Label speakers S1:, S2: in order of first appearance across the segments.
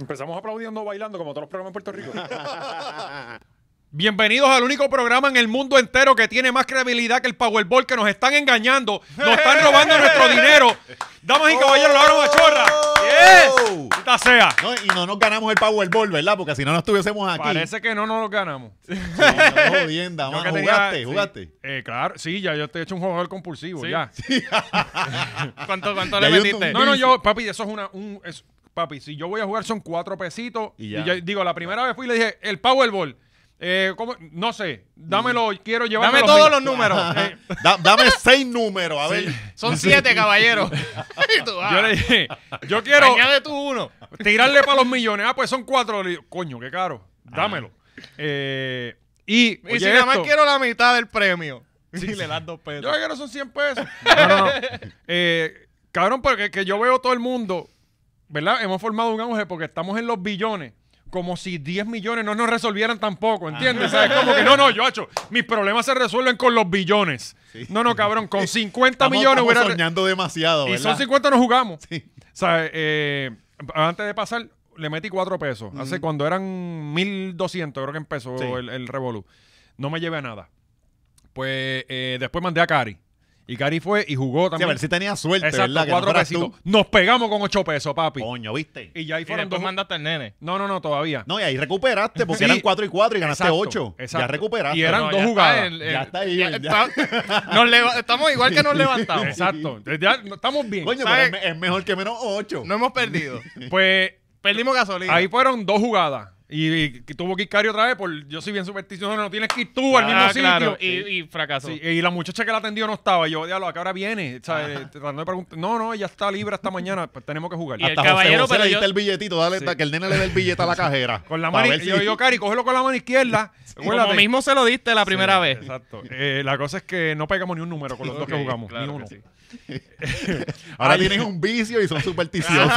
S1: Empezamos aplaudiendo, bailando, como todos los programas en Puerto Rico.
S2: Bienvenidos al único programa en el mundo entero que tiene más credibilidad que el Powerball, que nos están engañando, nos están robando nuestro dinero. Damas y caballeros, la hora machorra. Yes. Maldita sea.
S3: No, y no nos ganamos el Powerball, ¿verdad? Porque si no, no estuviésemos aquí.
S2: Parece que no nos lo ganamos.
S3: Sí, no, jodienda,
S2: Yo
S3: mano.
S2: que tenía-
S3: Jugaste,
S2: sí.
S3: jugaste.
S2: Eh, claro, sí, ya yo te he hecho un jugador compulsivo,
S1: Sí.
S2: ya.
S1: ¿Cuánto, cuánto
S3: Ya
S1: le
S3: hay un
S1: metiste?
S2: No, no, yo, papi, eso es una. Un, es- papi, si yo voy a jugar son cuatro pesitos.
S3: Y
S2: Y,
S3: ya.
S2: yo digo, la primera vez fui y le dije, el Powerball. Eh, ¿cómo? No sé, dámelo, quiero llevarme
S1: Dame todos
S2: mil. Eh,
S1: los números.
S3: Ajá. Da- dame seis números, a ver.
S1: Son siete, caballero. Y tú, ah,
S2: Yo le dije, yo quiero
S1: añade tú uno.
S2: tirarle para los millones. Ah, pues son cuatro. Le digo, Coño, qué caro. Dámelo. Eh, y,
S1: Y
S2: oye,
S1: si nada más
S2: esto.
S1: quiero la mitad del premio. y le das dos pesos.
S2: Yo creo que no son 100 pesos. No, no, no. Eh, cabrón, porque que yo veo todo el mundo, ¿verdad? Hemos formado un auge porque estamos en los billones. Como si 10 millones no nos resolvieran tampoco, ¿entiendes? O sea, es como que no, no, yo hacho, mis problemas se resuelven con los billones. No, no, cabrón, con 50
S3: Estamos,
S2: millones
S3: estamos
S2: hubiera.
S3: soñando demasiado,
S2: Y
S3: ¿verdad?
S2: son 50 nos jugamos.
S3: Sí.
S2: O sea, eh, antes de pasar, le metí 4 pesos. Hace cuando eran 1200, creo que empezó
S3: Sí.
S2: el, el Revolu. No me llevé a nada. Pues eh, después mandé a Cari. Y Cari fue y jugó
S3: Sí, a
S2: también.
S3: ver si tenías suerte,
S2: Exacto,
S3: ¿verdad? Que no
S2: cuatro
S3: fueras
S2: pesitos.
S3: tú.
S2: Nos pegamos con 8 pesos, papi.
S3: Coño, ¿viste?
S2: Y ya ahí
S1: Y
S2: fueron
S1: después
S2: dos.
S1: mandaste al nene.
S2: No, no, no, todavía.
S3: No, y ahí recuperaste, porque
S2: Sí.
S3: eran cuatro y cuatro y ganaste
S2: Exacto,
S3: ocho.
S2: exacto.
S3: Ya recuperaste.
S2: Y eran
S1: No,
S2: dos
S1: ya
S2: jugadas.
S1: está el- el-
S3: Ya está ahí, ya.
S1: ya está- nos leva- estamos igual que nos levantamos.
S2: Exacto. Ya no- estamos bien.
S3: Coño, pero
S1: ¿sabes?
S3: es, me- es mejor que menos ocho.
S1: No hemos perdido.
S2: Pues
S1: Perdimos gasolina.
S2: Ahí fueron dos jugadas. Y, y tuvo que ir Cari otra vez por yo soy bien supersticioso, no tienes que ir tú al mismo
S1: Ah, claro.
S2: sitio.
S1: Y, y fracasó.
S2: Sí, y la muchacha que la atendió no estaba. Y yo, diablo, ¿a qué hora viene? O sea, eh, tratando de preguntar. No, no, ella está libre hasta mañana. Pues tenemos que jugar.
S1: Y el
S3: Hasta
S1: caballero,
S3: José José
S1: pero
S3: le
S1: yo-
S3: diste el billetito, dale,
S2: Sí.
S3: da- que el nene le dé el billete a la cajera.
S2: Con la
S3: Pa'
S2: mano.
S3: ver
S2: y-
S3: si-
S2: Yo digo, Cari, cógelo con la mano izquierda.
S1: Como
S2: Acuérdate.
S1: mismo se lo diste la primera
S2: Sí,
S1: vez.
S2: Exacto. Eh, la cosa es que no pegamos ni un número con los dos
S1: Ok,
S2: que jugamos.
S1: claro
S2: ni
S1: que
S2: uno.
S1: sí.
S3: Ahora
S2: Ay.
S3: tienes un vicio y son supersticiosos.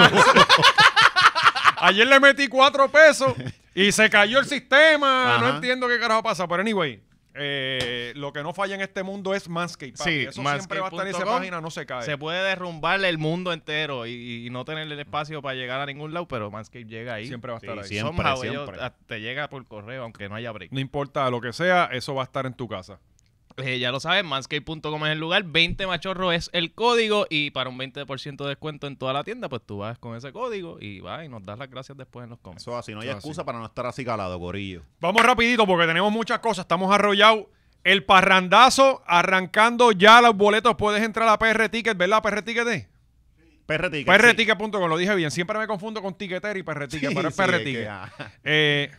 S2: Ayer le metí cuatro pesos y se cayó el sistema. No
S3: Ajá.
S2: entiendo qué carajo pasa. Pero anyway, eh, lo que no falla en este mundo es Manscaped. papi.
S1: Sí,
S2: Eso siempre va a estar en esa
S1: manscaped.com.
S2: página, no se cae.
S1: Se puede derrumbar el mundo entero y, y no tener el espacio para llegar a ningún lado, pero Manscaped llega ahí.
S2: siempre va a estar ahí.
S3: sí. Siempre,
S1: Somehow ellos
S3: siempre.
S1: a- te llega por correo, aunque no haya break.
S2: No importa lo que sea, eso va a estar en tu casa.
S1: Eh, ya lo sabes, manscape.com es el lugar, 20 machorro es el código y para un 20% de descuento en toda la tienda, pues tú vas con ese código y vas y nos das las gracias después en los comments.
S3: Eso así, no hay
S2: Eso
S3: excusa para no estar así calado, gorillo.
S2: Vamos rapidito porque tenemos muchas cosas. Estamos arrollados. El parrandazo, arrancando ya los boletos. Puedes entrar a PR Ticket, ¿verdad? PR Ticket. es?
S3: Perretique.
S2: PRTicket.com, lo dije bien. Siempre me confundo con Tiquetera y PR Ticket,
S3: Sí,
S2: pero es
S3: sí,
S2: PR
S3: es que,
S2: Ticket.
S3: ajá.
S2: Eh,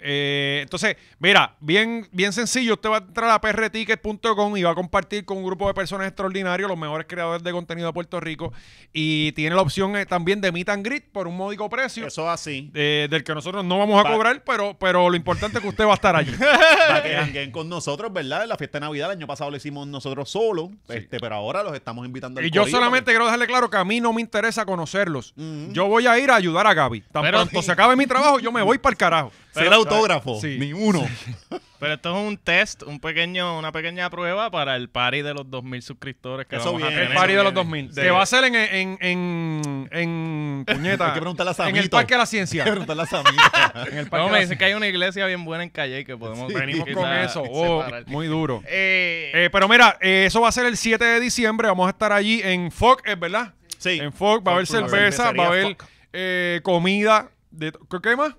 S2: eh, entonces, mira, bien, bien sencillo. Usted va a entrar a prticket.com y va a compartir con un grupo de personas extraordinarios, los mejores creadores de contenido de Puerto Rico. Y tiene la opción eh, también de meet and greet por un módico precio.
S3: Eso así.
S2: eh, del que nosotros no vamos a
S3: Pa-
S2: cobrar, pero, pero lo importante es que usted va a estar allí.
S3: Para que jangueen con nosotros, ¿verdad? En la fiesta de Navidad el año pasado lo hicimos nosotros solos, este, pero ahora los estamos invitando al
S2: y yo
S3: corillo
S2: solamente
S3: para
S2: quiero dejarle claro que a mí no me interesa conocerlos.
S3: Ujú.
S2: Yo voy a ir a ayudar a Gaby. Tan
S1: Pero-
S2: pronto se acabe mi trabajo, yo me voy para el carajo.
S3: que- ser autógrafo,
S2: Sí.
S3: ni uno.
S1: Pero esto es un test, un pequeño, una pequeña prueba para el party de los 2000 suscriptores que
S3: Eso
S1: vamos
S3: viene,
S1: a
S2: El
S1: tener.
S3: eso
S2: party de los
S3: viene.
S2: 2000.
S3: Sí.
S2: Que va a ser en, en, en, en puñeta.
S3: Hay que preguntarle a
S2: En
S3: Samito.
S2: el Parque de la
S3: Hay
S2: Ciencia.
S3: que preguntarle a Samito.
S2: En el Parque
S1: No,
S2: de
S1: me
S2: la
S1: dicen que hay una iglesia bien buena en Calle que podemos
S3: Sí.
S2: Venimos
S1: quizá
S2: con eso. Oh,
S1: separar.
S2: muy duro.
S1: Eh,
S2: Eh, pero mira, eh, eso va a ser el 7 de diciembre. Vamos a estar allí en Fox, ¿es ¿verdad?
S3: Sí.
S2: En Fox va a haber
S3: Fox, la
S2: cerveza, va a
S3: cervecería
S2: haber
S3: Fox.
S2: eh, comida. De, ¿qué, qué más?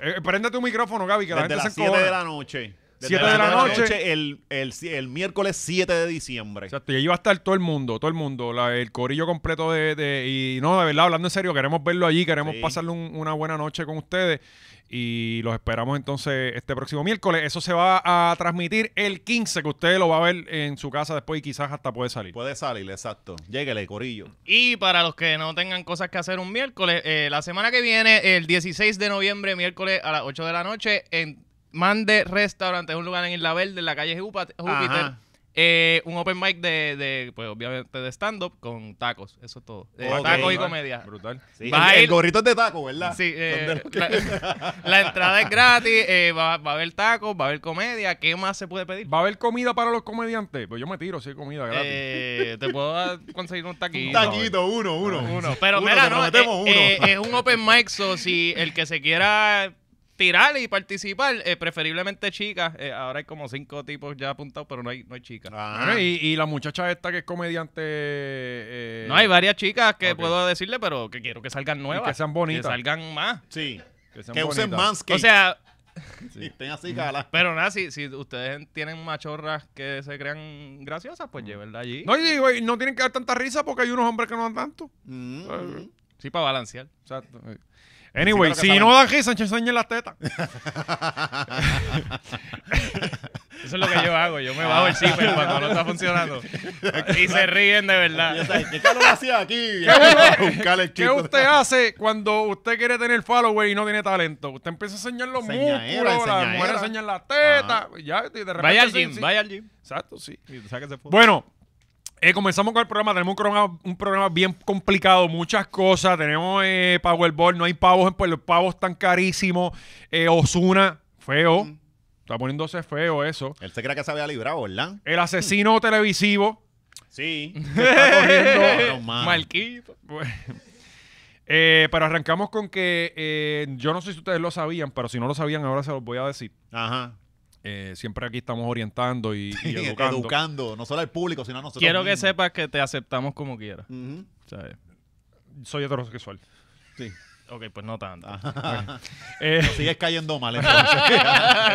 S2: Eh, prende tu micrófono, Gaby, que la
S3: Desde
S2: gente
S3: las
S2: se
S3: 7
S2: encojona.
S3: de la noche. Desde
S2: Siete
S3: las
S2: de la
S3: siete
S2: noche.
S3: el, el, el miércoles 7 de diciembre.
S2: Exacto, y ahí va a estar todo el mundo, todo el mundo, la- el corillo completo de, de- Y no, de verdad, hablando en serio, queremos verlo allí, queremos
S3: Sí.
S2: pasarle un- una buena noche con ustedes y los esperamos entonces este próximo miércoles. Eso se va a transmitir el 15, que usted lo va a ver en su casa después y quizás hasta puede salir.
S3: Puede salir, exacto. Lléguele, corillo.
S1: Y para los que no tengan cosas que hacer un miércoles, eh, la semana que viene, el 16 de noviembre, miércoles a las 8 de la noche, en Mande Restaurante, es un lugar en Isla Verde, en la calle Júpa- Júpiter.
S3: Ajá.
S1: Eh, un open mic de, de, pues obviamente de stand-up con tacos, eso es todo. Eh,
S3: Ok,
S1: tacos y
S3: vale.
S1: comedia.
S2: Brutal.
S3: Sí,
S1: Va
S3: el,
S1: a
S3: el
S1: ir-
S3: gorrito es de taco, ¿verdad?
S1: Sí, eh,
S3: Son de los que-
S1: la, la entrada es gratis, eh, va, va a haber tacos, va a haber comedia, ¿qué más se puede pedir?
S2: ¿Va a haber comida para los comediantes? Pues yo me tiro, sí, comida gratis.
S1: Eh, te puedo dar- conseguir un taquito.
S3: Un taquito, uno, uno.
S1: Uno. Pero
S3: Uno,
S1: mira,
S3: te
S1: no,
S3: prometemos uno.
S1: eh, eh, es un open mic, so si el que se quiera tirar y participar, eh, preferiblemente chicas. eh, ahora hay como cinco tipos ya apuntados, pero no hay, no hay chicas.
S3: Ah,
S2: Bueno, y, y la muchacha esta que es comediante. eh,
S1: No, hay varias chicas que
S2: ok.
S1: puedo decirle, pero que quiero que salgan nuevas.
S2: que sean bonitas.
S1: Que salgan más.
S3: sí.
S2: sean
S3: Que usen
S2: bonitas.
S3: manscape.
S1: O sea,
S3: y estén así, cala.
S1: pero nada, si, si ustedes tienen machorras que se crean graciosas, pues llévenla allí.
S2: Mm. No, y digo, y no tienen que dar tanta risa porque hay unos hombres que no dan tanto.
S3: Mm.
S1: Sí, para balancear.
S2: Exacto. Anyway,
S3: Sí, pero que
S2: si
S3: saben.
S2: no dan risa, enseñen las tetas.
S1: Eso es lo que yo hago. Yo me bajo el zipper cuando no está funcionando. Y se ríen de
S3: Y, o
S1: verdad.
S3: sea, ¿Qué calor hacía aquí? A buscar el
S2: ¿Qué
S3: chiste.
S2: usted hace cuando usted quiere tener follower y no tiene talento? Usted empieza a enseñar los
S3: Enseñadera,
S2: músculos, las
S3: enseñadera.
S2: mujeres enseñan las tetas. Ya, y de repente.
S1: Vaya al
S2: sí,
S1: gym,
S2: sí.
S1: vaya al gym.
S2: Exacto, sí.
S1: Y sáquese foto.
S2: Bueno, eh, comenzamos con el programa. Tenemos un programa, un programa bien complicado, muchas cosas. Tenemos eh, Powerball, no hay pavos, pues los pavos están carísimos. Eh, Osuna, feo. Está poniéndose feo eso.
S3: Él se cree que se había librado, ¿verdad?
S2: El asesino televisivo.
S3: Sí. Se está corriendo. Cabrón, mano.
S1: Marquito.
S2: Eh, pero arrancamos con que eh, yo no sé si ustedes lo sabían, pero si no lo sabían, ahora se los voy a decir.
S3: Ajá.
S2: Eh, siempre aquí estamos orientando y, y educando.
S3: educando. no solo al público, sino a nosotros.
S1: Quiero que
S3: mismos.
S1: sepas que te aceptamos como quieras.
S3: Ujú.
S1: ¿sabes?
S2: eh, Soy heterosexual.
S3: Sí.
S1: Ok, pues no tanto.
S2: Eh,
S3: Sigues cayendo mal entonces.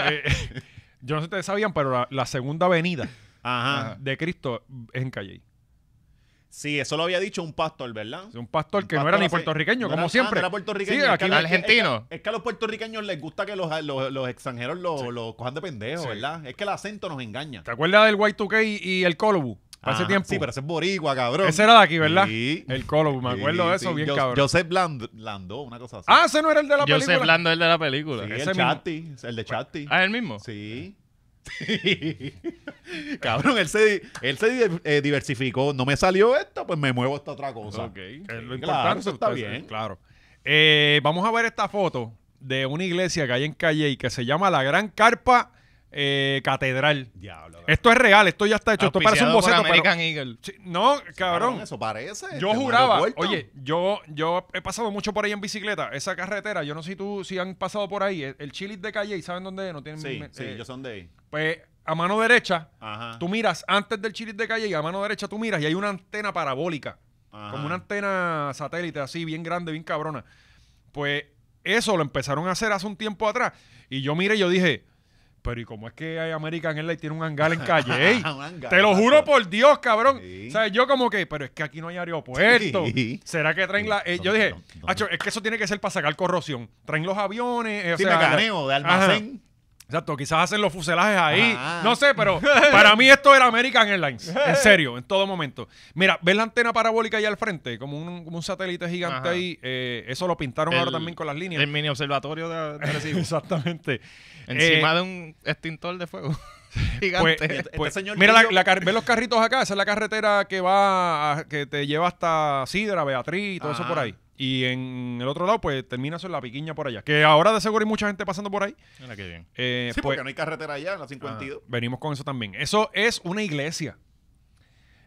S2: eh, yo no sé si ustedes sabían, pero la, la segunda avenida
S3: Ajá.
S2: de Cristo es en Calle.
S3: Sí, eso lo había dicho un pastor, ¿verdad?
S2: Es un pastor que
S3: Un
S2: no era
S3: pastor
S2: ni
S3: así.
S2: puertorriqueño,
S3: No
S2: como
S3: era-
S2: siempre.
S3: ah, no era puertorriqueño.
S2: Sí,
S3: Es
S2: aquí-
S3: que-
S1: Argentino.
S3: Es que a los puertorriqueños les gusta que los, los, los extranjeros los, los cojan de pendejo,
S2: Sí.
S3: ¿verdad? Es que el acento nos engaña.
S2: ¿Te acuerdas del Y2K y, y el Colobu? Para ese
S3: Ajá.
S2: tiempo.
S3: Sí, pero ese es boricua, cabrón.
S2: Ese era de aquí, ¿verdad?
S3: Sí.
S2: El Colobu, me acuerdo de eso, bien cabrón.
S3: Joseph Land, Landó, una cosa así.
S2: ah, ese no era el de la
S1: Yo sé
S2: película.
S1: Blando el de la película.
S3: sí,
S1: Es-
S2: ese
S3: el
S2: mismo.
S3: Chatti, el de Chatti.
S1: Ah, el mismo.
S3: Sí. cabrón, él se, él se di- eh, diversificó. No me salió esto, pues me muevo a esta otra cosa.
S1: Ok.
S2: Es lo
S3: Claro,
S2: importante.
S3: eso está
S2: ustedes-
S3: bien.
S2: Claro. Eh, vamos a ver esta foto de una iglesia que hay en Calle y que se llama la Gran Carpa eh, Catedral.
S3: Diablo. cabrón.
S2: Esto es real, esto ya está hecho. Esto parece un
S1: Auspiciado por
S2: boceto. pero-
S1: American Eagle.
S2: Sí, no, cabrón.
S3: Eso parece.
S2: yo
S3: este, un
S2: juraba,
S3: aeropuerto.
S2: oye, yo, yo he pasado mucho por ahí en bicicleta. Esa carretera, yo no sé si tú si han pasado por ahí. El, el Chili's de Calle, ¿saben dónde es? No tienen.
S3: Sí,
S2: eh,
S3: sí, yo Ah. son de ahí.
S2: Pues a mano derecha,
S3: Ajá.
S2: tú miras antes del Chili's de Calle y a mano derecha tú miras y hay una antena parabólica.
S3: Ajá.
S2: como una antena satélite así, bien grande, bien cabrona. Pues eso lo empezaron a hacer hace un tiempo atrás. Y yo miré y yo dije, pero ¿y cómo es que American Airlines tiene un hangar en calle? ey?
S3: Un hangar,
S2: Te lo juro
S3: exacto.
S2: por Dios, cabrón.
S3: Sí.
S2: ¿Sabes? Yo como que, pero es que aquí no hay aeropuerto.
S3: Sí.
S2: ¿Será que traen
S3: Sí,
S2: la...? eh,
S3: ¿dónde-
S2: yo dije,
S3: dónde- dónde?
S2: "Acho, es que eso tiene que ser para sacar corrosión. Traen los aviones... eh, o
S3: Sí,
S2: sea,
S3: mecaneo de
S2: ajá.
S3: almacén.
S2: Exacto, quizás hacen los fuselajes ahí.
S3: Ajá.
S2: No sé, pero para mí esto era American Airlines. En serio, en todo momento. Mira, ¿ves la antena parabólica ahí al frente? Como un, como un satélite gigante
S1: Ajá.
S2: ahí. Eh, eso lo pintaron ahora también con las líneas.
S1: El mini observatorio de, de Arecibo.
S2: Exactamente.
S1: Encima
S2: Eh,
S1: de un extintor de fuego.
S2: pues,
S1: Gigante. este
S2: eh, pues,
S3: señor
S2: mira, la,
S3: Guillo-
S2: la car- ¿ves los carritos acá? Esa es la carretera que va, a- que te lleva hasta Sidra, Beatriz, y todo eso
S3: Ajá.
S2: por ahí. Y en el otro lado, pues termina eso en la piquiña por allá. Que ahora de seguro hay mucha gente pasando por ahí.
S1: Mira qué bien.
S2: Eh,
S3: Sí,
S2: pues-
S3: porque no hay carretera allá, en la 52.
S2: Ah, venimos con eso también. Eso es una iglesia.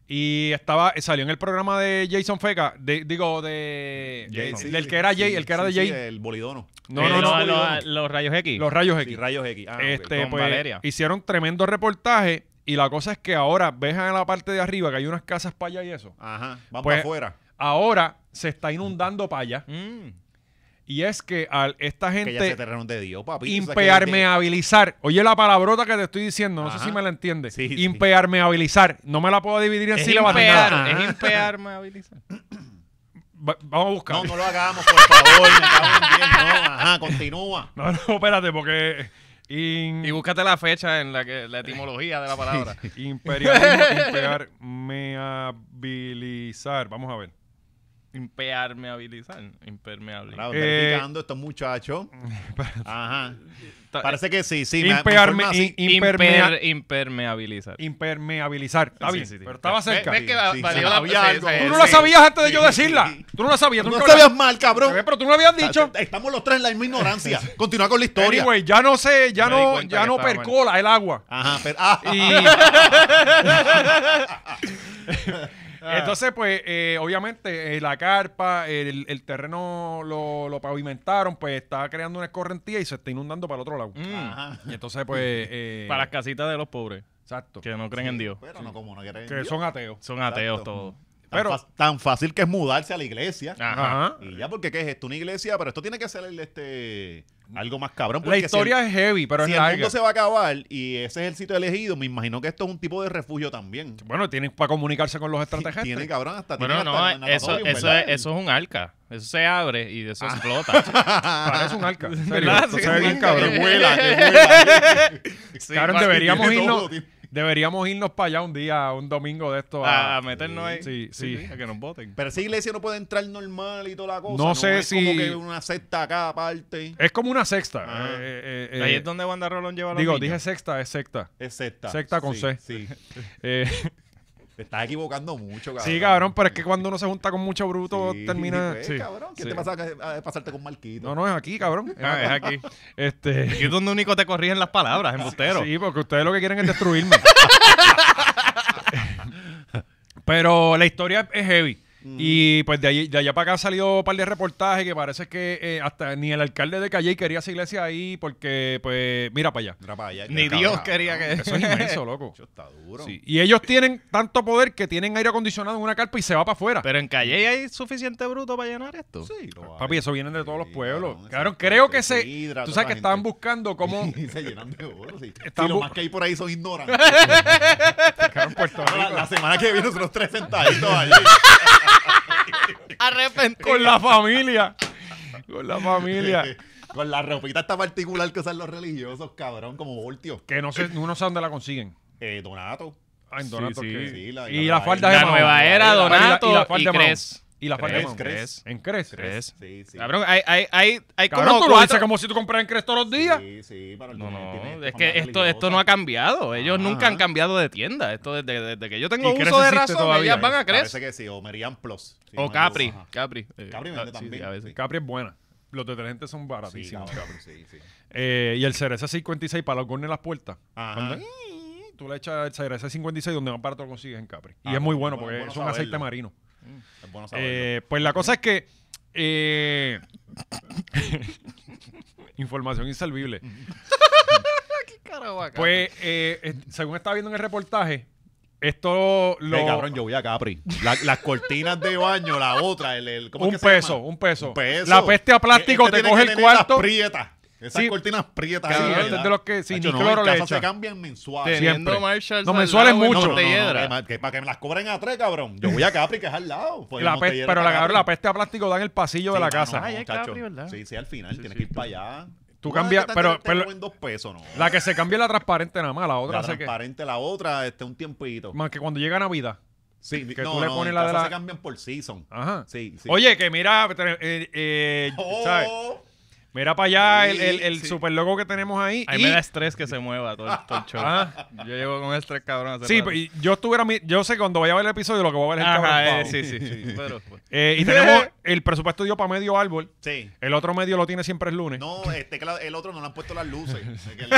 S2: Y estaba, salió en el programa de Jason Feca, de- digo, de,
S3: Jay,
S2: de-
S3: sí,
S2: del que era Jay,
S3: sí,
S2: el que era
S3: sí,
S2: de Jay.
S3: sí, el bolidono.
S2: no,
S1: Eh,
S2: no, no,
S1: lo- lo-
S2: bolidono.
S1: los rayos X.
S2: los rayos
S3: Sí,
S2: X.
S3: rayos X. Ah, ok.
S2: este,
S1: con
S2: pues,
S1: Valeria.
S2: hicieron tremendo reportaje y la cosa es que ahora, ves en la parte de arriba que hay unas casas para allá y eso.
S3: Ajá, vamos
S2: Pues-
S3: para afuera.
S2: Ahora se está inundando para allá
S1: Mm.
S2: y es que al esta
S3: Que ya ese
S2: gente
S3: terreno es de Dios, papi. Tú sabes que
S2: impermeabilizar, oye la palabrota que te estoy diciendo, no sé
S3: Ajá.
S2: si me la entiendes,
S3: Sí, sí.
S2: impermeabilizar, no me la puedo dividir en
S1: Es
S2: sílabas ni nada.
S1: impear, es impear, amabilizar.
S2: Va- vamos a buscar.
S3: No, no lo hagamos, por favor. me cago en diez, no, ajá, continúa.
S2: No, no, espérate, porque. in-
S1: Y búscate la fecha en la que la etimología de la palabra.
S2: imperialismo, impermeabilizar. Vamos a ver.
S1: Impermeabilizar. Impermeable.
S3: Claro,
S2: Eh,
S3: verificando estos muchachos. Ajá.
S1: Ta-
S3: Parece que sí, sí. me- me
S2: Impearme-
S3: informa así.
S2: im- impermea-
S1: Imper- impermeabilizar.
S2: impermeabilizar. Está
S1: Sí,
S2: bien,
S1: sí, sí.
S2: pero estaba
S4: Ve-
S2: cerca.
S4: ves que va-
S3: Sí, sí,
S4: valió
S3: sí.
S4: la
S3: Había
S4: sí,
S3: algo.
S4: sí,
S2: Tú no
S4: sí.
S2: la sabías antes de
S3: Sí,
S2: yo
S3: sí,
S2: decirla.
S3: sí.
S2: Tú no la sabías.
S3: Tú
S2: Tú
S3: no
S2: nunca
S3: sabías
S2: la-
S3: mal, cabrón.
S2: Pero tú no lo habías dicho.
S3: Estamos los tres en la misma ignorancia. Continúa con la historia.
S2: Anyway, ya no sé, ya
S1: Me di
S2: no,
S1: cuenta
S2: ya
S1: que
S2: no
S1: estaba mal.
S2: percola el agua.
S3: Ajá, pero. ah,
S2: Y... Entonces, pues, eh, obviamente, eh, la carpa, el, el terreno lo, lo pavimentaron, pues está creando una escorrentía y se está inundando para el otro lado.
S1: Mm.
S3: Ajá.
S2: Y entonces, pues. eh,
S1: Para las casitas de los pobres
S2: Exacto.
S1: que no creen en Dios.
S3: Pero no, como no quieren.
S2: Que son ateos.
S1: Son ateos
S3: Exacto.
S1: todos.
S3: Tan,
S2: Pero-
S3: fa- tan fácil que es mudarse a la iglesia.
S1: Ajá.
S2: Ajá.
S3: Y ya, porque ¿qué es esto? Una iglesia, pero esto tiene que ser el, este, algo más cabrón.
S2: La
S3: porque si
S2: historia
S3: el-
S2: es heavy, pero
S3: si
S2: es
S3: el
S2: larga.
S3: mundo se va a acabar y ese es el sitio elegido, me imagino que esto es un tipo de refugio también.
S2: Bueno, tienen para comunicarse con los extraterrestres.
S3: Tiene cabrón hasta
S1: Bueno,
S3: tiene
S1: no, eh,
S3: hasta
S1: eso,
S3: natatorium,
S1: eso,
S3: ¿verdad? Ah.
S1: es, eso es un arca. Eso se abre y eso explota.
S2: Parece un arca. en serio.
S1: ¿Verdad?
S2: Esto
S1: Sí,
S2: se ve
S1: es un
S2: bien
S1: arca.
S2: cabrón.
S3: Que vuela, que vuela.
S1: Sí,
S2: Cabrón,
S1: pa-
S2: deberíamos
S3: tiene todo,
S2: irnos,
S3: tiene-
S2: deberíamos irnos para allá un día, un domingo de esto.
S3: Ah,
S1: A, a meternos ahí.
S2: Sí, sí.
S1: A que nos voten.
S3: Pero esa iglesia no puede entrar normal y toda la cosa.
S2: No sé
S3: es como
S2: si-
S3: que una secta acá aparte.
S2: Es como una sexta.
S3: Ajá.
S2: eh, eh, eh,
S1: Ahí es donde Wanda Rolón lleva a los
S2: digo,
S1: niños.
S2: dije sexta, es secta.
S3: Es secta.
S2: Secta con
S3: Sí,
S2: C.
S3: Sí.
S2: Eh,
S3: Te estás equivocando mucho, cabrón.
S2: sí, cabrón, pero es que cuando uno se junta con mucho bruto
S3: Sí,
S2: termina.
S3: pues,
S2: sí.
S3: cabrón, ¿qué
S2: Sí.
S3: te pasa a, a pasarte con Marquito?
S2: No, no, es aquí, cabrón. Es
S1: Ah, es
S2: acá.
S1: aquí.
S2: Este.
S1: Aquí es donde único te corrigen las palabras, embustero.
S2: Sí, porque ustedes lo que quieren es destruirme. Pero la historia es heavy.
S3: Mm.
S2: Y pues de, ahí, de allá para acá ha salido un par de reportajes que parece que eh, hasta ni el alcalde de Calle quería esa iglesia ahí porque, pues, mira para allá.
S3: Mira para allá,
S1: Ni
S3: cabrón.
S1: Dios quería que...
S2: Eso es inmenso, loco.
S3: Mucho está duro.
S2: Sí. Y ellos tienen tanto poder que tienen aire acondicionado en una carpa y se va para afuera.
S1: Pero en Calle hay suficiente bruto para llenar esto.
S3: Sí, lo
S2: Papi,
S3: hay.
S2: eso viene de todos los
S3: Sí,
S2: pueblos.
S3: cabrón,
S2: Claro,
S3: exacto.
S2: creo que
S3: Te
S2: se...
S3: sidra,
S2: Tú
S3: toda
S2: sabes que
S3: esa
S2: estaban
S3: gente.
S2: buscando cómo...
S3: Y se llenan de oro, sí.
S2: Están
S3: Si lo
S2: bu-
S3: más que hay por ahí son ignorantes.
S2: Cabrón, Puerto
S3: la,
S2: Rico.
S3: la semana que viene nosotros tres sentaditos allí.
S1: Arrepentido.
S2: Con la familia. Con la familia.
S3: Con la ropita esta particular que usan los religiosos, cabrón, como voltio.
S2: Que no sé, uno sabe dónde la consiguen.
S3: Eh, Donato.
S2: Ah, en
S1: Sí,
S2: Donato,
S1: sí.
S2: ¿qué?
S3: Sí, la-
S2: y
S3: la-
S2: la falda
S1: la
S2: de Mahón.
S1: nueva era,
S2: Y la-
S1: Donato
S2: y la falda
S1: y
S2: de Mahón.
S1: Cres.
S2: Y la falda de Mahón.
S3: Cres, Cres.
S2: En Cres.
S1: Tres.
S3: Sí, sí.
S1: Cabrón, hay, hay, hay, hay
S2: Cabrón,
S1: como
S2: tú lo dices
S1: cuatro...
S2: como si tú compras en Cres todos los días.
S3: Sí, sí, pero el
S1: No, Ah.
S3: Donato tiene este esta
S1: no, es que
S3: fama
S1: esto, esto no
S3: religiosa.
S1: ha cambiado. Ellos
S3: Ajá.
S1: nunca han cambiado de tienda. Esto desde, desde que yo tengo
S2: Y Cres
S1: uso de
S2: existe
S1: razón,
S2: todavía,
S1: ellas van a
S3: Parece
S1: Cres.
S3: que sí, o Merian Plus. Sí,
S1: O
S3: no,
S1: Capri.
S3: ajá.
S1: Capri. eh,
S3: Capri
S1: ah,
S3: vende
S1: sí,
S3: también.
S1: sí, a veces.
S2: Capri es buena. Los detergentes son
S3: Sí,
S2: baratísimos.
S3: cabrón, sí, sí.
S2: Eh, y el cereza 56 para los gornes en las puertas.
S3: Ajá.
S2: Cuando- Tú le echas el cereza 56 donde más barato lo consigues en Capri. Y
S3: Ah,
S2: es muy
S3: bueno,
S2: bueno
S3: bueno,
S2: porque
S3: bueno
S2: es un
S3: saberlo.
S2: aceite marino.
S3: Es bueno saberlo.
S2: Eh, pues la cosa es que. eh, información inservible. Pues, eh, eh, según estaba viendo en el reportaje, esto lo.
S3: Ey, cabrón, yo voy a Capri. La- las cortinas de baño, la otra, el, el- ¿cómo es
S2: un,
S3: que se
S2: peso,
S3: llama?
S2: un peso,
S3: Un peso.
S2: La peste a plástico
S3: Este
S2: te
S3: tiene
S2: coge
S3: que
S2: el
S3: tener las
S2: cuarto.
S3: prietas. Esas
S2: Sí.
S3: cortinas prietas.
S2: Cabrón,
S3: ahí,
S2: este es
S3: ¿verdad?
S2: de los que sin ni
S3: Hacho, no,
S2: cloro
S3: en
S2: le
S3: casa
S2: echa.
S3: se cambian mensuales.
S1: Teniendo
S2: siempre.
S1: Marshalls
S2: No,
S1: al
S2: mensuales
S1: lado en
S2: mucho.
S3: No, no, no,
S1: Montelledra.
S3: que ma- que para que me las cobren a tres, cabrón. Yo voy a Capri, que es al lado. Pues,
S2: La pe-
S3: Montellera
S2: pero la,
S3: está
S2: cabrón,
S3: Capri.
S2: la peste a plástico da en el pasillo de la
S3: Sí, mano,
S2: casa.
S3: no,
S1: Ay, es
S3: chacho.
S1: Capri, ¿verdad?
S3: Sí, sí, al final.
S1: Sí,
S3: Tienes
S1: sí,
S3: que ir para allá.
S2: Tú
S3: No,
S2: cambia-
S3: te- te-
S2: pero-
S3: te
S2: pero-
S3: lo en dos pesos, no.
S2: La que se cambia es la transparente nada más, la otra
S3: La
S2: sé que.
S3: transparente, la otra, este, un tiempito.
S2: Más que cuando llega Navidad.
S3: Sí,
S2: que
S3: no,
S2: tú le
S3: no,
S2: pones
S3: en
S2: la de
S3: casa
S2: la-
S3: se cambian por season.
S2: Ajá.
S3: Sí, sí.
S2: Oye, que mira, eh, eh,
S3: Oh,
S2: ¿sabes? Mira para allá el,
S3: Sí,
S2: el, el
S3: sí.
S2: super logo que tenemos ahí.
S1: Ahí
S2: y-
S1: me da estrés que se mueva todo el, todo el show.
S2: Ah.
S1: Yo llevo con estrés, cabrón. hace
S2: Sí,
S1: rato.
S2: pues, y yo estuviera mi- yo sé que cuando vaya a ver el episodio lo que voy a ver es el cabrón
S1: Ajá,
S2: pavo.
S1: eh, sí, sí, sí. Pero, pues,
S2: Eh, y tenemos el presupuesto dio para medio árbol.
S3: Sí.
S2: El otro medio lo tiene siempre el lunes.
S3: No, este, que la- el otro no le han puesto las luces. Es que le-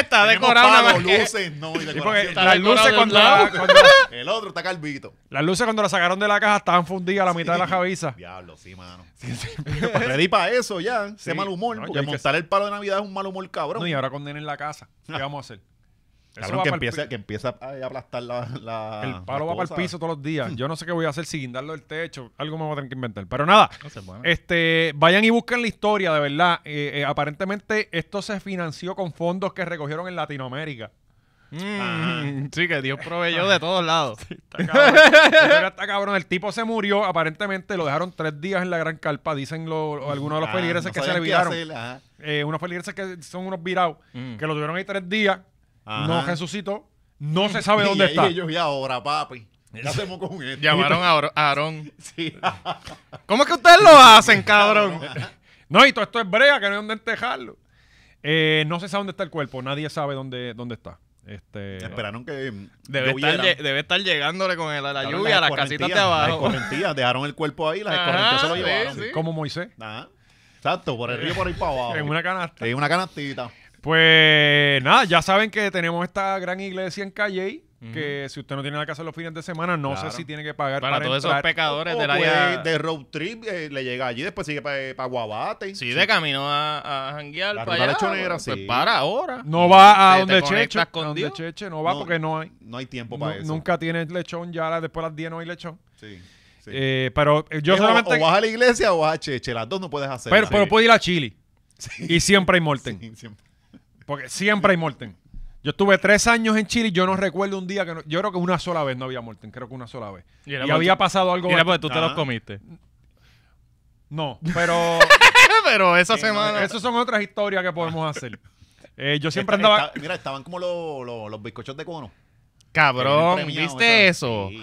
S1: Está
S3: tenemos
S1: decorado nada
S3: palo,
S1: más que-
S3: luces, no, y
S2: Sí, porque
S3: decoración.
S1: Está
S2: las
S1: decorado
S2: luces
S1: de un
S2: cuando,
S1: lado.
S2: la- cuando la-
S3: El otro está calvito.
S2: las luces cuando la sacaron de la caja estaban fundidas a la mitad de la cabeza.
S3: Diablo, sí, mano. Pues Ready para eso ya. Ese
S2: Sí.
S3: mal humor.
S2: No, ya
S3: porque
S2: hay que-
S3: montar el palo de Navidad es un mal humor, cabrón.
S2: No, y ahora condenen la casa. ¿Qué
S3: Ah.
S2: vamos a hacer? Eso
S3: Cabrón,
S2: va
S3: que
S2: pa'l pi-
S3: empieza, que empieza a aplastar la. la-
S2: El palo
S3: Ah, la
S2: va para el
S3: cosa.
S2: piso todos los días. Yo no sé qué voy a hacer, si guindarlo del techo, algo me voy a tener que inventar. Pero nada,
S1: no se mueve.
S2: este, vayan y busquen la historia, de verdad. Eh, eh, aparentemente esto se financió con fondos que recogieron en Latinoamérica.
S1: Mm, sí, que Dios proveyó de todos lados.
S2: Está cabrón. La historia está cabrón. El tipo se murió, aparentemente lo dejaron tres días en la gran carpa, dicen lo- lo- algunos de los
S3: Ah,
S2: feligreses
S3: no
S2: que se le
S3: sabían qué
S2: viraron.
S3: hacer, ajá.
S2: eh, unos feligreses que son unos virados,
S1: Mm.
S2: que lo tuvieron ahí tres días,
S3: Ajá.
S2: no resucitó, no se sabe
S3: Y
S2: dónde
S3: ahí
S2: está.
S3: ellos, y ahora, papi. ¿Qué hacemos con esto?
S1: Llamaron a Aro- a Aarón.
S3: Sí.
S1: ¿Cómo es que ustedes lo hacen, cabrón?
S2: No, y todo esto es brea, que no hay dónde entejarlo. Eh, no se sabe dónde está el cuerpo, nadie sabe dónde, dónde está. Este,
S3: Esperaron que mm,
S1: Debe estar,
S3: lloviera.
S1: lle- debe estar llegándole con el- a la
S3: Cabrón,
S1: lluvia a las
S3: escorrentías,
S1: casitas de
S3: Las
S1: abajo.
S3: escorrentías, dejaron el cuerpo ahí, las
S1: Ajá,
S3: escorrentías se lo
S1: sí,
S3: llevaron.
S1: sí.
S2: Como Moisés,
S3: Ajá. Exacto, por el río por ahí para abajo.
S2: en una canasta.
S3: Sí, una canastita.
S2: Pues nada, ya saben que tenemos esta gran iglesia en Calle, que si usted no tiene nada que hacer los fines de semana, no
S3: Claro.
S2: sé si tiene que pagar para,
S1: Para todos esos
S2: entrar.
S1: pecadores
S3: O
S1: del
S3: puede-
S1: área.
S3: pues, de road trip eh, le llega allí, después sigue para Guabate.
S1: Sí, de camino a, a janguear
S3: La ruta
S1: para allá.
S3: lechonera,
S1: pues
S3: sí.
S1: para ahora.
S2: No va a
S1: Te- te
S2: donde Cheche,
S1: conectas
S2: a
S1: con
S2: donde
S1: Dios.
S2: Cheche no va
S3: No,
S2: porque no hay.
S3: No hay tiempo
S2: Nu-
S3: para eso.
S2: Nunca tiene lechón, ya la- después de las 10 no hay lechón.
S3: Sí, sí.
S2: Eh, pero eh, yo
S3: Es o-
S2: solamente...
S3: O vas a la iglesia o vas a Cheche. Las dos no puedes hacer.
S2: pero,
S3: nada.
S2: pero puedo ir a Chile. Y siempre hay Morten.
S3: Sí, siempre.
S2: Porque siempre hay Morten. Yo estuve tres años en Chile y yo no recuerdo un día que... no- yo creo que una sola vez no había Morten. Creo que una sola vez.
S1: Y
S2: Y,
S1: era porque-
S2: había pasado algo...
S1: Mira,
S2: bast-
S1: pues tú te
S3: Ajá.
S1: los comiste.
S2: No, pero
S1: Pero esa
S3: no,
S1: semana.
S2: esas son otras historias que podemos hacer. Eh, yo siempre
S3: Esta-
S2: andaba...
S3: esta- mira, estaban como los, los, los bizcochos de cono.
S1: Cabrón,
S3: Que vienen premiados,
S1: ¿viste
S3: o sea,
S1: eso?
S3: sí,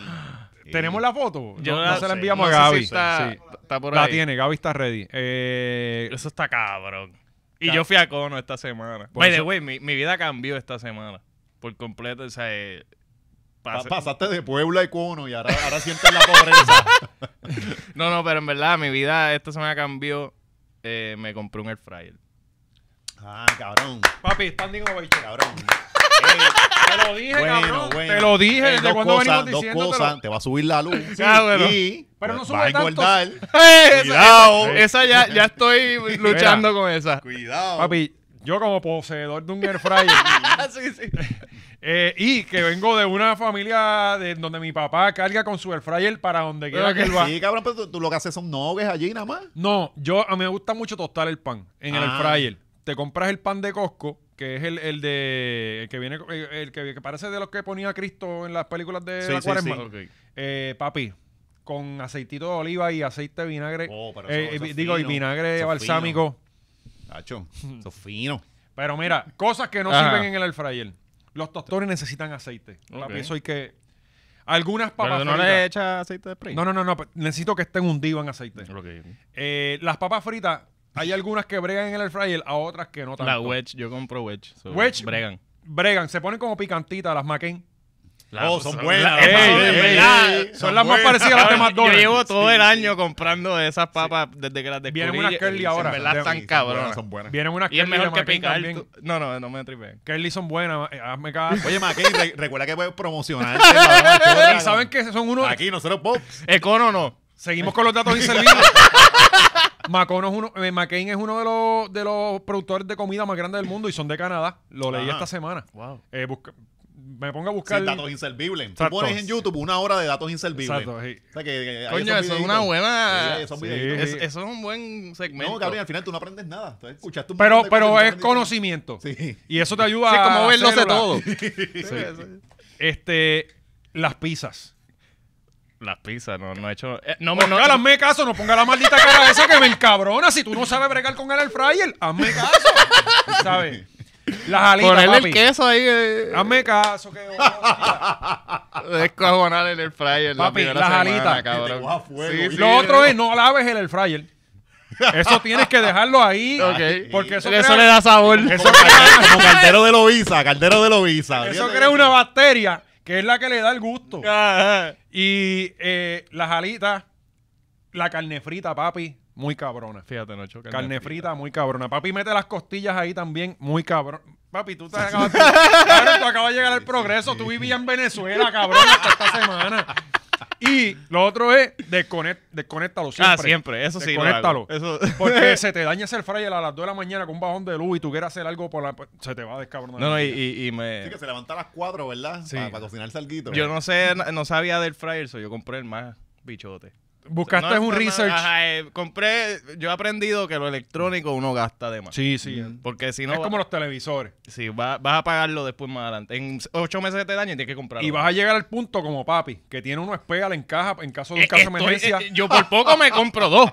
S3: sí.
S2: ¿Tenemos la foto?
S1: Yo
S2: no,
S1: la-
S2: no se
S3: sí,
S2: la enviamos
S3: no
S2: a
S1: sé
S2: Gaby.
S1: si está,
S2: Sí.
S1: está por
S2: La
S1: ahí.
S2: tiene, Gaby está ready. Eh,
S1: Eso está cabrón. Y
S3: Está-
S1: yo fui a Cono esta semana.
S2: Por
S1: By the
S2: eso-
S1: way, mi, mi vida cambió esta semana. Por completo. O sea, eh,
S3: Pa-
S1: pasé-
S3: Pasaste de Puebla y cono y ahora, ahora sientes la pobreza.
S1: No, no, pero en verdad, mi vida esta semana cambió. Eh, me compré un air fryer.
S3: ah, cabrón.
S2: Papi, standing ovation.
S3: Cabrón.
S2: Te lo dije, cabrón. Te lo dije
S3: Eh,
S2: desde
S3: dos
S2: cuando
S3: cosas,
S2: venimos
S3: dos
S2: diciéndotelo.
S3: cosas. Te va a subir la luz.
S1: Ah, bueno.
S3: Y
S2: Pero no
S3: pues,
S2: sube
S3: vas a
S2: tanto.
S3: engordar.
S1: ¡Eh!
S3: Cuidado.
S1: Esa, esa ya, ya estoy luchando con esa.
S3: Cuidado.
S2: Papi, yo como poseedor de un air fryer
S1: sí, sí.
S2: eh, y que vengo de una familia de donde mi papá carga con su air fryer para donde quiera
S1: Pero
S2: que él va.
S3: Sí, cabrón, pero tú, tú lo que haces son nogues allí nada más.
S2: No, yo a mí me gusta mucho tostar el pan en el
S3: Ah.
S2: air fryer. Te compras el pan de Costco, que es el, el de el que viene el, el que, que parece de los que ponía Cristo en las películas de
S3: Sí,
S2: la
S3: sí,
S2: Cuaresma.
S3: sí.
S2: Eh, papi, con aceitito de oliva y aceite de vinagre.
S3: Oh, pero
S2: eh,
S3: eso- eso
S2: eh,
S3: es
S2: digo, y
S3: fino.
S2: vinagre
S3: Eso es
S2: balsámico.
S3: Hacho,
S2: Hmm.
S3: eso es fino.
S2: Pero mira, cosas que no
S1: Ajá.
S2: sirven en el air fryer. Los tostones necesitan aceite.
S1: Ok.
S2: Papi, eso hay que. Algunas papas
S1: Pero no le
S2: fritas.
S1: echas aceite de spray.
S2: No, no, no, no, pero Necesito que estén hundidos en aceite.
S1: Ok.
S2: Eh, las papas fritas, hay algunas que bregan en el air fryer, a otras que no tanto.
S1: La wedge, yo compro wedge. so,
S2: Wedge.
S1: Bregan.
S2: Bregan, se ponen como picantitas las McCain.
S1: La-
S3: oh, son
S1: la-
S3: buenas.
S1: la-
S2: ey,
S1: son de
S2: ey,
S1: verdad.
S2: ey. son las más parecidas a las de
S1: Ahora, Yo
S2: McDonald's.
S1: llevo todo el año comprando esas papas desde que las descubrí.
S2: Vienen unas curly
S1: y
S2: ahora.
S1: En verdad
S2: Sí,
S1: están
S3: son
S1: cabronas.
S3: buenas, Son buenas.
S2: Vienen unas
S1: Y es
S2: Curly de
S1: mejor que
S2: McCain
S1: picar.
S2: también.
S1: tú- No, no, no me tripen.
S2: Curly son buenas, eh, hazme caso.
S3: Oye, Mackey, re- recuerda que puedes promocionar. este
S2: y saben que son unos.
S3: Aquí nosotros pops.
S1: Econo no.
S2: Seguimos con los datos inservibles. Macono es uno, eh, McCain es uno de los, de los productores de comida más grandes del mundo y son de Canadá. Lo leí
S3: Ajá.
S2: esta semana.
S1: Wow.
S2: Eh, busca- me pongo a
S3: Sí,
S2: buscar.
S3: datos inservibles. Tú
S2: Exacto.
S3: pones en YouTube una hora de datos inservibles.
S2: Exacto, sí.
S3: O sea, que, que hay
S1: Coño,
S3: esos
S1: eso es
S3: videitos.
S1: una buena.
S3: Sí, esos
S2: Sí.
S3: videitos.
S1: Es- eso es un buen segmento.
S3: No, cabrón, al final tú no aprendes nada. Tú escuchaste un
S2: pero
S3: montón de
S2: pero
S3: cosas
S2: es
S3: y no aprendiste
S2: conocimiento.
S3: Sí.
S2: Y eso te ayuda
S1: Sí, como
S2: a
S1: verlo sé
S2: hacerlo,
S1: todo.
S2: la- Este, las pizzas.
S1: Las pizzas, no, no he hecho. eh, no, me-
S2: No,
S1: no,
S2: hazme caso, no ponga la maldita cara esa que me encabrona. Si tú no sabes bregar con el air fryer, hazme caso. ¿Sabes? Las alitas,
S1: Ponerle el
S2: papi.
S1: queso ahí. eh, ah,
S2: Hazme caso. Que...
S1: Descojonar en el fryer. la
S2: Papi,
S1: primera
S2: las
S1: semana,
S2: alitas.
S1: cabrón.
S3: Te coja fuego,
S1: Sí,
S3: y
S1: sí.
S2: Lo otro es no laves el air fryer. Eso tienes que dejarlo ahí.
S1: Ok.
S2: Ah, Porque eso,
S1: Eso
S2: crea,
S1: le da sabor.
S2: eso
S3: Como, cal- como caldero de Loiza, caldero de Loiza.
S2: eso
S3: Fíjate.
S2: crea una bacteria que es la que le da el gusto.
S1: Ajá.
S2: Y eh, las alitas, la carne frita, papi, muy cabrona.
S1: Fíjate, no choca. Ah,
S2: Carne frita, muy cabrona. Papi, mete las costillas ahí también, muy cabrón. Papi, tú te acabas, Claro, tú acabas de llegar al progreso. Tú vivías en Venezuela, cabrón, hasta esta semana. Y lo otro es desconect- desconéctalo siempre.
S1: Ah, siempre. Eso sí. lo
S2: Desconéctalo.
S1: hago. Eso.
S2: Porque se te daña el fryer a las 2 de la mañana con un bajón de luz y tú quieres hacer algo por la... pues, Se te va a descabronar.
S1: No, no, y, y- y me.
S3: Sí, que se levanta a las 4, ¿verdad?
S1: Sí.
S3: Para, cocinar salguito.
S1: Yo no sé, no sabía del fryer, so yo compré el más bichote.
S2: Buscaste
S1: No,
S2: un
S1: no, no,
S2: research.
S1: ajá, eh, compré, yo he aprendido que lo electrónico uno gasta de más.
S2: Sí, sí.
S1: Porque si
S2: es
S1: no,
S2: como los televisores.
S1: si va- vas a pagarlo después más adelante. En ocho meses de te daño tienes que comprarlo.
S2: Y vas a llegar al punto como papi, que tiene uno espéjala en caja en caso de un
S1: Eh,
S2: caso de
S1: estoy-
S2: emergencia.
S1: eh, yo por poco me compro dos.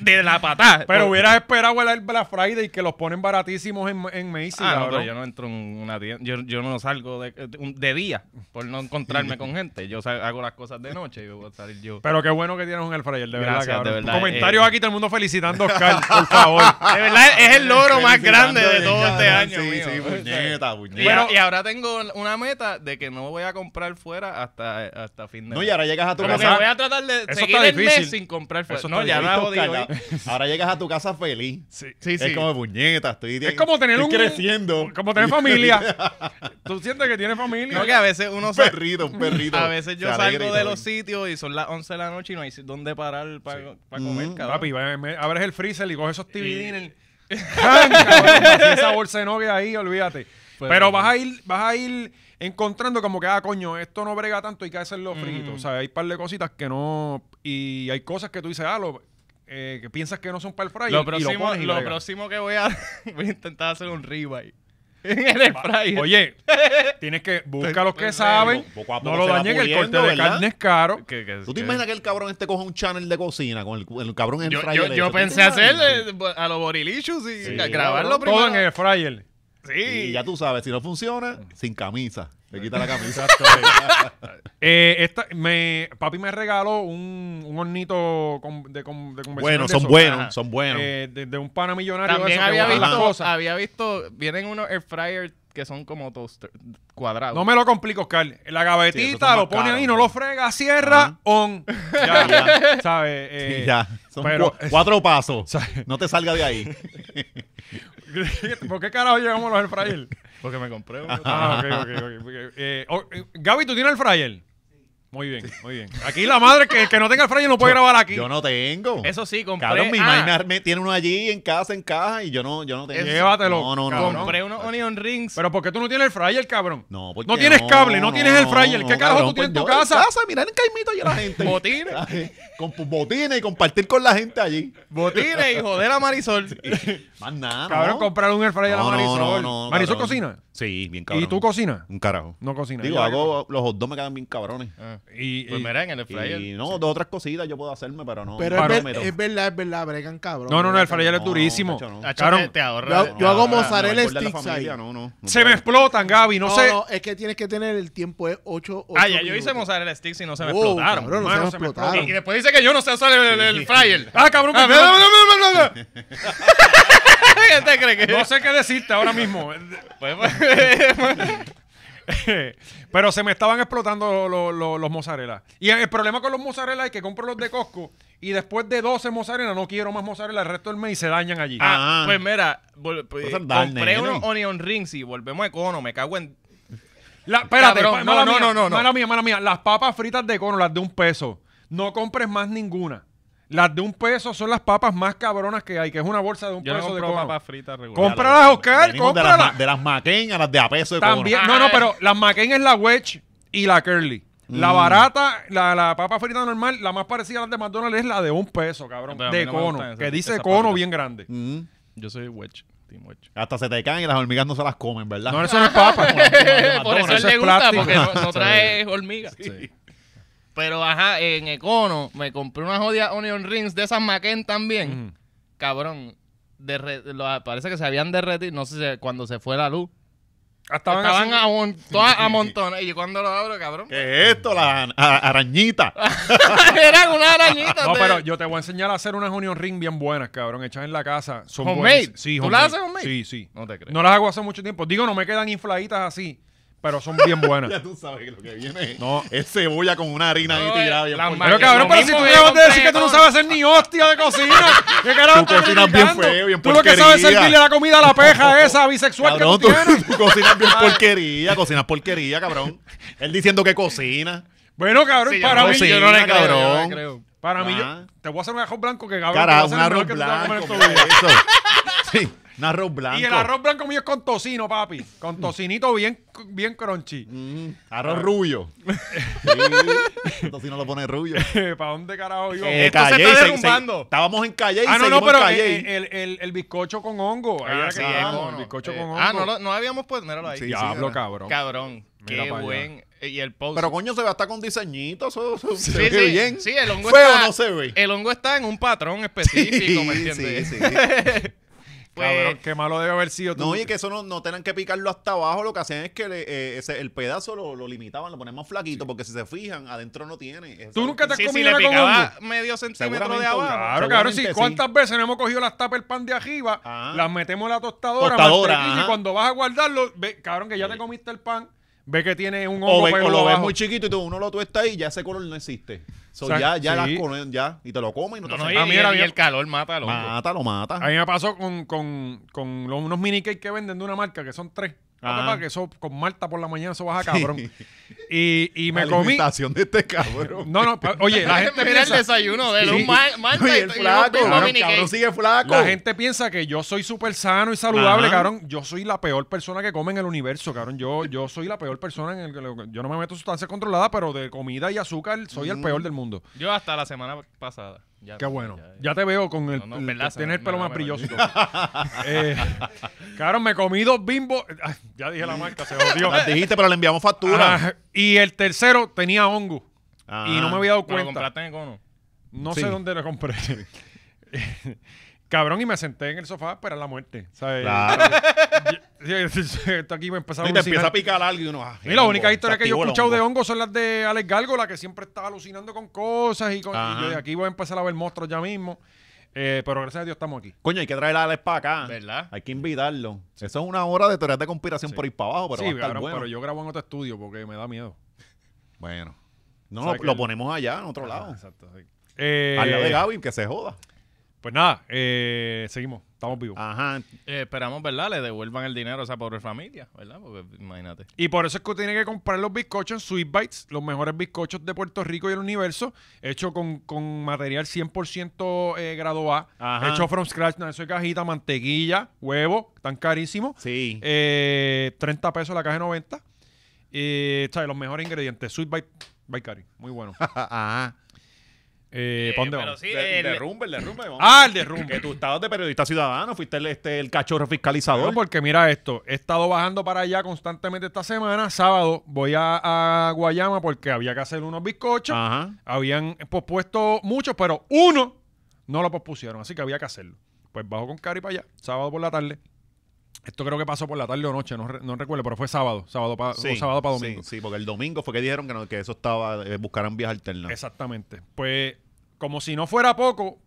S1: de la patada.
S2: pero
S1: Por-
S2: hubieras esperado el Black Friday que los ponen baratísimos en, en Macy's.
S1: Ah, no,
S2: cabrón.
S1: pero yo no entro en una tienda. Yo, yo no salgo de, de día por no encontrarme con gente. Yo sal- hago las cosas de noche. Yo voy a salir yo.
S2: Pero qué bueno que tienes un air fryer, de
S1: Gracias,
S2: verdad, cabrón.
S1: de verdad,
S2: Comentarios
S1: eh.
S2: aquí, todo el mundo felicitando a Oscar, por favor.
S1: De verdad, es el logro más grande de
S3: Felicitándole,
S1: todo este
S3: cabrón.
S1: año.
S3: Sí,
S1: mío.
S3: sí,
S2: pues,
S3: puñeta,
S1: Y,
S3: puñeta.
S1: a- y ahora tengo una meta de que no voy a comprar fuera hasta, hasta fin de
S3: No,
S1: mes.
S3: y ahora llegas a tu
S1: Como que
S3: casa.
S1: voy a tratar de
S2: está
S1: seguir el
S2: difícil.
S1: mes sin comprar fuera.
S2: Eso
S1: No,
S2: está
S1: ya
S3: Ahora,
S1: la jodí hoy.
S3: ahora llegas a tu casa feliz.
S2: Sí.
S1: Sí, sí.
S3: Es como puñeta, estoy
S2: Es como tener
S3: estoy
S2: un-
S3: creciendo.
S2: Como tener familia. Tú sientes que tienes familia.
S1: No, que a veces
S3: un
S1: uno sale.
S3: perrito, un perrito.
S1: A veces yo
S3: Se alegra y
S1: salgo de
S3: todo.
S1: los sitios y son las 11 de la noche y no hay si- dónde parar para comer,
S3: Mm.
S1: cabrón.
S2: Papi, va- me- abres el freezer y coges esos TV dinner. ¡Jan! Cabrón, así esa bolsa de nugget ahí, olvídate.
S1: Pues,
S2: Pero
S1: pues,
S2: vas a ir, vas a ir encontrando como que, ah, coño, esto no brega tanto, hay que hacerlo frito. O sea, hay un par de cositas que no. Y hay cosas que tú dices, ah, lo- eh, que piensas que no son para el fryer.
S1: Lo
S2: y
S1: próximo,
S2: pones y
S1: lo
S2: brega.
S1: próximo que voy a voy a intentar hacer un ribeye en el air fryer.
S2: Oye, tienes que buscar los que
S1: Estoy
S2: saben.
S3: Poco a poco
S2: No lo
S3: se va
S2: dañen, el
S3: puliendo,
S2: corte de
S3: ¿verdad?
S2: carne es caro.
S1: Que- que-
S3: ¿Tú
S1: que-
S3: te imaginas que el cabrón este coja un channel de cocina con el, el cabrón en
S1: Yo,
S3: fryer
S1: yo,
S3: hecho?
S1: yo
S3: ¿Tú te
S1: pensé hacer
S3: imaginas?
S1: eh, a los Borilicious y
S3: Sí,
S1: gra- grabarlo
S3: cabrón.
S2: Todo en
S1: primero.
S2: el fryer.
S1: Sí.
S3: Y ya tú sabes, si no funciona, sin camisa. Te quita la camisa.
S2: Eh, esta, me, papi me regaló un, un hornito con- de, con- de conversión
S3: bueno,
S2: de
S3: son
S2: esos.
S1: ajá.
S3: buenos, son buenos.
S2: Eh, de, de un pana millonario.
S1: También
S2: de esos que
S1: había
S2: guardan
S1: visto,
S2: las cosas.
S1: había visto, vienen unos air fryer que son como toaster cuadrados.
S2: No me lo complico, Oscar. La
S3: Sí, esos
S2: gavetita
S3: son más
S2: lo pone
S3: caros.
S2: ahí, no lo frega, cierra,
S3: Ajá.
S2: on. Ya,
S3: Ya.
S2: ¿Sabes? Eh,
S3: Y ya, son
S2: pero-
S3: cua- cuatro pasos.
S2: ¿sabes?
S3: No te salga de ahí.
S2: ¿Por qué carajo llegamos a los air fryer?
S1: Porque me compré uno.
S2: Ah, ok, ok, ok. ok. Eh, oh, eh, Gaby, ¿tú tienes el fryer? Muy bien, muy bien. Aquí la madre que, que no tenga el fryer no puede grabar aquí.
S3: Yo no tengo.
S1: Eso sí, compré.
S3: Cabrón, mi
S1: ah,
S3: Maynard me tiene uno allí en casa, en caja, y yo no, yo no tengo.
S1: Eso-
S2: Llévatelo,
S3: No, no, no.
S2: cabrón.
S3: no.
S1: Compré unos onion rings.
S2: Pero ¿por qué tú no tienes el fryer, cabrón?
S3: No, porque
S2: No tienes cable, no tienes el fryer. ¿Qué carajo tú
S3: pues
S2: tienes en tu
S3: yo
S2: casa?
S3: casa, mirar en caimito allí la gente.
S1: Botines.
S3: con tus botines y compartir con la gente allí.
S1: Botines y joder a Marisol.
S3: Más nada.
S2: Cabrón,
S3: ¿no?
S2: comprar un air fryer a
S3: No,
S2: la Marisol.
S3: no, no, no,
S2: Marisol
S3: cabrón.
S2: cocina.
S3: Sí, bien cabrón.
S2: ¿Y tú cocinas?
S3: Un carajo.
S2: No cocina.
S3: Digo,
S2: Ella-
S3: hago los hot dogs me quedan bien cabrones.
S1: Ah,
S2: Y,
S1: pues
S2: y-
S1: mira, en el fryer.
S3: Y no, dos o tres cositas yo puedo hacerme, pero no.
S4: Pero
S3: no
S4: es,
S2: Claro.
S3: me
S4: ver-
S3: meto.
S4: es verdad, es verdad, bregan cabrón.
S2: No, no, no, el
S4: bregan
S2: fryer es
S3: No,
S2: durísimo.
S3: muchacho, no.
S1: Hacho,
S2: Cabrón,
S1: te- te ahorra.
S4: yo-
S1: No,
S4: yo
S1: no,
S4: hago
S1: no,
S4: mozzarella.
S3: No, engorda la
S4: sticks
S3: familia,
S4: ahí.
S3: No, no, no
S2: se
S3: puedo.
S2: me explotan, Gaby. No,
S4: No,
S2: sé.
S4: no, es que tienes que tener el tiempo, es 8
S1: Ah, ya, yo hice mozzarella sticks y no se me
S4: Wow,
S1: explotaron.
S4: cabrón, no
S1: mano.
S4: se me
S2: se me
S1: Y-
S4: explotaron.
S1: y, después dice que yo no sé usar el, el fryer.
S2: Ah, cabrón. que-
S1: Ah, bla, bla, bla, bla, bla, bla. ¿Qué te crees que
S2: No sé qué decirte ahora mismo.
S1: Pues, pues,
S2: Pero se me estaban explotando lo- lo- lo- los mozzarella. Y el problema con los mozzarella es que compro los de Costco y después de 12 mozzarella no quiero más mozzarella el resto del mes y se dañan allí.
S3: Ah.
S1: Ah, pues mira, vol- pues,
S3: Cosas dark,
S1: compré
S3: nene.
S1: unos onion rings y volvemos a Econo, me cago en...
S2: La- espérate,
S1: Cabrón,
S2: pa-
S1: no,
S2: mala
S1: no,
S2: mía,
S1: no, no, no.
S2: Mala mía, mala mía. Las papas fritas de cono, las de un peso. No compres más ninguna. Las de un peso son las papas más cabronas que hay, que es una bolsa de un
S1: Yo no
S2: peso de
S1: compro
S2: cono.
S1: papas fritas regulares.
S2: Compra- cómpralas, Oscar,
S3: Venimos de las
S2: cómpralas.
S3: ma- De las Maquén a las de a peso de
S2: También,
S1: cono.
S2: no, no, pero las McCain es la wedge y la curly. La
S3: Mm.
S2: barata, la, la papa frita normal, la más parecida a la de McDonald's es la de un peso, cabrón.
S1: Pero a mí
S2: de
S1: no me
S2: cono,
S1: gustan esas-
S2: que dice
S1: esas
S2: cono
S1: papitas.
S2: bien grande.
S3: Mm.
S1: Yo soy wech, team wech.
S3: Hasta se te caen y las hormigas no se las comen, ¿verdad?
S2: No, eso no es papa.
S1: Eh, Por eso
S2: Madonna,
S1: él
S2: eso
S1: le
S2: es
S1: gusta,
S2: plástico.
S1: porque no, no trae hormigas. Pero ajá, en Econo me compré unas jodidas onion rings de esas Maquén también.
S2: Mm.
S1: Cabrón, derre- lo- parece que se habían derretido, no sé si cuando se fue la luz.
S2: Estaban,
S1: Estaban,
S2: así-
S1: amon- todas amontonadas. Y yo cuando lo abro, cabrón,
S3: ¿Qué es esto? Las a- a- arañitas.
S1: eran una arañita.
S2: No,
S1: de-
S2: pero yo te voy a enseñar a hacer unas onion ring bien buenas, cabrón, hechas en la casa. Son
S1: Homemade.
S2: buenísimas. Sí,
S1: ¿Tú las
S2: homemade.
S1: haces homemade?
S2: Sí, sí.
S1: No te creo.
S2: No las hago hace mucho tiempo. Digo, no me quedan infladitas así, pero son bien buenas.
S3: Ya tú sabes que lo que viene
S2: No.
S3: es cebolla con una harina
S1: No,
S3: ahí tirada bien
S1: las
S3: por-
S2: pero
S1: Maquén,
S2: cabrón,
S1: lo
S2: pero si
S1: mismo
S2: tú
S1: que
S2: me vas a
S1: compré
S2: decir que tú no
S1: todo.
S2: sabes hacer ni hostia de cocina. ¿Qué carajo
S3: Tú
S2: estás
S3: cocinas bien
S2: gritando?
S3: feo, bien
S2: Tú lo que sabes es
S3: porquería.
S2: servirle la comida a la peja esa bisexual
S3: Cabrón,
S2: que
S3: tú,
S2: tú Ah. tienes.
S3: tú cocinas bien porquería, cocinas porquería, cabrón. Él diciendo que cocina.
S2: Bueno, cabrón,
S1: Sí, yo
S2: para
S1: no-
S2: mí...
S1: sí, yo no le creo, yo no le
S3: cabrón.
S1: creo.
S2: Para mí, yo-
S3: Ah.
S2: te voy a hacer un arroz blanco que cabrón. te va a
S3: Cara,
S2: hacer
S3: un
S2: el mejor
S3: arroz
S2: que tú te vas a comer en
S3: blanco,
S2: tu vida.
S3: mira eso. Sí, Un arroz blanco.
S2: Y el arroz blanco mío es con tocino, papi. Con tocinito bien, bien crunchy.
S3: Mm, arroz rubio. sí. Entonces no lo pone rubio.
S2: ¿Para dónde carajo iba?
S1: Eh, Esto se está derrumbando.
S3: estábamos en Calle y
S2: ah, no, no,
S3: seguimos
S2: pero
S3: en Calle.
S2: el, el, el- el bizcocho con hongo. Ahí
S1: Ah,
S2: era
S1: sí,
S2: que
S1: es
S2: estábamos,
S1: como-
S2: el bizcocho
S1: eh,
S2: con hongo.
S1: Ah, no, lo- no habíamos puesto. Míralo ahí.
S4: Sí,
S2: Diablo,
S4: sí,
S2: cabrón.
S1: Cabrón.
S2: Mira
S1: Qué
S2: pa' allá.
S1: buen. eh, Y el
S2: eh,
S1: post.
S3: Pero coño, se ve hasta con diseñito. Eso, eso
S1: sí,
S3: se ve
S1: sí,
S3: bien.
S1: sí, el hongo
S3: Feo
S1: está.
S3: no se ve.
S1: El hongo está en un patrón específico, ¿me
S3: sí,
S1: entiendes?
S3: sí.
S1: Pues,
S2: Cabrón, qué malo debe haber sido tú.
S3: No, y que eso no, no tenían que picarlo hasta abajo. Lo que hacían es que le- eh, ese- el pedazo lo, lo limitaban, lo ponían más flaquito, porque si se fijan, adentro no tiene. Esa-
S2: Tú nunca te has
S1: sí, si
S2: comido
S1: le
S2: una con
S1: picaba
S2: hongo.
S1: medio centímetro de
S3: Seguramente
S1: abajo.
S3: ahogado.
S2: Claro, cabrón, sí.
S3: Seguramente
S2: ¿Cuántas veces no hemos cogido las tapas el pan de arriba,
S3: Ajá.
S2: las metemos en la tostadora,
S3: Tostadora,
S2: mantequilla, y
S3: ajá.
S2: cuando vas a guardarlo, ve, cabrón, que ya te comiste el pan, ve que tiene un hongo
S3: O, ve- o
S2: pegado
S3: lo ves
S2: abajo.
S3: muy chiquito y tú, uno lo tuesta ahí y ya ese color no existe. So,
S2: O sea,
S3: ya, ya
S2: sí.
S3: las comen, ya. Y te lo comen y no,
S1: No,
S3: te
S1: no,
S3: hacen
S1: y,
S2: Ah,
S1: y
S2: mira,
S1: el, y
S2: mira.
S1: el calor mata al hongo.
S3: Mata, lo mata.
S2: A mí me pasó con, con, con los- unos mini cakes que venden de una marca, que son tres. Ah,
S3: Ajá.
S2: Papá, que eso con Marta por la mañana eso baja cabrón. Y, y me
S3: la
S2: comí.
S3: alimentación de este cabrón.
S2: No, no, pa- oye, la gente
S1: Mira el
S2: piensa-
S1: desayuno de él.
S2: Sí.
S1: Un mal, malta
S3: Oye,
S1: y-
S3: el
S1: y unos
S3: flaco,
S1: Big
S3: cabrón,
S1: Mini
S3: cabrón,
S1: Cakes.
S3: sigue flaco.
S2: La gente piensa que yo soy súper sano y saludable,
S3: Ajá.
S2: cabrón. Yo soy la peor persona que come en el universo, cabrón. Yo, yo soy la peor persona en el que yo no me meto sustancias controladas, pero de comida y azúcar soy el peor del mundo.
S1: Yo hasta la semana pasada. Ya-
S2: Mm. Qué bueno.
S1: ya-
S2: Ya te veo con el,
S1: No, no,
S2: el-
S1: verdad,
S2: tienes el
S1: no,
S2: pelo
S1: no,
S2: más
S1: no,
S2: brilloso. Eh, cabrón, me comí dos bimbo. Ay, ya dije la marca, se jodió.
S3: Las dijiste, pero le enviamos factura.
S2: Ah, y el tercero tenía hongo.
S3: Ah.
S2: Y no me había dado
S1: Pero lo
S2: cuenta.
S1: compraste en Econo.
S2: No
S3: Sí.
S2: sé dónde lo compré. Cabrón, y me senté en el sofá a esperar la muerte. ¿sabes?
S3: Claro.
S2: Yo- Esto aquí me empezaba
S3: Y
S2: a
S3: te empieza a
S2: alucinar.
S3: picar algo y uno. ah,
S2: Y la
S3: hongo,
S2: única historia
S3: se
S2: que yo he
S3: activó el
S2: escuchado de
S3: hongo.
S2: hongo son las de Alex Gárgola, que siempre está alucinando con cosas. Y, con, y
S3: Ajá.
S2: yo de aquí voy a empezar a ver monstruos ya mismo. Eh, pero gracias a Dios estamos aquí.
S3: Coño, hay que traer a Alex para acá.
S1: ¿Verdad?
S3: Hay que invitarlo. Eso es una hora de teorías de conspiración por ir para abajo, pero
S2: sí,
S3: va a estar
S2: cabrón,
S3: bueno.
S2: pero yo grabo en otro estudio porque me da miedo.
S3: Bueno. No,
S2: O sea
S3: lo,
S2: que
S3: lo
S2: el-
S3: ponemos allá, en otro lado.
S2: Exacto. sí. Eh,
S3: Al lado de Gaby, que se joda.
S2: Pues nada, eh, seguimos. Estamos vivos.
S3: Ajá.
S1: Eh, esperamos, ¿verdad? Le devuelvan el dinero a esa pobre familia, ¿verdad? Porque imagínate.
S2: Y por eso es que usted tiene que comprar los bizcochos en Sweet Bites, los mejores bizcochos de Puerto Rico y el universo, hecho con, con material 100% eh, grado A,
S3: Ajá.
S2: hecho from scratch, no, eso es cajita, mantequilla, huevo, tan carísimo,
S3: Sí.
S2: eh, 30 pesos la caja de 90, eh, ¿sabes? los mejores ingredientes, Sweet Bite, by Cari, muy bueno.
S3: Ajá.
S2: Eh,
S1: Eh,
S2: ¿pa' dónde
S1: pero
S2: vamos?
S1: sí,
S3: De-
S1: el-
S3: derrumbe, el derrumbe. vamos.
S2: Ah, el derrumbe.
S3: Que tú estabas de periodista ciudadano, fuiste el, este, el cachorro fiscalizador.
S2: Bueno, porque mira esto, he estado bajando para allá constantemente esta semana, sábado voy a, a Guayama porque había que hacer unos bizcochos.
S3: Ajá.
S2: Habían pospuesto muchos, pero uno no lo pospusieron, así que había que hacerlo. Pues bajo con Cari para allá, sábado por la tarde. Esto creo que pasó por la tarde o noche, no, re- no recuerdo, pero fue sábado, sábado para sábado para domingo.
S3: Sí, sí, porque el domingo fue que dijeron que, no- que eso estaba, eh, buscaran vías alternas.
S2: Exactamente. Pues como si no fuera poco,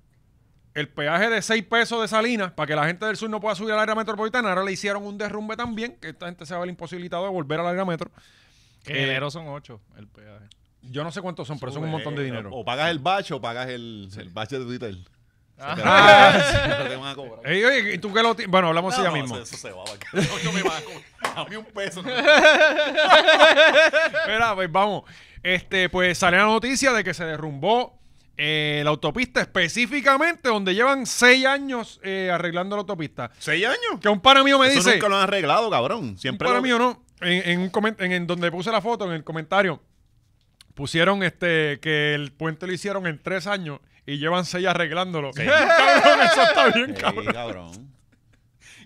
S2: el peaje de 6 pesos de Salinas para que la gente del sur no pueda subir al área metropolitana, ahora le hicieron un derrumbe también, que esta gente se va a ver imposibilitado de volver al área metro.
S1: Que
S2: Eh,
S1: enero son ocho el peaje.
S2: Yo no sé cuántos son, pero son un montón de
S3: Eh,
S2: dinero.
S3: O, o pagas el bache o pagas el, el bache de Twitter. Se te
S1: Ah,
S3: va a- se te van a cobrar.
S2: Ey, oye, ¿y tú qué lo ti- Bueno, hablamos
S3: No,
S2: ya
S3: no,
S2: mismo.
S3: Eso, eso se va, porque no, yo me bajo. A mí un peso. no.
S2: Espera, pues vamos. Este, pues sale la noticia de que se derrumbó eh, la autopista, específicamente donde llevan seis años eh, arreglando la autopista.
S3: ¿Seis años?
S2: Que un pana mío me
S3: Eso
S2: dice.
S3: nunca lo han arreglado, cabrón.
S2: Un
S3: Siempre
S2: pana
S3: lo-
S2: mío, no. En, en un comen- en, en donde puse la foto, en el comentario, pusieron este que el puente lo hicieron en tres años y llevan seis arreglándolo. Cabrón, eso está bien,
S3: Sí,
S2: cabrón.
S3: cabrón.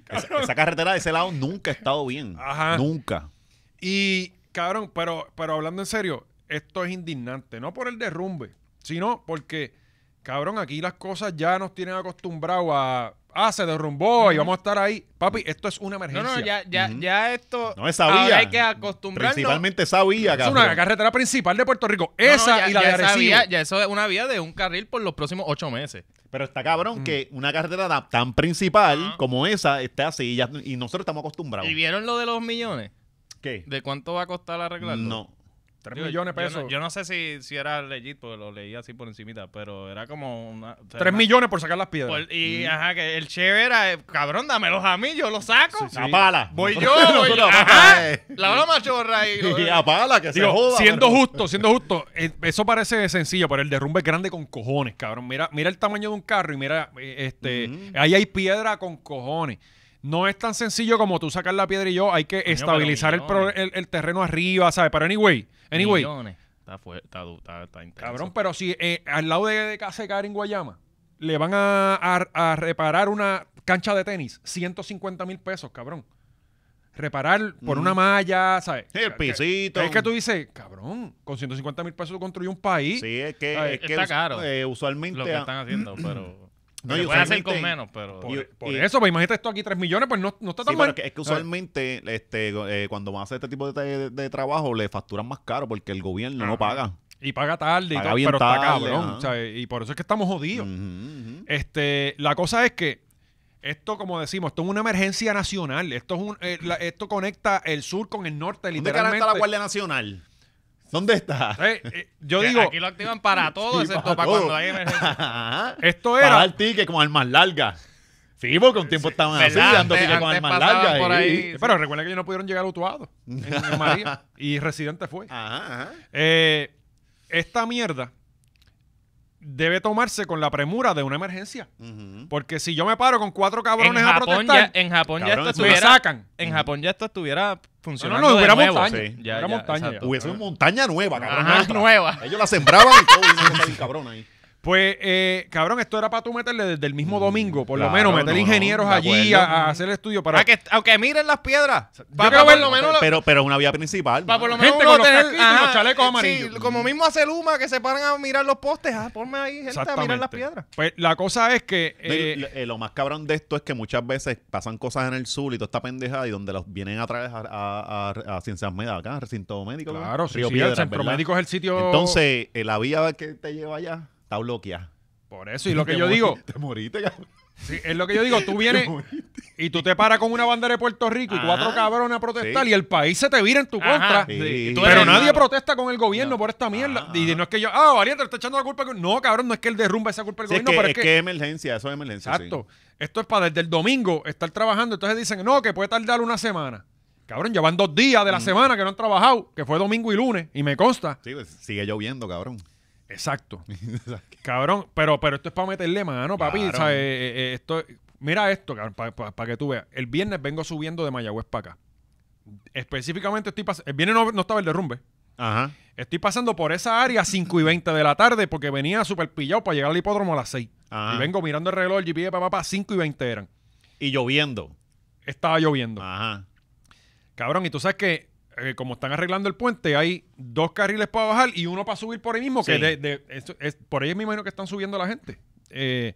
S3: Esa, esa carretera de ese lado nunca ha estado bien.
S2: Ajá.
S3: Nunca.
S2: Y, cabrón, pero, pero hablando en serio, esto es indignante. No por el derrumbe, sino porque, cabrón, aquí las cosas ya nos tienen acostumbrados a. Ah, se derrumbó y vamos a estar ahí. Papi, esto es una emergencia.
S1: No, no, ya, ya,
S3: Ujú.
S1: ya esto.
S3: No, esa vía.
S1: Ahora hay que acostumbrarnos.
S3: Principalmente esa vía,
S2: Es
S3: cabrón.
S2: una carretera principal de Puerto Rico.
S1: No, no,
S2: Esa
S1: ya-
S2: y la
S1: ya
S2: de
S1: esa
S2: Arecibo.
S1: vía- ya eso es una vía de un carril por los próximos ocho meses.
S3: Pero está
S2: Mm.
S3: cabrón que una carretera tan- tan principal
S1: Ajá.
S3: como esa esté así ya- y nosotros estamos acostumbrados.
S1: ¿Y vieron lo de los millones?
S3: ¿Qué?
S1: ¿De cuánto va a costar arreglarlo?
S3: No.
S2: Tres
S1: Digo,
S2: millones de
S1: yo no-
S2: pesos.
S1: Yo no, sé si, si era legit, porque lo leí así por encimita, pero era como una... o sea,
S2: Tres
S1: una-
S2: millones por sacar las piedras.
S1: por- y ajá, que el chévere era, eh, cabrón, dámelos a mí, yo los saco.
S3: A pala.
S1: Voy yo,
S3: Nosotros-
S1: voy yo.
S3: nosotros a pala,
S1: Ajá,
S3: eh.
S1: la hora machorra y...
S3: Y a pala, que
S2: Digo,
S3: se joda.
S2: siendo
S3: pero-
S2: justo, siendo justo, eh, eso parece sencillo, pero el derrumbe es grande con cojones, cabrón. Mira, mira el tamaño de un carro y mira, eh, este,
S3: Ujú.
S2: ahí hay piedra con cojones. No es tan sencillo como tú sacar la piedra y yo. Hay que estabilizar el,
S1: millones.
S2: pro- el- el terreno arriba, ¿sabes? Pero anyway, anyway.
S1: Millones. Está, fuerte, está, du- está, está intenso.
S2: Cabrón, pero si eh, al lado de, de Casa de Caer en Guayama le van a, a- a reparar una cancha de tenis, 150 mil pesos, cabrón. Reparar por una malla, ¿sabes?
S3: Sí, el
S2: Que-
S3: pisito.
S2: que- Es que tú dices, cabrón, con 150 mil pesos tú construyes un país.
S3: Sí, es que,
S2: Ay,
S3: es que
S1: está
S3: us-
S1: caro.
S3: eh, usualmente.
S1: Lo que están haciendo, pero.
S3: No,
S1: No,
S3: y
S1: yo pueden hacer
S3: usualmente-
S1: con menos, pero.
S3: y-
S2: Por eso, pues imagínate esto aquí, 3 millones, pues no, no está
S3: Sí,
S2: tan
S3: pero
S2: mal.
S3: es que, es que usualmente este, eh, cuando van a hacer este tipo de, de- de trabajo le facturan más caro porque el gobierno no
S1: Ah.
S2: Ajá.
S3: paga.
S2: Eh, Y paga tarde, y
S3: Paga
S2: todo,
S3: bien
S2: pero está
S3: tarde,
S2: cabrón.
S3: ajá.
S2: ¿sabes? Y por eso es que estamos jodidos.
S3: Ujú, ujú.
S2: Este, la cosa es que esto, como decimos, esto es una emergencia nacional. Esto es un, eh, la- esto conecta el sur con el norte,
S3: ¿Dónde carajo está la
S2: literalmente.
S3: Guardia Nacional? ¿Dónde está?
S2: Eh, eh, yo
S1: Que
S2: digo,
S1: Aquí lo activan para todo,
S3: Sí, para
S1: excepto para,
S3: todo.
S1: cuando hay emergencia.
S3: Ajá.
S2: esto
S3: Para
S2: era.
S3: dar tickets con armas largas. Sí,
S1: pues,
S3: porque un tiempo estaban así
S1: ¿verdad?
S3: dando
S1: Antes-
S3: tickets con
S1: antes
S3: armas
S1: pasaban
S3: largas.
S1: por
S3: sí.
S1: ahí.
S2: Eh, Pero recuerda que ellos no pudieron llegar a Utuado en, en María, y residente fue.
S3: Ajá, ajá.
S2: Eh, esta mierda debe tomarse con la premura de una emergencia.
S3: Ujú.
S2: Porque si yo me paro con cuatro
S1: En
S2: cabrones a
S1: Japón, ya,
S2: protestar,
S1: en Japón ya
S3: Cabrón,
S1: esto
S3: eso
S2: me
S1: estuviera.
S2: sacan.
S1: En Japón ya esto estuviera funcionando.
S2: no,
S1: de
S2: hubiera
S1: nuevo.
S2: montaña,
S1: Sí, ya,
S2: hubiera
S1: ya,
S2: montaña
S1: exacto.
S2: ya.
S3: Hubiese una montaña nueva, cabrón.
S1: Ajá,
S3: otra.
S1: nueva.
S3: Ellos la sembraban y todo. Y no está bien cabrón ahí.
S2: Pues, eh, cabrón, esto era para tú meterle desde el mismo domingo, por
S3: Mm, claro,
S2: lo menos, meter
S3: no, no,
S2: ingenieros
S3: de
S2: allí
S3: acuerdo.
S2: a, a hacer el estudio para...
S1: Para Ah, que, aunque miren las piedras. Para,
S2: creo
S1: por
S2: verlo,
S1: lo menos. lo-
S3: Pero, pero una vía principal.
S1: para
S3: mano.
S1: por lo
S2: Gente
S1: menos
S2: con
S1: uno
S2: los
S1: tener-
S2: casquitos y
S1: ajá, eh,
S2: los chalecos
S1: sí,
S2: amarillos.
S1: como mismo hace Luma que se paran a mirar los postes. Ah, ponme ahí gente a mirar las
S2: Exactamente.
S1: piedras.
S2: Pues la cosa es que...
S3: No, y
S2: eh,
S3: lo- eh, lo más cabrón de esto es que muchas veces pasan cosas en el sur y toda esta pendejada y donde los vienen a traer a, a, a- a Ciencias Médicas, acá, recinto médico. ¿verdad?
S2: claro, sí,
S3: Río
S2: sí, el
S3: Piedras,
S2: centro
S3: ¿verdad?
S2: médico es el sitio...
S3: Entonces, eh, la vía que te lleva allá está bloqueada.
S2: Por eso, y lo que
S3: Te
S2: yo
S3: mori-
S2: digo,
S3: Te moriste, cabrón.
S2: sí, es lo que yo digo, tú vienes y tú te paras con una bandera de Puerto Rico y
S3: Ajá.
S2: cuatro cabrones a protestar
S3: Sí.
S2: y el país se te vira en tu
S1: Ajá.
S2: contra.
S3: Sí.
S1: Y tú eres
S2: Pero
S1: el
S2: nadie
S1: malo.
S2: protesta con el gobierno por esta mierda.
S3: Ajá.
S2: Y no es que yo, ah, Valiente, le está echando la culpa. al go-". No, cabrón, no es que él derrumba esa culpa al
S3: Sí, es,
S2: gobierno,
S3: que,
S2: pero
S3: es que es emergencia, eso es emergencia. sí.
S2: Exacto. Esto es para desde el domingo estar trabajando. Entonces dicen, no, que puede tardar una semana. Cabrón, ya van dos días
S3: Mm.
S2: de la semana que no han trabajado, que fue domingo y lunes, y me consta.
S3: Sí, pues, sigue lloviendo, cabrón.
S2: Exacto. cabrón, pero, pero esto es para meterle mano, papi.
S3: Claro.
S2: ¿sabes? Eh, eh, esto, mira esto, cabrón, para que tú veas. El viernes vengo subiendo de Mayagüez para acá. Específicamente estoy pasando. El viernes no, no estaba el derrumbe.
S3: Ajá.
S2: Estoy pasando por esa área a 5 y 20 de la tarde porque venía super pillado para llegar al hipódromo a las 6.
S3: Ajá.
S2: Y vengo mirando el reloj, el GPS, papá, pa, 5 y 20 eran.
S3: Y lloviendo.
S2: Estaba lloviendo.
S3: Ajá.
S2: Cabrón, y tú sabes que eh, como están arreglando el puente, hay dos carriles para bajar y uno para subir por ahí mismo, que
S3: Sí.
S2: de- de- eso es- por ahí me imagino que están subiendo la gente. Eh,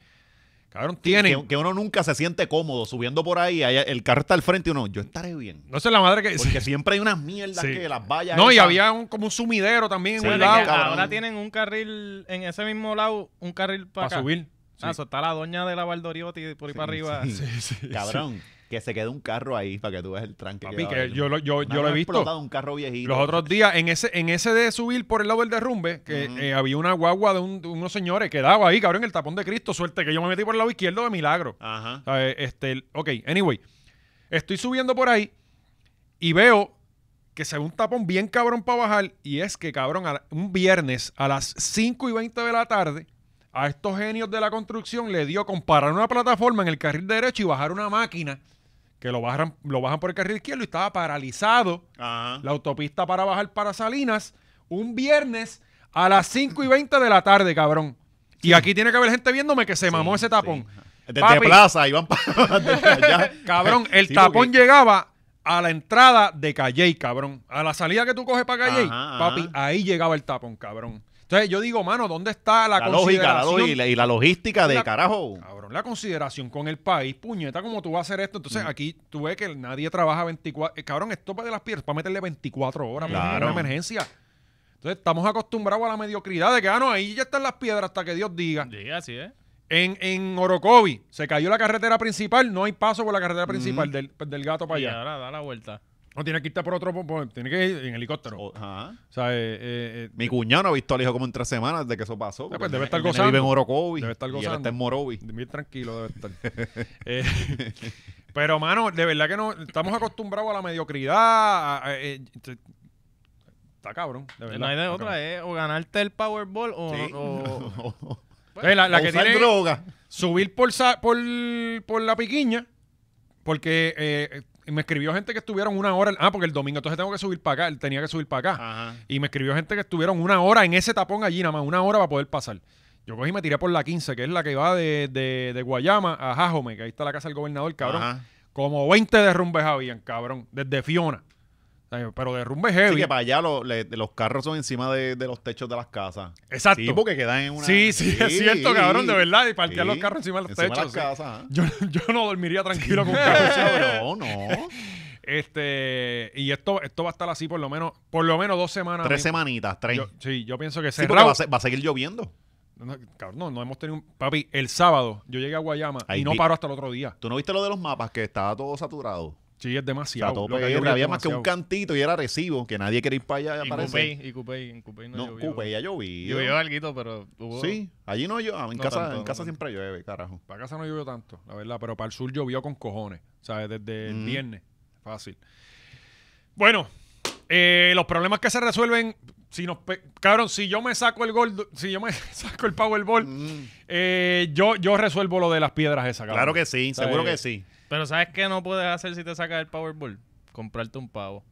S2: cabrón, tienen...
S3: Que, que uno nunca se siente cómodo subiendo por ahí, allá- el carro está al frente y uno, yo estaré bien.
S2: no sé la madre que...
S3: Porque siempre hay unas mierdas
S2: Sí.
S3: que las vallas.
S2: no, y
S3: esas-
S2: había un, como un sumidero también
S3: Sí,
S2: en un
S1: Bueno,
S3: Cuidado,
S1: que
S2: lado
S3: cabrón.
S1: ahora tienen un carril en ese mismo lado, un carril para
S2: para subir. Sí.
S1: Ah, eso está la doña de la Valdoriotti por ahí para arriba. Pues
S3: Sí, Cabrón, que se quede un carro ahí para que tú veas el tranque.
S2: Papi,
S3: va
S2: que
S3: a haber.
S2: yo lo- yo-
S3: Una
S2: yo lo he
S3: vez
S2: visto.
S3: explotado un carro viejito.
S2: Los otros días, en ese, en ese de subir por el lado del derrumbe, que
S3: Ujú.
S2: eh, había una guagua de, un- de unos señores que daba ahí, cabrón, el tapón de Cristo. Suerte que yo me metí por el lado izquierdo de milagro.
S3: Ajá.
S2: ¿Sabes? Este, el- ok, anyway. Estoy subiendo por ahí y veo que se ve un tapón bien cabrón para bajar. Y es que, cabrón, a la- un viernes a las 5 y 20 de la tarde, a estos genios de la construcción le dio comparar una plataforma en el carril derecho y bajar una máquina que lo bajan, lo bajan por el carril izquierdo y estaba paralizado
S3: Ajá.
S2: la autopista para bajar para Salinas un viernes a las 5 y 20 de la tarde, cabrón. Y aquí tiene que haber gente viéndome que se mamó ese tapón.
S3: Desde
S2: Papi.
S3: plaza, iban para allá.
S2: Cabrón, el
S3: Sí,
S2: tapón
S3: porque-
S2: llegaba a la entrada de Calley, cabrón. A la salida que tú coges para Calley,
S3: Ajá,
S2: papi,
S3: ajá.
S2: ahí llegaba el tapón, cabrón. Entonces yo digo, mano, ¿dónde está la,
S3: La lógica, la
S2: consideración?
S3: lógica y la- y la logística de
S2: La-
S3: carajo.
S2: Cabrón, la consideración con el país, puñeta, ¿cómo tú vas a hacer esto?
S3: Mm.
S2: Entonces aquí tú ves que nadie trabaja 24... eh, cabrón, esto para de las piedras, para meterle 24 horas, para
S3: Claro.
S2: una emergencia. Entonces estamos acostumbrados a la mediocridad de que, ah, no, ahí ya están las piedras hasta que Dios diga.
S1: Sí, así es.
S2: En, en Orocovi se cayó la carretera principal, no hay paso por la
S3: Mm.
S2: carretera principal del, del gato para
S1: Y
S2: allá.
S1: ahora da la vuelta.
S2: No tiene que irte por otro, por- por- tiene que ir en helicóptero. O
S3: O- Ajá.
S2: sea, eh, eh, eh,
S3: Mi cuñado no ha visto al hijo como en tres semanas desde que eso pasó.
S2: pues,
S3: porque
S2: debe estar
S3: el nene
S2: gozando.
S3: Vive en Orocovi.
S2: Debe estar
S3: Y él
S2: gozando.
S3: está en Morovi.
S2: Bien tranquilo debe estar. Eh, pero, mano, de verdad que no estamos acostumbrados a la mediocridad. a- a- eh, te- está cabrón, de verdad.
S1: No hay de
S2: Está
S1: otra,
S2: cabrón.
S1: es o ganarte el Powerball o.
S3: Sí.
S1: o-
S3: O-
S1: eh, pues.
S2: Entonces, Pues, la, la
S3: o
S2: que
S3: usar
S2: tiene
S3: droga.
S2: subir por, sa- por, por la piquiña, Porque eh, eh, me escribió gente que estuvieron una hora. Ah, porque el domingo entonces tengo que subir para acá. Tenía que subir para acá.
S3: Ajá.
S2: Y me escribió gente que estuvieron una hora en ese tapón allí, nada más, una hora para poder pasar. Yo cogí y me tiré por la 15, que es la que va de, de- de Guayama a Jajome, que ahí está la casa del gobernador, cabrón.
S3: Ajá.
S2: Como 20 derrumbes habían, cabrón, desde Fiona. O sea, Pero derrumbes
S3: Así
S2: heavy.
S3: que para allá lo- le- los carros son encima de, de los techos de las casas.
S2: Exacto.
S3: Sí, porque quedan en una.
S2: Sí, sí, es cierto, cabrón, de verdad, y parquear los carros encima de los
S3: Encima
S2: techos,
S3: de las
S2: sí. pues,
S3: casas. ajá.
S2: yo, yo no dormiría tranquilo con un carro.
S3: No, no.
S2: Este, y esto, esto va a estar así por lo menos, por lo menos dos semanas.
S3: Tres
S2: Yo-
S3: semanitas, tres.
S2: sí, yo pienso que
S3: Sí, porque
S2: cerrado.
S3: va a, se- va a seguir lloviendo.
S2: No, no, cabrón, no, no hemos tenido un... Papi, el sábado yo llegué a Guayama y
S3: Ahí
S2: no
S3: vi-
S2: paro hasta el otro día.
S3: ¿Tú no viste lo de los mapas que estaba todo saturado?
S2: Sí, es
S3: O sea,
S2: demasiado.
S3: todo
S2: lo que
S3: pegué,
S2: yo vi es
S3: había más que un
S2: demasiado.
S3: cantito y era recibo, que nadie quería ir para allá.
S1: Y
S3: parece.
S1: Coupey, y Coupey, en Coupey no,
S3: No,
S1: llovió.
S3: Coupey ya llovió.
S1: Llovió algo, pero hubo...
S3: Sí, allí no llueve. En
S1: No
S3: casa,
S1: tanto,
S3: en
S1: no
S3: casa
S1: tanto.
S3: siempre llueve, carajo.
S2: Para casa no llovió tanto, la verdad, pero para el sur llovió con cojones. ¿Sabes? Desde el
S3: Ujú.
S2: viernes. Fácil. Bueno, eh, los problemas que se resuelven. Si nos pe- Cabrón, si yo me saco el gol, si yo me saco el Powerball,
S3: Mm,
S2: eh, yo, yo resuelvo lo de las piedras esas, cabrón.
S3: Claro que sí,
S2: ¿Sabes?
S3: seguro que sí.
S1: Pero ¿sabes qué no puedes hacer si te sacas el Powerball? Comprarte un pavo.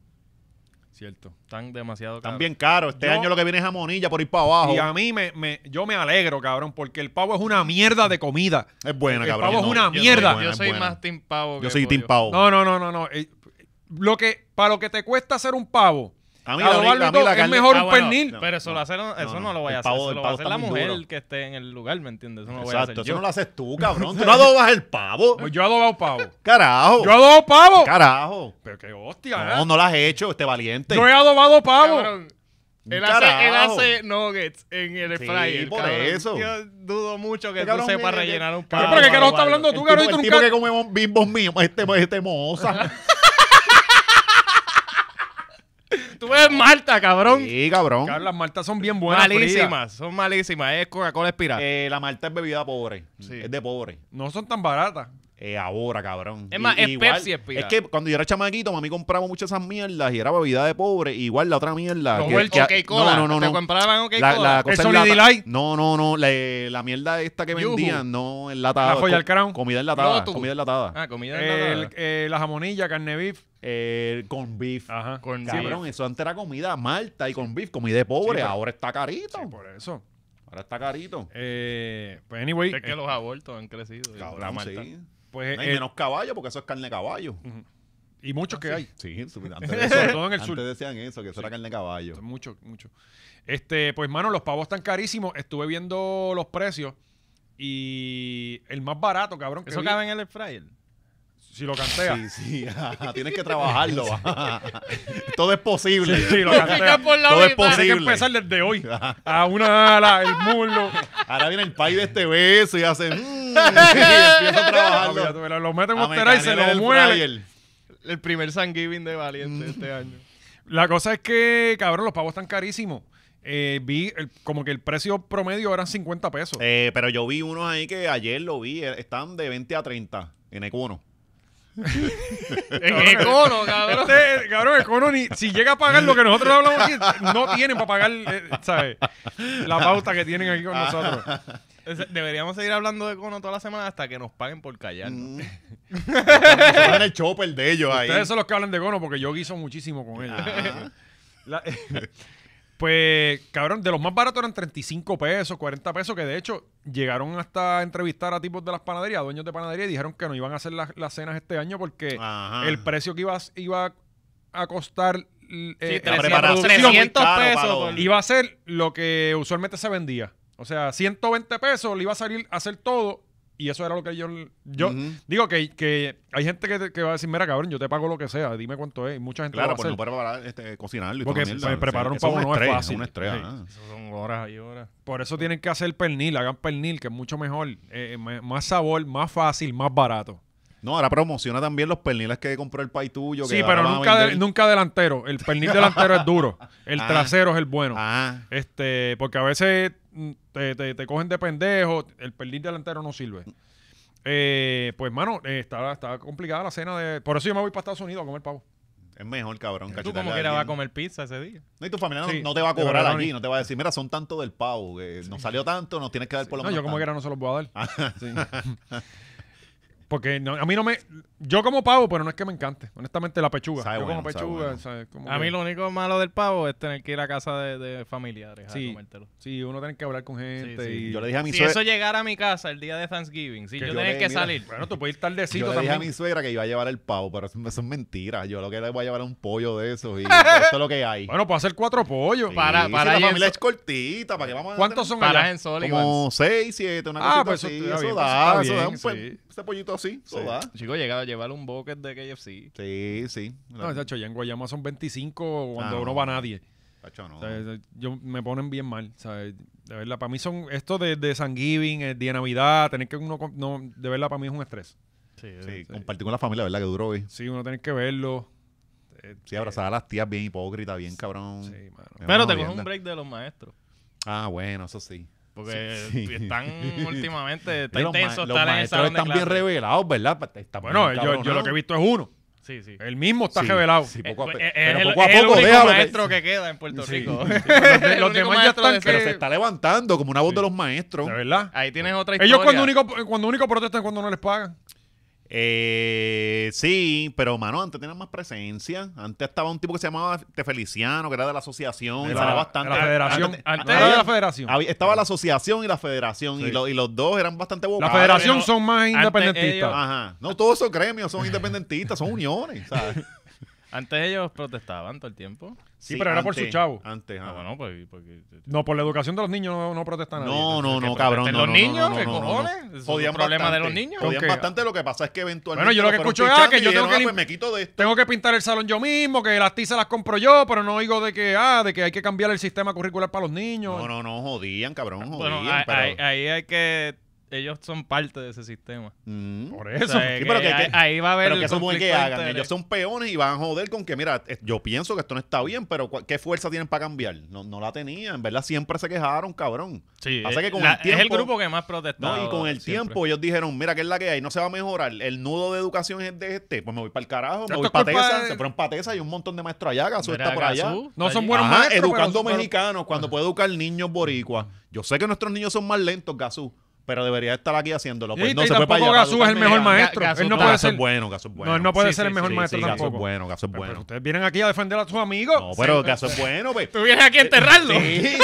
S2: Cierto.
S1: Están demasiado caros.
S3: Están bien caros. Este
S2: Yo-
S3: año lo que viene es jamonilla por ir para abajo.
S2: Y a mí me, me- yo me alegro, cabrón, porque el pavo es una mierda de comida.
S3: Es buena,
S2: El
S3: cabrón.
S2: pavo es
S3: No,
S2: una
S1: Yo soy-
S2: mierda.
S3: buena,
S1: Yo
S3: es
S1: soy
S3: buena.
S1: más team pavo que
S3: Yo soy
S1: pollo.
S3: Team Pavo.
S2: No, no, no, no, no. Eh, Lo que, para lo que te cuesta hacer un pavo,
S3: A mí
S2: a
S3: la,
S2: lo
S3: única- a mí
S2: bárbaro
S3: la
S2: es
S3: carne-
S2: mejor
S1: Ah,
S2: un
S1: bueno,
S2: pernil.
S1: Pero eso,
S3: No,
S1: lo hacer, no- eso
S3: no,
S1: no,
S3: no.
S1: lo
S3: El
S1: vaya a hacer.
S3: pavo-
S1: eso
S3: el
S1: lo va a
S3: pavo
S1: hacer
S3: está
S1: la
S3: muy
S1: mujer
S3: duro.
S1: que esté en el lugar, ¿me entiendes? Eso no lo voy a hacer
S3: Exacto, eso
S1: yo.
S3: no lo haces tú, cabrón. Tú no adobas el pavo.
S2: Pues yo he adobado pavo.
S3: Carajo.
S2: Yo he adobado pavo.
S3: Carajo.
S2: Pero qué hostia,
S3: No,
S2: ¿eh?
S3: no lo has hecho, este valiente.
S2: Yo he adobado pavo.
S1: Cabrón, Él hace,
S3: Carajo.
S1: él hace nuggets en el
S3: Sí,
S1: fryer.
S3: por
S1: cabrón.
S3: eso.
S1: Yo dudo mucho que
S3: Este
S1: tú
S3: cabrón
S1: sepas
S3: me-
S1: rellenar un
S3: Cabrón,
S1: pavo.
S2: pero que no está
S1: Eduardo.
S2: hablando
S3: El
S2: tú,
S3: tipo-
S2: cabrón, y tú
S3: El tipo
S2: nunca-
S3: que come bimbos míos, este, este moza.
S1: Tú eres Malta, cabrón.
S3: Sí, cabrón.
S2: Cabrón, las maltas son bien buenas. frías.
S1: malísimas. Son malísimas. Es Coca-Cola espiral.
S3: Eh, la Malta es bebida pobre.
S1: Sí.
S3: Es de pobre.
S2: No son tan baratas.
S3: Eh, ahora, cabrón.
S1: Es más, es Pepsi, es pira.
S3: Es que cuando yo era chamaquito, mami compraba muchas esas mierdas y era bebida de pobre. Igual la otra mierda.
S2: Los
S3: que-
S2: Welch-
S3: que-
S1: Coca-Cola.
S3: No, no,
S1: Te
S3: no. no.
S1: compraban
S3: La, la
S1: Coca-Cola.
S3: cosa
S2: ¿El
S3: en lata-
S2: Solid Light?
S3: No, no, no. La, la mierda esta que
S1: Yuhu.
S3: vendían, no, enlatada.
S2: La Royal
S3: Co-
S2: Crown.
S3: Comida enlatada.
S1: Lotus.
S3: Comida enlatada.
S1: Ah, comida
S2: El,
S1: enlatada.
S2: eh, la jamonilla, carne beef.
S3: Eh, con beef.
S2: Ajá.
S1: Con
S3: Cabrón, eso antes era comida malta y con beef, comida de pobre.
S2: Sí, pero-
S3: ahora está carito.
S2: Sí, por eso.
S3: Ahora está carito.
S2: Eh, pues anyway.
S1: Es que
S2: eh,
S1: los abortos han crecido. la
S3: Cabrón,
S1: Malta.
S3: sí.
S2: pues,
S3: No, y
S2: eh,
S3: menos caballo, porque eso es carne de caballo.
S2: y muchos que hay.
S3: Sí, su- antes, de eso,
S2: Sobre todo en el
S3: antes
S2: sur.
S3: decían eso, que eso era carne de caballo.
S2: Mucho, mucho. Este, pues, mano, los pavos están carísimos. Estuve viendo los precios. Y el más barato, cabrón. que
S1: ¿Eso
S2: vi-
S1: cabe en el air fryer?
S2: Si lo canteas.
S3: Sí, sí, ajá, tienes que trabajarlo. ajá. Todo es posible.
S2: Sí, sí, lo canteas.
S1: por la
S3: Todo es
S1: mitad.
S2: Tienes que
S3: posible.
S2: empezar desde hoy. A una ala, el muslo.
S3: Ahora viene el país de este beso y hace. mm, y empieza a
S2: Mira,
S3: trabajarlo.
S2: tú, lo- lo meten en
S3: A
S2: Monterrey y se
S3: mecanear
S2: lo
S3: el
S2: muele.
S3: fryer.
S1: El primer San Giving de Valiente este año.
S2: La cosa es que, cabrón, los pavos están carísimos. Eh, vi el- como que el precio promedio eran 50 pesos.
S3: Eh, pero yo vi unos ahí que ayer lo vi, eh, están de 20 a 30 en Econo.
S1: en Econo, cabrón.
S2: Eh, Este, cabrón, el cono ni- si llega a pagar lo que nosotros hablamos aquí, no tienen para pagar, eh, ¿sabes? La pauta que tienen aquí con
S3: Ah,
S2: nosotros.
S1: Ese- Deberíamos seguir hablando de Econo toda la semana hasta que nos paguen por callarnos.
S3: Mm. Están en el chopper de ellos ahí.
S2: Ustedes son los que hablan de cono porque yo guiso muchísimo con él.
S3: Ajá.
S2: La- pues, cabrón, de los más baratos eran 35 pesos, 40 pesos, que de hecho llegaron hasta entrevistar a tipos de las panaderías, dueños de panadería, y dijeron que no iban a hacer las, las cenas este año porque
S3: Ajá.
S2: el precio que iba, a- iba a costar eh, la
S1: 300,
S3: preparación.
S1: 300
S3: Claro,
S1: pesos.
S3: palo.
S1: por-
S2: iba a ser lo que usualmente se vendía. O sea, 120 pesos le iba a salir a hacer todo. Y eso era lo que yo... yo
S3: Ujú.
S2: Digo que, que hay gente que, te- que va a decir, mira, cabrón, yo te pago lo que sea, dime cuánto es. Y mucha gente
S3: Claro,
S2: lo va
S3: pues
S2: a
S3: no
S2: hacer.
S3: preparar, este, cocinarlo. y
S2: Porque
S3: toda mierda.
S2: pre- preparar un
S3: Eso
S2: pavo no es
S3: estrés,
S2: fácil.
S3: una estrella,
S2: Sí.
S3: ajá.
S1: Eso son horas y horas.
S2: Por eso tienen que hacer pernil, hagan pernil, que es mucho mejor. eh, me- más sabor, más fácil, más barato.
S3: No, ahora promociona también los perniles que compró el país tuyo. que
S2: Sí,
S3: ahora
S2: pero
S3: van a
S2: nunca, de-
S3: vender.
S2: nunca delantero. El pernil delantero es duro. El
S3: Ah.
S2: trasero es el bueno.
S3: Ah,
S2: Este, porque a veces mm, te, te- te cogen de pendejo, el pernil delantero no sirve. Eh, pues, mano, eh, estaba, estaba complicada la cena de. Por eso yo me voy para Estados Unidos a comer pavo.
S3: es mejor, cabrón.
S1: Tú
S3: cachetarle
S1: como
S3: a
S1: quiera vas a
S3: alguien.
S1: comer pizza ese día.
S3: No, y tu familia no,
S2: Sí,
S3: no te va a
S2: de
S3: cobrar
S2: verdad,
S3: allí,
S2: no.
S3: no te va a decir, mira, son tanto del pavo, que nos salió tanto, nos tienes que dar por lo
S2: No,
S3: menos.
S2: yo como
S3: tanto".
S2: quiera no se los voy a dar. Sí. Porque no- a mí no me. Yo como pavo, pero no es que me encante. Honestamente, la pechuga.
S3: Sabe
S2: yo
S3: bueno,
S2: como
S3: sabe
S2: pechuga.
S3: bueno.
S2: sabe, como
S1: A
S2: que-
S1: mí lo único malo del pavo es tener que ir a casa de, de familiares
S2: Sí.
S1: a comértelo.
S2: Sí, uno tiene que hablar con gente.
S1: Sí, sí.
S2: Y...
S3: Yo le dije a mi
S1: Si
S3: suegra.
S1: eso llegara a mi casa el día de Thanksgiving, si
S3: Que
S1: yo,
S3: yo
S1: tenía
S3: le-
S1: que
S3: mira,
S1: salir.
S2: Bueno, tú puedes ir
S3: Yo
S2: tardecito
S3: le dije
S2: también.
S3: a mi suegra que iba a llevar el pavo, pero eso, eso es mentira. Yo lo que le voy a llevar es un pollo de esos y esto es lo que hay.
S2: Bueno, puedo hacer cuatro pollos.
S3: Sí,
S1: para-
S3: si
S1: para ahí
S3: la
S1: en
S3: familia
S1: so-
S3: es cortita, ¿para qué vamos a
S2: ¿Cuántos son
S1: Paras
S2: allá?
S1: en sol
S3: Como 6, 7, una
S2: Ah,
S3: cosita
S2: pues eso está
S3: así. Eso,
S2: bien,
S3: da,
S2: eso
S3: eso
S2: está
S3: da.
S2: bien,
S3: un buen-
S2: sí.
S3: Ese pollito así, eso
S2: Sí.
S3: da.
S1: Chico, llegaba a llevar un bucket de KFC.
S3: Sí, sí.
S2: No, chacho, ya en Guayama son 25 cuando
S3: Ah,
S2: uno
S3: no.
S2: va a nadie.
S3: Tacho, no.
S2: ¿Sabes? Yo me ponen bien mal, ¿sabes? De verdad, para mí son esto de, de San Giving, el día de Navidad, tener que uno com- no, de verdad para mí es un estrés.
S3: Sí, compartir con la familia, ¿verdad? Que duro hoy.
S2: Sí, uno tiene que verlo. Eh,
S3: Sí, abrazar a las tías bien hipócrita, bien cabrón.
S2: Sí, mano.
S3: Es
S1: Pero
S3: una
S1: te coges
S3: jodienda.
S1: un break de los maestros.
S3: Ah, bueno, eso sí.
S1: Porque
S3: Sí, sí.
S1: están últimamente, está
S3: Y los ma-
S1: intenso
S3: los
S1: estar en el
S3: maestros
S1: salón de
S3: están bien
S1: clase.
S3: revelados, ¿verdad? Pa- están
S2: Bueno,
S3: bien
S2: yo, yo lo que he
S3: cabronados.
S2: visto es uno.
S1: Sí, sí.
S2: El mismo está
S3: Sí,
S2: revelado.
S3: sí,
S1: Eh,
S3: poco a
S1: pues,
S3: pe-
S1: eh,
S3: pero
S1: es
S3: poco a
S1: el, es el
S3: poco, pues,
S1: único
S3: déjalo que-
S1: maestro que... queda en Puerto
S2: Sí.
S1: Rico.
S2: Los
S1: El
S2: los
S1: único
S2: demás ya
S1: maestro
S2: están
S1: de
S2: que-
S3: Pero
S1: ese-
S3: se está levantando como una voz de los maestros.
S2: De verdad.
S1: Ahí tienes otra historia.
S2: Ellos cuando único, eh, cuando único protestan es cuando no les pagan.
S3: Eh, sí, pero mano, antes tenían más presencia. Antes estaba un tipo que se llamaba Tefeliciano, que era de la asociación.
S2: De
S3: y
S2: la,
S3: salía
S2: de
S3: bastante.
S2: la federación.
S1: antes-
S2: No
S1: antes-
S2: era de la federación.
S3: Había- estaba la asociación y la federación.
S2: Sí.
S3: Y, lo- y los dos eran bastante
S2: La
S3: vocales.
S2: federación
S1: pero
S2: son más
S1: antes
S2: independentistas.
S1: ellos-
S3: Ajá. No, todos esos gremios son independentistas, son uniones. ¿sabes?
S1: Antes ellos protestaban todo el tiempo.
S2: Sí, pero era por su chavo.
S3: Antes,
S1: Ah,
S3: ajá.
S1: bueno, pues... porque-
S2: No, por la educación de los niños no, no protestan nadie.
S3: No, no,
S1: que
S3: no,
S1: protestan
S3: cabrón. no,
S1: los
S3: no,
S1: niños,
S3: no, no,
S1: ¿qué
S3: no, no.
S1: cojones? Eso es un
S3: Jodían
S1: problema
S3: bastante.
S1: de los niños.
S3: Jodían
S2: Ok.
S3: bastante, lo que pasa es que eventualmente.
S2: Bueno, yo lo que
S3: fueron
S2: escucho es,
S3: pichando
S2: ah, que
S3: y
S2: yo tengo
S3: dijeron,
S2: que
S3: "Ah, pues
S2: lim-
S3: me quito de esto.
S2: Tengo que pintar el salón yo mismo, que las tizas las compro yo, pero no oigo de que, ah, de que hay que cambiar el sistema curricular para los niños.
S3: No, no, no, jodían, cabrón,
S1: Bueno,
S3: jodían.
S1: ahí,
S3: pero...
S1: ahí- ahí hay que... Ellos son parte de ese sistema.
S3: Mm.
S2: Por
S1: O
S2: eso.
S1: sea,
S3: sí, pero que-
S1: ahí,
S3: que-
S1: ahí va a haber
S3: Pero que
S1: el
S3: eso es muy que
S1: conflicto de
S3: hagan.
S1: interés.
S3: Ellos son peones y van a joder con que, mira, eh, yo pienso que esto no está bien, pero cua- ¿qué fuerza tienen para cambiar? No, no la tenían, en verdad siempre se quejaron, cabrón.
S1: Sí,
S3: Pasa
S1: eh,
S3: que con
S1: la-
S3: el
S1: es el
S3: tiempo-
S1: grupo que más protestó.
S2: Ah,
S3: ¿no? Y con el tiempo ellos dijeron, mira, que es la que hay, no se va a mejorar. El nudo de educación es de este, pues me voy para el carajo,
S2: Esto
S3: me voy
S2: es
S3: para
S2: culpa
S3: Tesa,
S2: de-
S3: se fueron para Tesa y un montón de maestros allá, Gazú está por allá.
S2: No son buenos
S3: Ajá,
S2: maestros,
S3: educando
S2: pero- pero-
S3: mexicanos cuando puede educar niños boricuas. Yo sé que nuestros niños son más lentos, Gazú, pero debería estar aquí haciéndolo. Pues
S2: Y-
S3: no
S2: y
S3: se
S2: tampoco
S3: puede para allá, para
S2: Gazú es el
S3: educar
S2: mejor
S3: mexicanos.
S2: maestro.
S1: Gazú
S2: él no
S1: está-
S2: puede
S3: Gazú
S2: ser.
S3: es bueno, Gazú es bueno.
S2: No, él no puede
S1: Sí,
S2: ser el
S1: sí,
S2: mejor
S1: sí,
S2: maestro
S3: sí, Gaso
S2: tampoco.
S3: es bueno, Gaso
S2: Pero,
S3: es
S2: pero
S3: bueno.
S2: ustedes vienen aquí a defender a sus amigos.
S3: No, pero Gaso es bueno, pues.
S1: Tú vienes aquí a enterrarlo.
S3: Sí, sí, no, dime,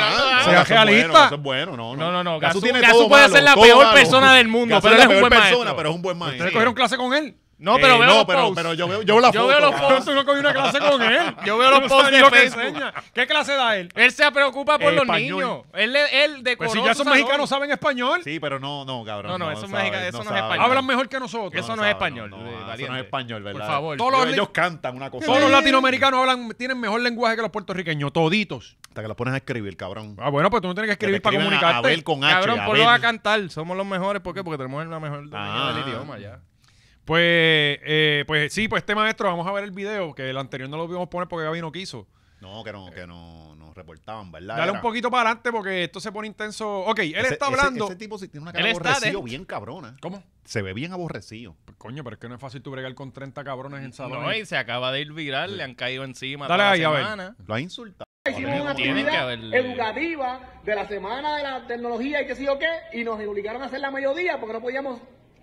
S3: ah,
S2: Sea
S3: Gaso es
S2: realista.
S3: bueno, Gaso es bueno, no, no.
S1: No, no, no,
S3: Gaso
S1: Gaso-
S3: tiene
S1: Gaso
S3: todo
S1: puede ser la
S3: todo
S1: peor persona del mundo,
S3: Gaso
S1: pero
S3: es
S1: él es un
S3: la peor
S1: buen
S3: persona,
S1: maestro.
S3: pero es un buen maestro.
S2: Ustedes cogieron clase con él.
S1: No,
S3: Eh,
S1: pero veo los
S3: pero,
S1: posts.
S3: pero yo veo, yo veo la
S1: Yo
S3: foto,
S1: veo los
S3: cabrón.
S1: posts.
S2: Tú no cogí una clase con él.
S1: Yo veo los
S2: No
S1: posts
S2: sabes
S1: de
S2: lo que
S1: Facebook.
S2: enseña. ¿Qué clase da él?
S1: Él se preocupa por
S3: Eh,
S1: los
S3: español.
S1: niños. Él, él decoró
S2: Pues si ya
S1: su
S2: son
S1: salón.
S2: mexicanos, saben español.
S3: Sí, pero no, no, cabrón.
S1: No, no, eso es
S3: sabe,
S1: mexica- eso no es
S3: sabe.
S1: español.
S2: Hablan mejor que nosotros.
S1: Eso no
S3: sabe,
S1: es español,
S3: no,
S1: eh,
S3: ah, eso no
S1: valiente.
S3: es español, ¿verdad?
S1: favor.
S3: Todos los-
S2: Yo-
S3: ellos cantan una cosa.
S2: Todos los latinoamericanos hablan, tienen mejor lenguaje que los puertorriqueños, toditos.
S3: Hasta que la pones a escribir, cabrón.
S2: Ah, bueno, pues tú no tienes que
S3: Que te
S2: escribir para
S3: escriban a-
S2: comunicarte.
S3: A ver con H.
S1: Cabrón,
S3: a
S1: ponlo
S3: ver.
S1: a cantar. Somos los mejores. ¿Por qué? Porque tenemos la mejor dominio
S3: Ah.
S1: del idioma ya.
S2: Pues, eh, pues sí, pues este maestro, vamos a ver el video, que el anterior no lo pudimos poner porque Gaby no quiso.
S3: No, que no, que no, nos reportaban, ¿verdad?
S2: Dale
S3: Ah, Era-
S2: un poquito para adelante porque esto se pone intenso. Ok, él
S3: Ese-
S2: está
S3: ese-
S2: hablando.
S3: Ese, tipo sí tiene una cara
S1: Él está
S3: aborrecido
S1: dentro.
S3: bien cabrona.
S2: ¿Cómo?
S3: Se ve bien aborrecido.
S2: Pues, coño, pero es que no es fácil tú bregar con 30 cabrones en salón.
S1: No, y se acaba de ir viral. Le han caído encima
S2: Dale
S1: toda
S2: ahí, a
S1: la
S2: ver.
S1: semana.
S3: Lo ha insultado.
S5: Hicimos una
S1: Tienen que
S5: actividad
S1: haberle-
S5: educativa de la semana de la tecnología y qué sé yo qué, y nos obligaron a hacer la mediodía porque no podíamos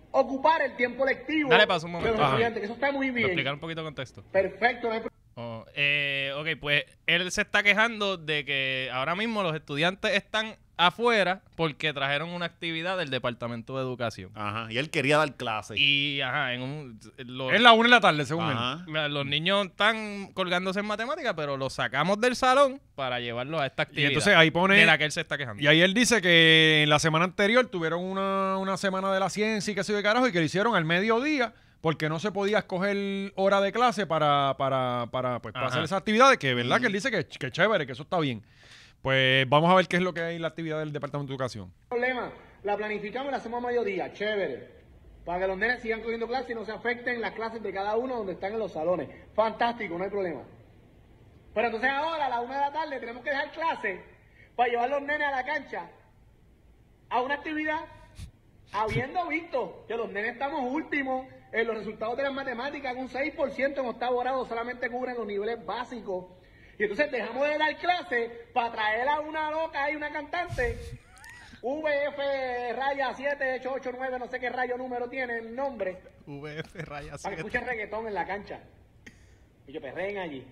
S5: ocupar el tiempo lectivo
S1: Dale paso un momento.
S5: de los
S1: Ajá.
S5: estudiantes, que eso está muy
S1: Para explicar
S5: bien.
S1: un poquito de contexto.
S5: Perfecto, no hay
S1: Oh, eh, ok, pues él se está quejando de que ahora mismo los estudiantes están afuera porque trajeron una actividad del Departamento de Educación.
S2: Ah,
S3: Ajá. Y él quería dar clases.
S1: Y, ajá, en un, los,
S2: Es la una de la tarde, según él.
S3: Ajá.
S1: mira, los niños están colgándose en matemáticas, pero los sacamos del salón para llevarlos a
S2: Y
S1: esta actividad.
S2: entonces ahí pone.
S1: de la que él se está quejando.
S2: Y ahí él dice que en la semana anterior tuvieron una, una semana de la ciencia y que se de carajo y que lo hicieron al mediodía porque no se podía escoger hora de clase para, para, para, pues, para
S1: Ajá.
S2: hacer esas actividades, que verdad que él dice que, ch- que chévere, que eso está bien. Pues vamos a ver qué es lo que hay en la actividad del Departamento de Educación.
S5: problema. La planificamos y la hacemos a mediodía, chévere. Para que los nenes sigan cogiendo clases y no se afecten las clases de cada uno donde están en los salones. Fantástico, no hay problema. Pero entonces ahora a la una de la tarde tenemos que dejar clase para llevar los nenes a la cancha a una actividad habiendo visto que los nenes estamos últimos en los resultados de las matemáticas, con un 6% en octavo grado solamente cubren los niveles básicos. Y entonces dejamos de dar clase para traer a una loca y una cantante VF raya 7889, no sé qué rayo número tiene el nombre,
S1: VF raya
S5: para
S1: 7.
S5: que escuchen reggaetón en la cancha. Y que perreen allí.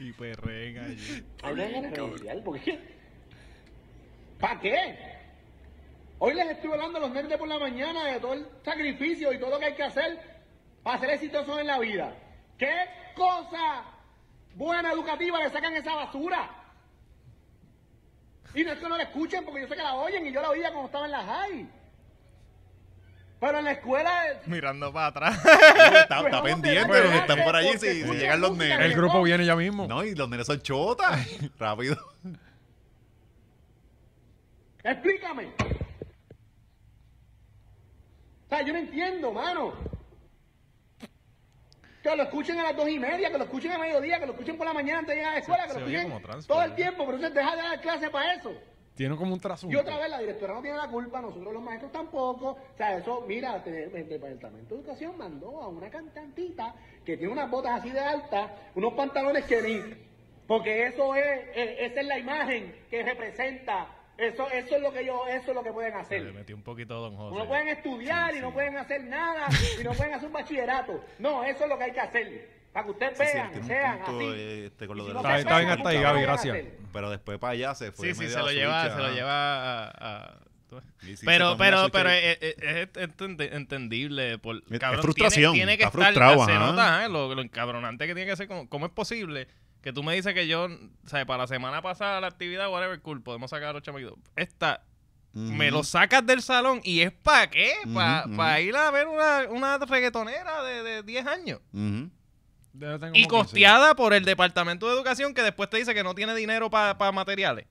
S1: Y perren allí.
S5: Ahí me van a renunciar, ¿por qué? ¿Para qué? Hoy les estoy hablando a los nerds de por la mañana de todo el sacrificio y todo lo que hay que hacer para ser exitosos en la vida. ¿Qué cosa buena educativa le sacan esa basura? Y no es que no la escuchen, porque yo sé que la oyen y yo la oía cuando estaba en la high. Pero en la escuela eh,
S1: Mirando para atrás.
S3: Está,
S5: Pues
S3: está
S5: vamos de
S3: pendiente,
S5: verdad,
S3: los que están por allí,
S5: porque
S3: si, si
S5: escucha
S3: llegan los
S5: música
S3: nenes.
S2: El grupo viene ya mismo.
S3: No, y los nenes son chotas. Rápido.
S5: Explícame. O sea, yo no entiendo, mano. Que lo escuchen a las dos y media, que lo escuchen a mediodía, que lo escuchen por la mañana antes de llegar a la escuela,
S1: se
S5: que lo
S1: oye
S5: escuchen
S1: como pues, tránsito,
S5: todo el
S1: ¿verdad?
S5: tiempo, pero usted deja de dar clase para eso.
S2: Tiene como un trasunto.
S5: Y otra vez, la directora no tiene la culpa, nosotros los maestros tampoco. O sea, eso, mira, te- el Departamento de Educación mandó a una cantantita que tiene unas botas así de altas, unos pantalones que ni... Porque eso es, eh, esa es la imagen que representa. Eso, eso es lo que ellos, eso es lo que pueden
S1: Se
S5: hacer.
S1: le metió un poquito a Don José.
S5: No pueden estudiar y no pueden hacer nada y no pueden hacer un bachillerato. No, eso es lo que hay que hacer. Para que ustedes
S3: Sí, sí,
S5: vean,
S3: tiene un
S5: sean
S3: punto,
S5: así.
S3: eh, este, con lo
S5: Y
S3: de
S5: si
S3: los-
S5: no
S2: Está-
S5: se
S2: está bien
S5: esfuerzan,
S2: hasta ahí,
S5: no lo
S2: Gaby,
S5: van a
S2: gracias.
S5: hacer.
S3: Pero después para allá se fue.
S1: Sí, sí,
S3: medio
S1: se lo
S3: azul,
S1: lleva,
S3: ya.
S1: se lo lleva a... a-
S3: Sí, sí,
S1: pero,
S3: se comió
S1: pero, eh,
S3: azul,
S1: pero
S3: che.
S1: es, es- es ent- entendible. Por,
S3: Es- es
S1: cabrón,
S3: frustración,
S1: Tiene, tiene que
S3: está
S1: estar,
S3: frustrado,
S1: se
S3: ajá.
S1: nota ajá, lo, lo encabronante que tiene que ser. como- ¿Cómo es posible que tú me dices que yo, ¿sabes? para la semana pasada la actividad, whatever, cool, podemos sacar a los chamaquitos? Esta,
S3: Ujú.
S1: me lo sacas del salón y es para qué? Para
S3: Ujú,
S1: ir a ver una, una reggaetonera de, de 10 años.
S3: Ujú.
S2: Debe tener
S1: Y
S2: como 15.
S1: costeada por el Departamento de Educación que después te dice que no tiene dinero para materiales.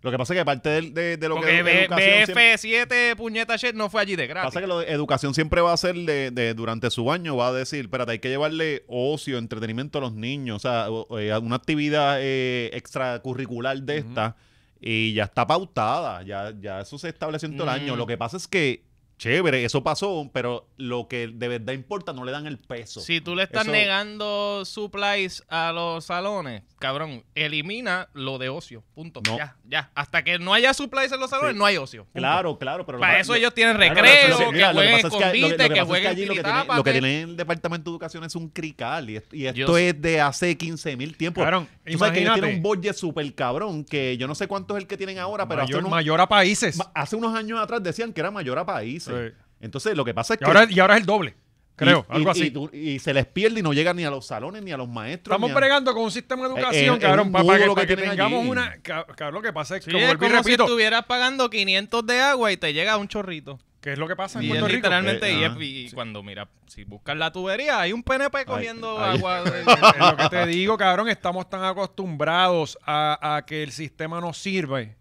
S3: Lo que pasa es que parte del- de, de, lo
S1: Porque
S3: que
S1: B-
S3: educación siempre-
S1: BF7 puñeta shit no fue allí de gratis.
S3: Pasa que lo de educación siempre va a ser de, de- durante su año, va a decir, espérate, hay que llevarle ocio, entretenimiento a los niños, o sea, o- eh, una actividad eh, extracurricular de esta, y ya está pautada, ya, ya eso se estableció en todo el año.
S1: Mm.
S3: Lo que pasa es que, chévere, eso pasó, pero lo que de verdad importa no le dan el peso.
S1: Si tú le estás
S3: Eso-
S1: negando supplies a los salones, cabrón, elimina lo de ocio. Punto.
S3: No.
S1: Ya, ya. Hasta que no haya supplies en los salones,
S3: Sí.
S1: no hay ocio. Punto.
S3: Claro, claro, pero... lo
S1: Para
S3: pa-
S1: eso
S3: lo-
S1: ellos tienen
S3: Claro,
S1: recreo,
S3: pero sí, mira,
S1: que
S3: lo que
S1: jueguen
S3: pasa es que- lo que- lo
S1: escondite,
S3: que
S1: que,
S3: pasa es que
S1: jueguen
S3: allí lo que tiene-
S1: tiritápate.
S3: Lo que tiene el Departamento de Educación es un crical y, es- y esto
S1: Yo-
S3: es de hace 15 mil tiempos.
S2: Cabrón,
S3: Tú sabes que ellos
S2: imagínate.
S3: tienen un budget súper cabrón que yo no sé cuánto es el que tienen ahora, pero hace
S2: mayor,
S3: unos,
S2: mayor a países.
S3: ma- hace unos años atrás decían que era mayor a países.
S2: Sí.
S3: Entonces lo que pasa es
S2: y,
S3: que...
S2: ahora, y ahora es el doble, creo,
S3: y-
S2: algo
S3: y-
S2: así.
S3: Y, tú- y se les pierde y no llega ni a los salones ni a los maestros.
S2: Estamos
S3: ni a-
S2: bregando con un sistema de
S3: Eh,
S2: educación,
S3: eh, es
S2: cabrón,
S3: un
S2: para, para que,
S3: nudo lo
S2: para
S3: que
S2: que
S3: tienen
S2: tengamos
S3: allí.
S2: una... ca- Cabrón, lo que pasa es que,
S1: Sí,
S2: como
S1: es
S2: vuelvo y
S1: como si
S2: repito,
S1: estuvieras pagando 500 de agua y te llega un chorrito.
S2: que es lo que pasa en
S1: Y es
S2: Puerto Rico.
S1: literalmente,
S3: Eh,
S1: y, es-
S3: ajá.
S1: y cuando mira, si buscas la tubería, hay un PNP cogiendo
S3: ay.
S1: agua. de-
S2: Es lo que te digo, cabrón, estamos tan acostumbrados a, a que el sistema nos sirve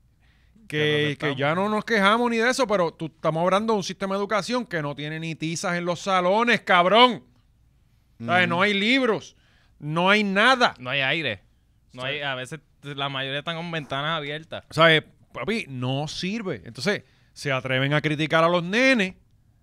S2: que,
S1: Que nos
S2: que ya no nos quejamos ni de eso, pero tú estamos hablando de un sistema de educación que no tiene ni tizas en los salones, cabrón.
S3: Mm.
S2: ¿Sabes? No hay libros, no hay nada.
S1: No hay aire. No hay, a veces la mayoría están con ventanas abiertas.
S2: ¿Sabes? eh, Papi, no sirve. Entonces, se atreven a criticar a los nenes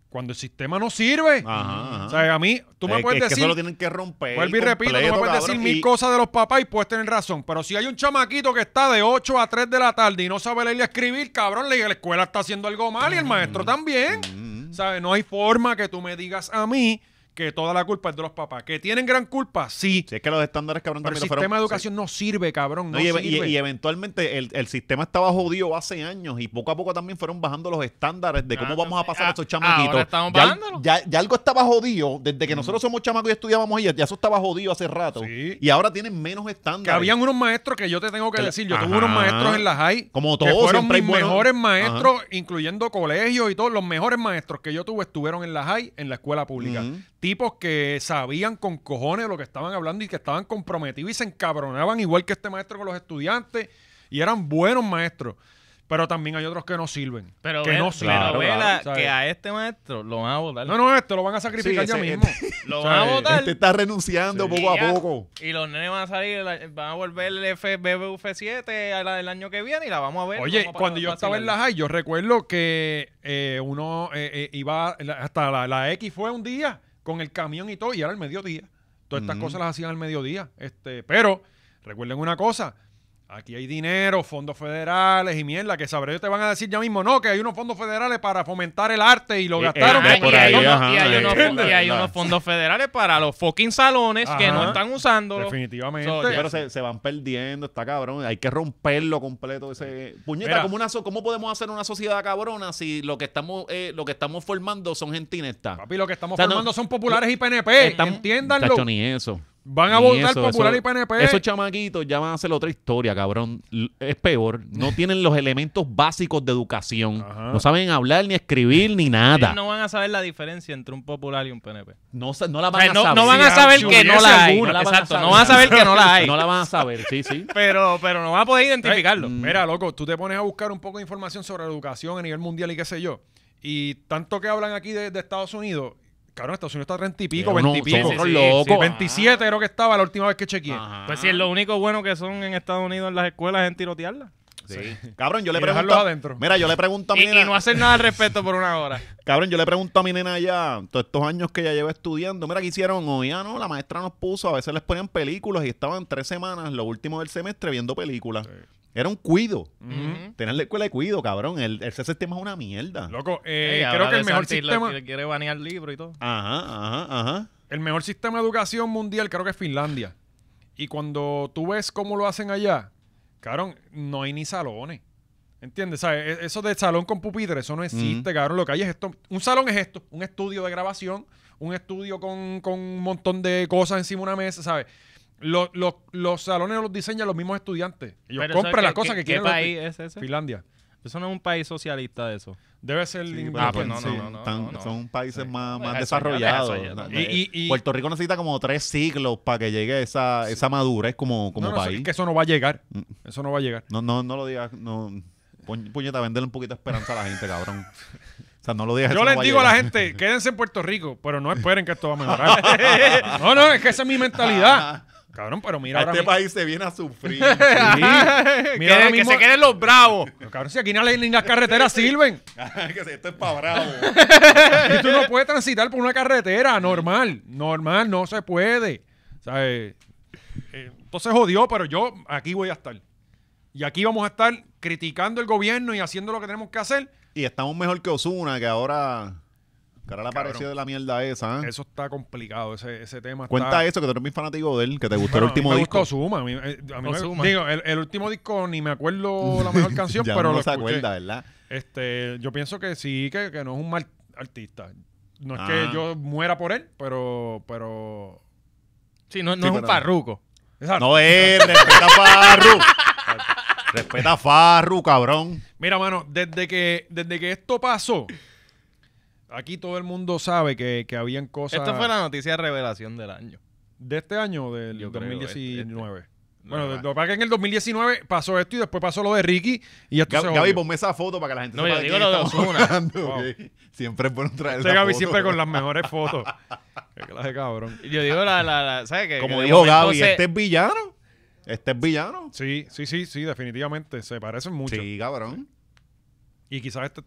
S2: cuando el sistema no sirve.
S3: Ajá, ajá.
S2: ¿Sabes? A mí, Mm, tú me
S3: Es-
S2: puedes
S3: es que
S2: decir...
S3: eso lo tienen que romper.
S2: Vuelvo y repito, tú me
S3: completo,
S2: puedes
S3: cabrón,
S2: decir
S3: y-
S2: mil cosas de los papás y puedes tener razón. Pero si hay un chamaquito que está de 8 a 3 de la tarde y no sabe leer y escribir, cabrón, la la escuela está haciendo algo mal y el maestro también.
S3: Mm.
S2: ¿Sabes? No hay forma que tú me digas a mí que toda la culpa es de los papás. ¿Que tienen gran culpa? Sí.
S3: Si es que los estándares, cabrón,
S2: pero el
S3: también
S2: sistema
S3: lo fueron-
S2: de
S3: sí.
S2: educación no sirve, cabrón. No,
S3: No, y, ev- y-
S2: sirve.
S3: y eventualmente el, el sistema estaba jodido hace años y poco a poco también fueron bajando los estándares de cómo
S1: Ah,
S3: vamos a pasar a
S1: ah,
S3: esos chamaquitos.
S1: ahora estamos
S3: ya,
S1: bajándolo.
S3: ya- ya algo estaba jodido desde que nosotros somos chamacos y estudiábamos ahí, ya eso estaba jodido hace rato.
S2: Sí.
S3: Y ahora tienen menos estándares.
S2: que habían unos maestros que yo te tengo que
S3: Que-
S2: decir, yo
S3: Ajá.
S2: tuve unos maestros en la high
S3: Como
S2: que
S3: todos,
S2: fueron
S3: siempre hay
S2: mis
S3: buenos.
S2: mejores maestros, incluyendo colegios y todos los mejores maestros que yo tuve estuvieron en la high, en la escuela pública.
S3: Ujú.
S2: Tipos que sabían con cojones lo que estaban hablando y que estaban comprometidos y se encabronaban igual que este maestro con los estudiantes y eran buenos maestros. Pero también hay otros que no sirven.
S1: Pero,
S2: que
S1: ve-
S2: no
S1: pero
S2: sirven.
S3: claro,
S1: vela
S2: ¿sabes?
S1: que a este maestro lo van a votar.
S2: No, no, esto lo van a sacrificar
S3: Sí,
S2: ya
S3: ese-
S2: mismo.
S1: Lo
S2: ¿Sabes?
S1: van a votar.
S3: Este está renunciando
S1: y
S3: poco
S1: ya.
S3: a poco.
S1: Y los nenes van a salir, la- van a volver el FBUF7 a la del año que viene y la vamos a ver.
S2: Oye,
S1: vamos a
S2: cuando
S1: pa-
S2: yo
S1: pa-
S2: estaba en la
S1: vacilarla.
S2: high, yo recuerdo que eh, uno eh, eh, iba la- hasta la, la X fue un día con el camión y todo, y era el mediodía. Todas estas
S3: Ujú.
S2: cosas las hacían al mediodía. Este, pero recuerden una cosa: Aquí hay dinero, fondos federales y mierda, que sabré yo te van a decir ya mismo, no, que hay unos fondos federales para fomentar el arte y lo
S3: Eh,
S2: gastaron. por-
S3: eh, eh, por
S1: y hay
S3: ahí,
S1: unos-
S3: ajá,
S1: y hay
S3: eh,
S1: unos
S3: ¿entiendes?
S1: fon- y hay
S3: Claro.
S1: unos fondos federales para los fucking salones que no
S2: Ajá.
S1: están usando.
S2: Definitivamente.
S1: So,
S3: Sí, pero se, se van perdiendo, está cabrón. Hay que romperlo completo ese. Puñeta,
S2: Mira.
S3: ¿cómo, una so- ¿cómo podemos hacer una sociedad cabrona si lo que estamos, eh, lo que estamos formando son gente inesta?
S2: Papi, lo que estamos
S3: O sea, no-
S2: formando son populares y PNP.
S3: Estamos-
S2: entiéndanlo.
S3: Tacho, ni eso.
S2: Van a
S3: Ni
S2: votar
S3: eso,
S2: popular
S3: eso-
S2: y PNP.
S3: Esos chamaquitos ya van a hacer otra historia, cabrón. L- Es peor. No tienen los elementos básicos de educación.
S2: Ajá.
S3: No saben hablar, ni escribir, ni nada.
S1: ellos no van a saber la diferencia entre un popular y un PNP.
S3: No, sa- no la
S1: O
S3: van
S1: sea,
S3: a
S1: no,
S3: saber.
S1: no van a
S2: Si
S1: saber
S2: hubiese
S1: que no la hay.
S2: alguna,
S3: la van a
S1: Exacto, no
S3: saber.
S1: van a saber que no la hay.
S3: No la van a saber, sí, sí.
S1: Pero, pero no van a poder identificarlo.
S2: Mira, loco, tú te pones a buscar un poco de información sobre la educación a nivel mundial y qué sé yo. Y tanto que hablan aquí de, de Estados Unidos. Cabrón, Estados Unidos está 30 y pico,
S3: Pero no,
S2: 20 y pico.
S3: son otros
S1: Sí, sí, sí,
S3: locos.
S1: sí,
S2: 27 creo que estaba la última vez que chequeé.
S3: Ajá.
S1: Pues si es lo único bueno que son en Estados Unidos en las escuelas es tirotearla.
S3: Sí. Cabrón, yo le
S2: Y dejarlos
S3: pregunto.
S2: adentro.
S3: Mira, yo le pregunto a mi
S1: Y,
S3: nena.
S1: y no hacer nada al respecto por una hora.
S3: Cabrón, yo le pregunto a mi nena ya, todos estos años que ella lleva estudiando, mira, ¿qué hicieron hoy? Ah, no, la maestra nos puso, a veces les ponían películas y estaban tres semanas, lo último del semestre, viendo películas. Era un cuido.
S1: Ujú.
S3: Tener la escuela de cuido, cabrón. El, ese sistema es una mierda.
S2: Loco, eh,
S1: Ey,
S2: creo
S1: habla
S2: que
S1: de
S2: el mejor,
S1: Santi, lo
S2: sistema,
S1: que quiere banear libro y todo.
S3: Ajá, ajá, ajá.
S2: el mejor sistema de educación mundial creo que es Finlandia. Y cuando tú ves cómo lo hacen allá, cabrón, no hay ni salones. ¿Entiendes? ¿Sabes? E- Eso de salón con pupitre, eso no existe, cabrón. Lo que hay es esto. Un salón es esto, un estudio de grabación, un estudio con, con un montón de cosas encima de una mesa, ¿sabes? Los, los, los salones los diseñan los mismos estudiantes. Ellos
S1: Pero eso
S2: compran
S1: es
S2: las
S1: que-
S2: cosas
S1: que-
S2: que, quieren.
S1: ¿Qué
S2: los-
S1: país es ese?
S2: Finlandia.
S1: Eso no es un país socialista de eso.
S2: Debe ser...
S1: Ah, pues no,
S2: sí.
S1: no, no, no,
S3: Están-
S1: no, no.
S3: Son países más, más
S1: Deja eso ya, deja eso
S3: desarrollados.
S1: ya, no.
S3: Eh,
S2: Y- y- y-
S3: Puerto Rico necesita como tres siglos para que llegue esa, esa madurez como, como
S2: No, no, eso-
S3: país.
S2: es que eso no va a llegar.
S1: Mm.
S2: Eso no va a llegar.
S3: No, no, no lo digas. No. Pu- Puñeta, venderle un poquito de esperanza a la gente, cabrón. O sea, no lo digas.
S2: Yo
S3: eso no
S2: les
S3: va
S2: digo a la
S3: llegar.
S2: gente, quédense en Puerto Rico, pero no esperen que esto va a mejorar. no, no, es que esa es mi mentalidad. Cabrón, pero mira
S3: A
S2: ahora
S3: este
S2: mismo.
S3: país se viene a sufrir.
S2: Sí, mira ahora mismo-
S1: queden los bravos.
S2: Pero, cabrón, si aquí ni, ni las carreteras sirven.
S3: que si esto es para bravo.
S2: Y tú no puedes transitar por una carretera normal. Normal, no se puede. ¿Sabes? Eh, Entonces jodió, pero yo aquí voy a estar. Y aquí vamos a estar criticando el gobierno y haciendo lo que tenemos que hacer.
S3: Y estamos mejor que Osuna, que ahora. Que ahora le apareció
S2: Cabrón.
S3: de la mierda esa. ¿eh?
S2: Eso está complicado, ese, ese tema.
S3: Cuenta
S2: está...
S3: eso, que tú eres muy fanático de él, que te gustó
S2: Bueno,
S3: el último
S2: a mí me
S3: disco.
S2: Gustó Ozuna, a mí- eh, a mí me-
S1: Ozuna.
S2: digo, el, el último disco ni me acuerdo la mejor canción,
S3: ya
S2: pero lo
S3: uno no se
S2: escuché.
S3: acuerda, ¿verdad?
S2: Este, yo pienso que sí, que, que no es un mal artista. No es
S3: Ah.
S2: que yo muera por él, pero, pero.
S1: Sí, no, no
S3: Sí,
S1: es un
S3: pero-
S1: parruco.
S2: Exacto.
S3: No es, respeta a Farru. respeta a Farru, cabrón.
S2: Mira, mano, desde que, desde que esto pasó, aquí todo el mundo sabe que, que habían cosas
S1: Esto fue la noticia revelación del año.
S2: de este año o del
S1: Yo creo, este,
S2: 2019.
S1: No,
S2: Bueno,
S1: no,
S2: lo que pasa es que en el 2019 pasó esto y después pasó lo de Ricky y esto se
S3: Gab- Gaby,
S2: jodió.
S3: ponme esa foto para que la gente
S1: No,
S3: sepa
S1: yo
S3: de
S1: digo
S3: quién
S1: lo de
S3: estamos
S1: Ozuna.
S3: hablando,
S2: Wow.
S3: ok. Siempre es bueno traer
S2: Oh. Este
S3: la
S2: Gaby
S3: foto.
S2: siempre con las mejores fotos. Qué clase de cabrón.
S1: Yo digo la, la, la- ¿sabes qué?
S3: Como
S1: Que de
S3: dijo
S1: momento
S3: Gaby,
S1: se-
S3: este es villano. Este es villano.
S2: Sí, sí, sí, sí, definitivamente. Se parecen mucho.
S3: Sí, cabrón.
S2: Y quizás este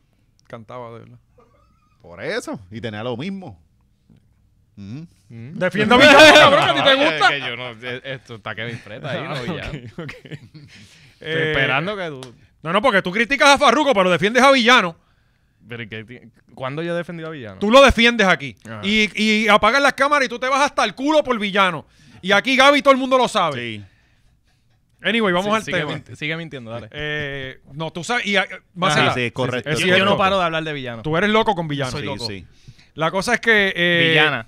S2: cantaba de verdad.
S3: Por eso. Y tenía lo mismo. Mm.
S1: Mm.
S2: Defienda a Villano, cabrón, que a ti te
S1: No,
S2: gusta.
S1: es que yo no- es- esto está que me impreta ahí,
S2: Ah,
S1: no, ya.
S2: ok,
S1: Estoy
S2: ok. Eh,
S1: esperando que tú...
S2: No, no, porque tú criticas a Farruko, pero defiendes a Villano.
S1: Pero que ti- ¿Cuándo yo he defendido a Villano?
S2: Tú lo defiendes aquí.
S1: Ajá.
S2: Y, y apagas las cámaras y tú te vas hasta el culo por Villano. Y aquí Gaby todo el mundo lo sabe.
S3: Sí.
S2: Anyway, vamos
S1: Sí,
S2: al
S1: sigue,
S2: tema.
S1: minti- sigue mintiendo, dale.
S2: Eh, no, tú sabes. Y, ah,
S3: Sí,
S2: Marcela,
S3: sí, es correcto.
S2: es
S1: Yo- yo,
S2: cierto.
S1: no paro de hablar de Villano.
S2: Tú eres loco con Villano.
S1: Soy
S3: Sí,
S1: loco.
S3: sí.
S2: La cosa es que. eh,
S1: Villana.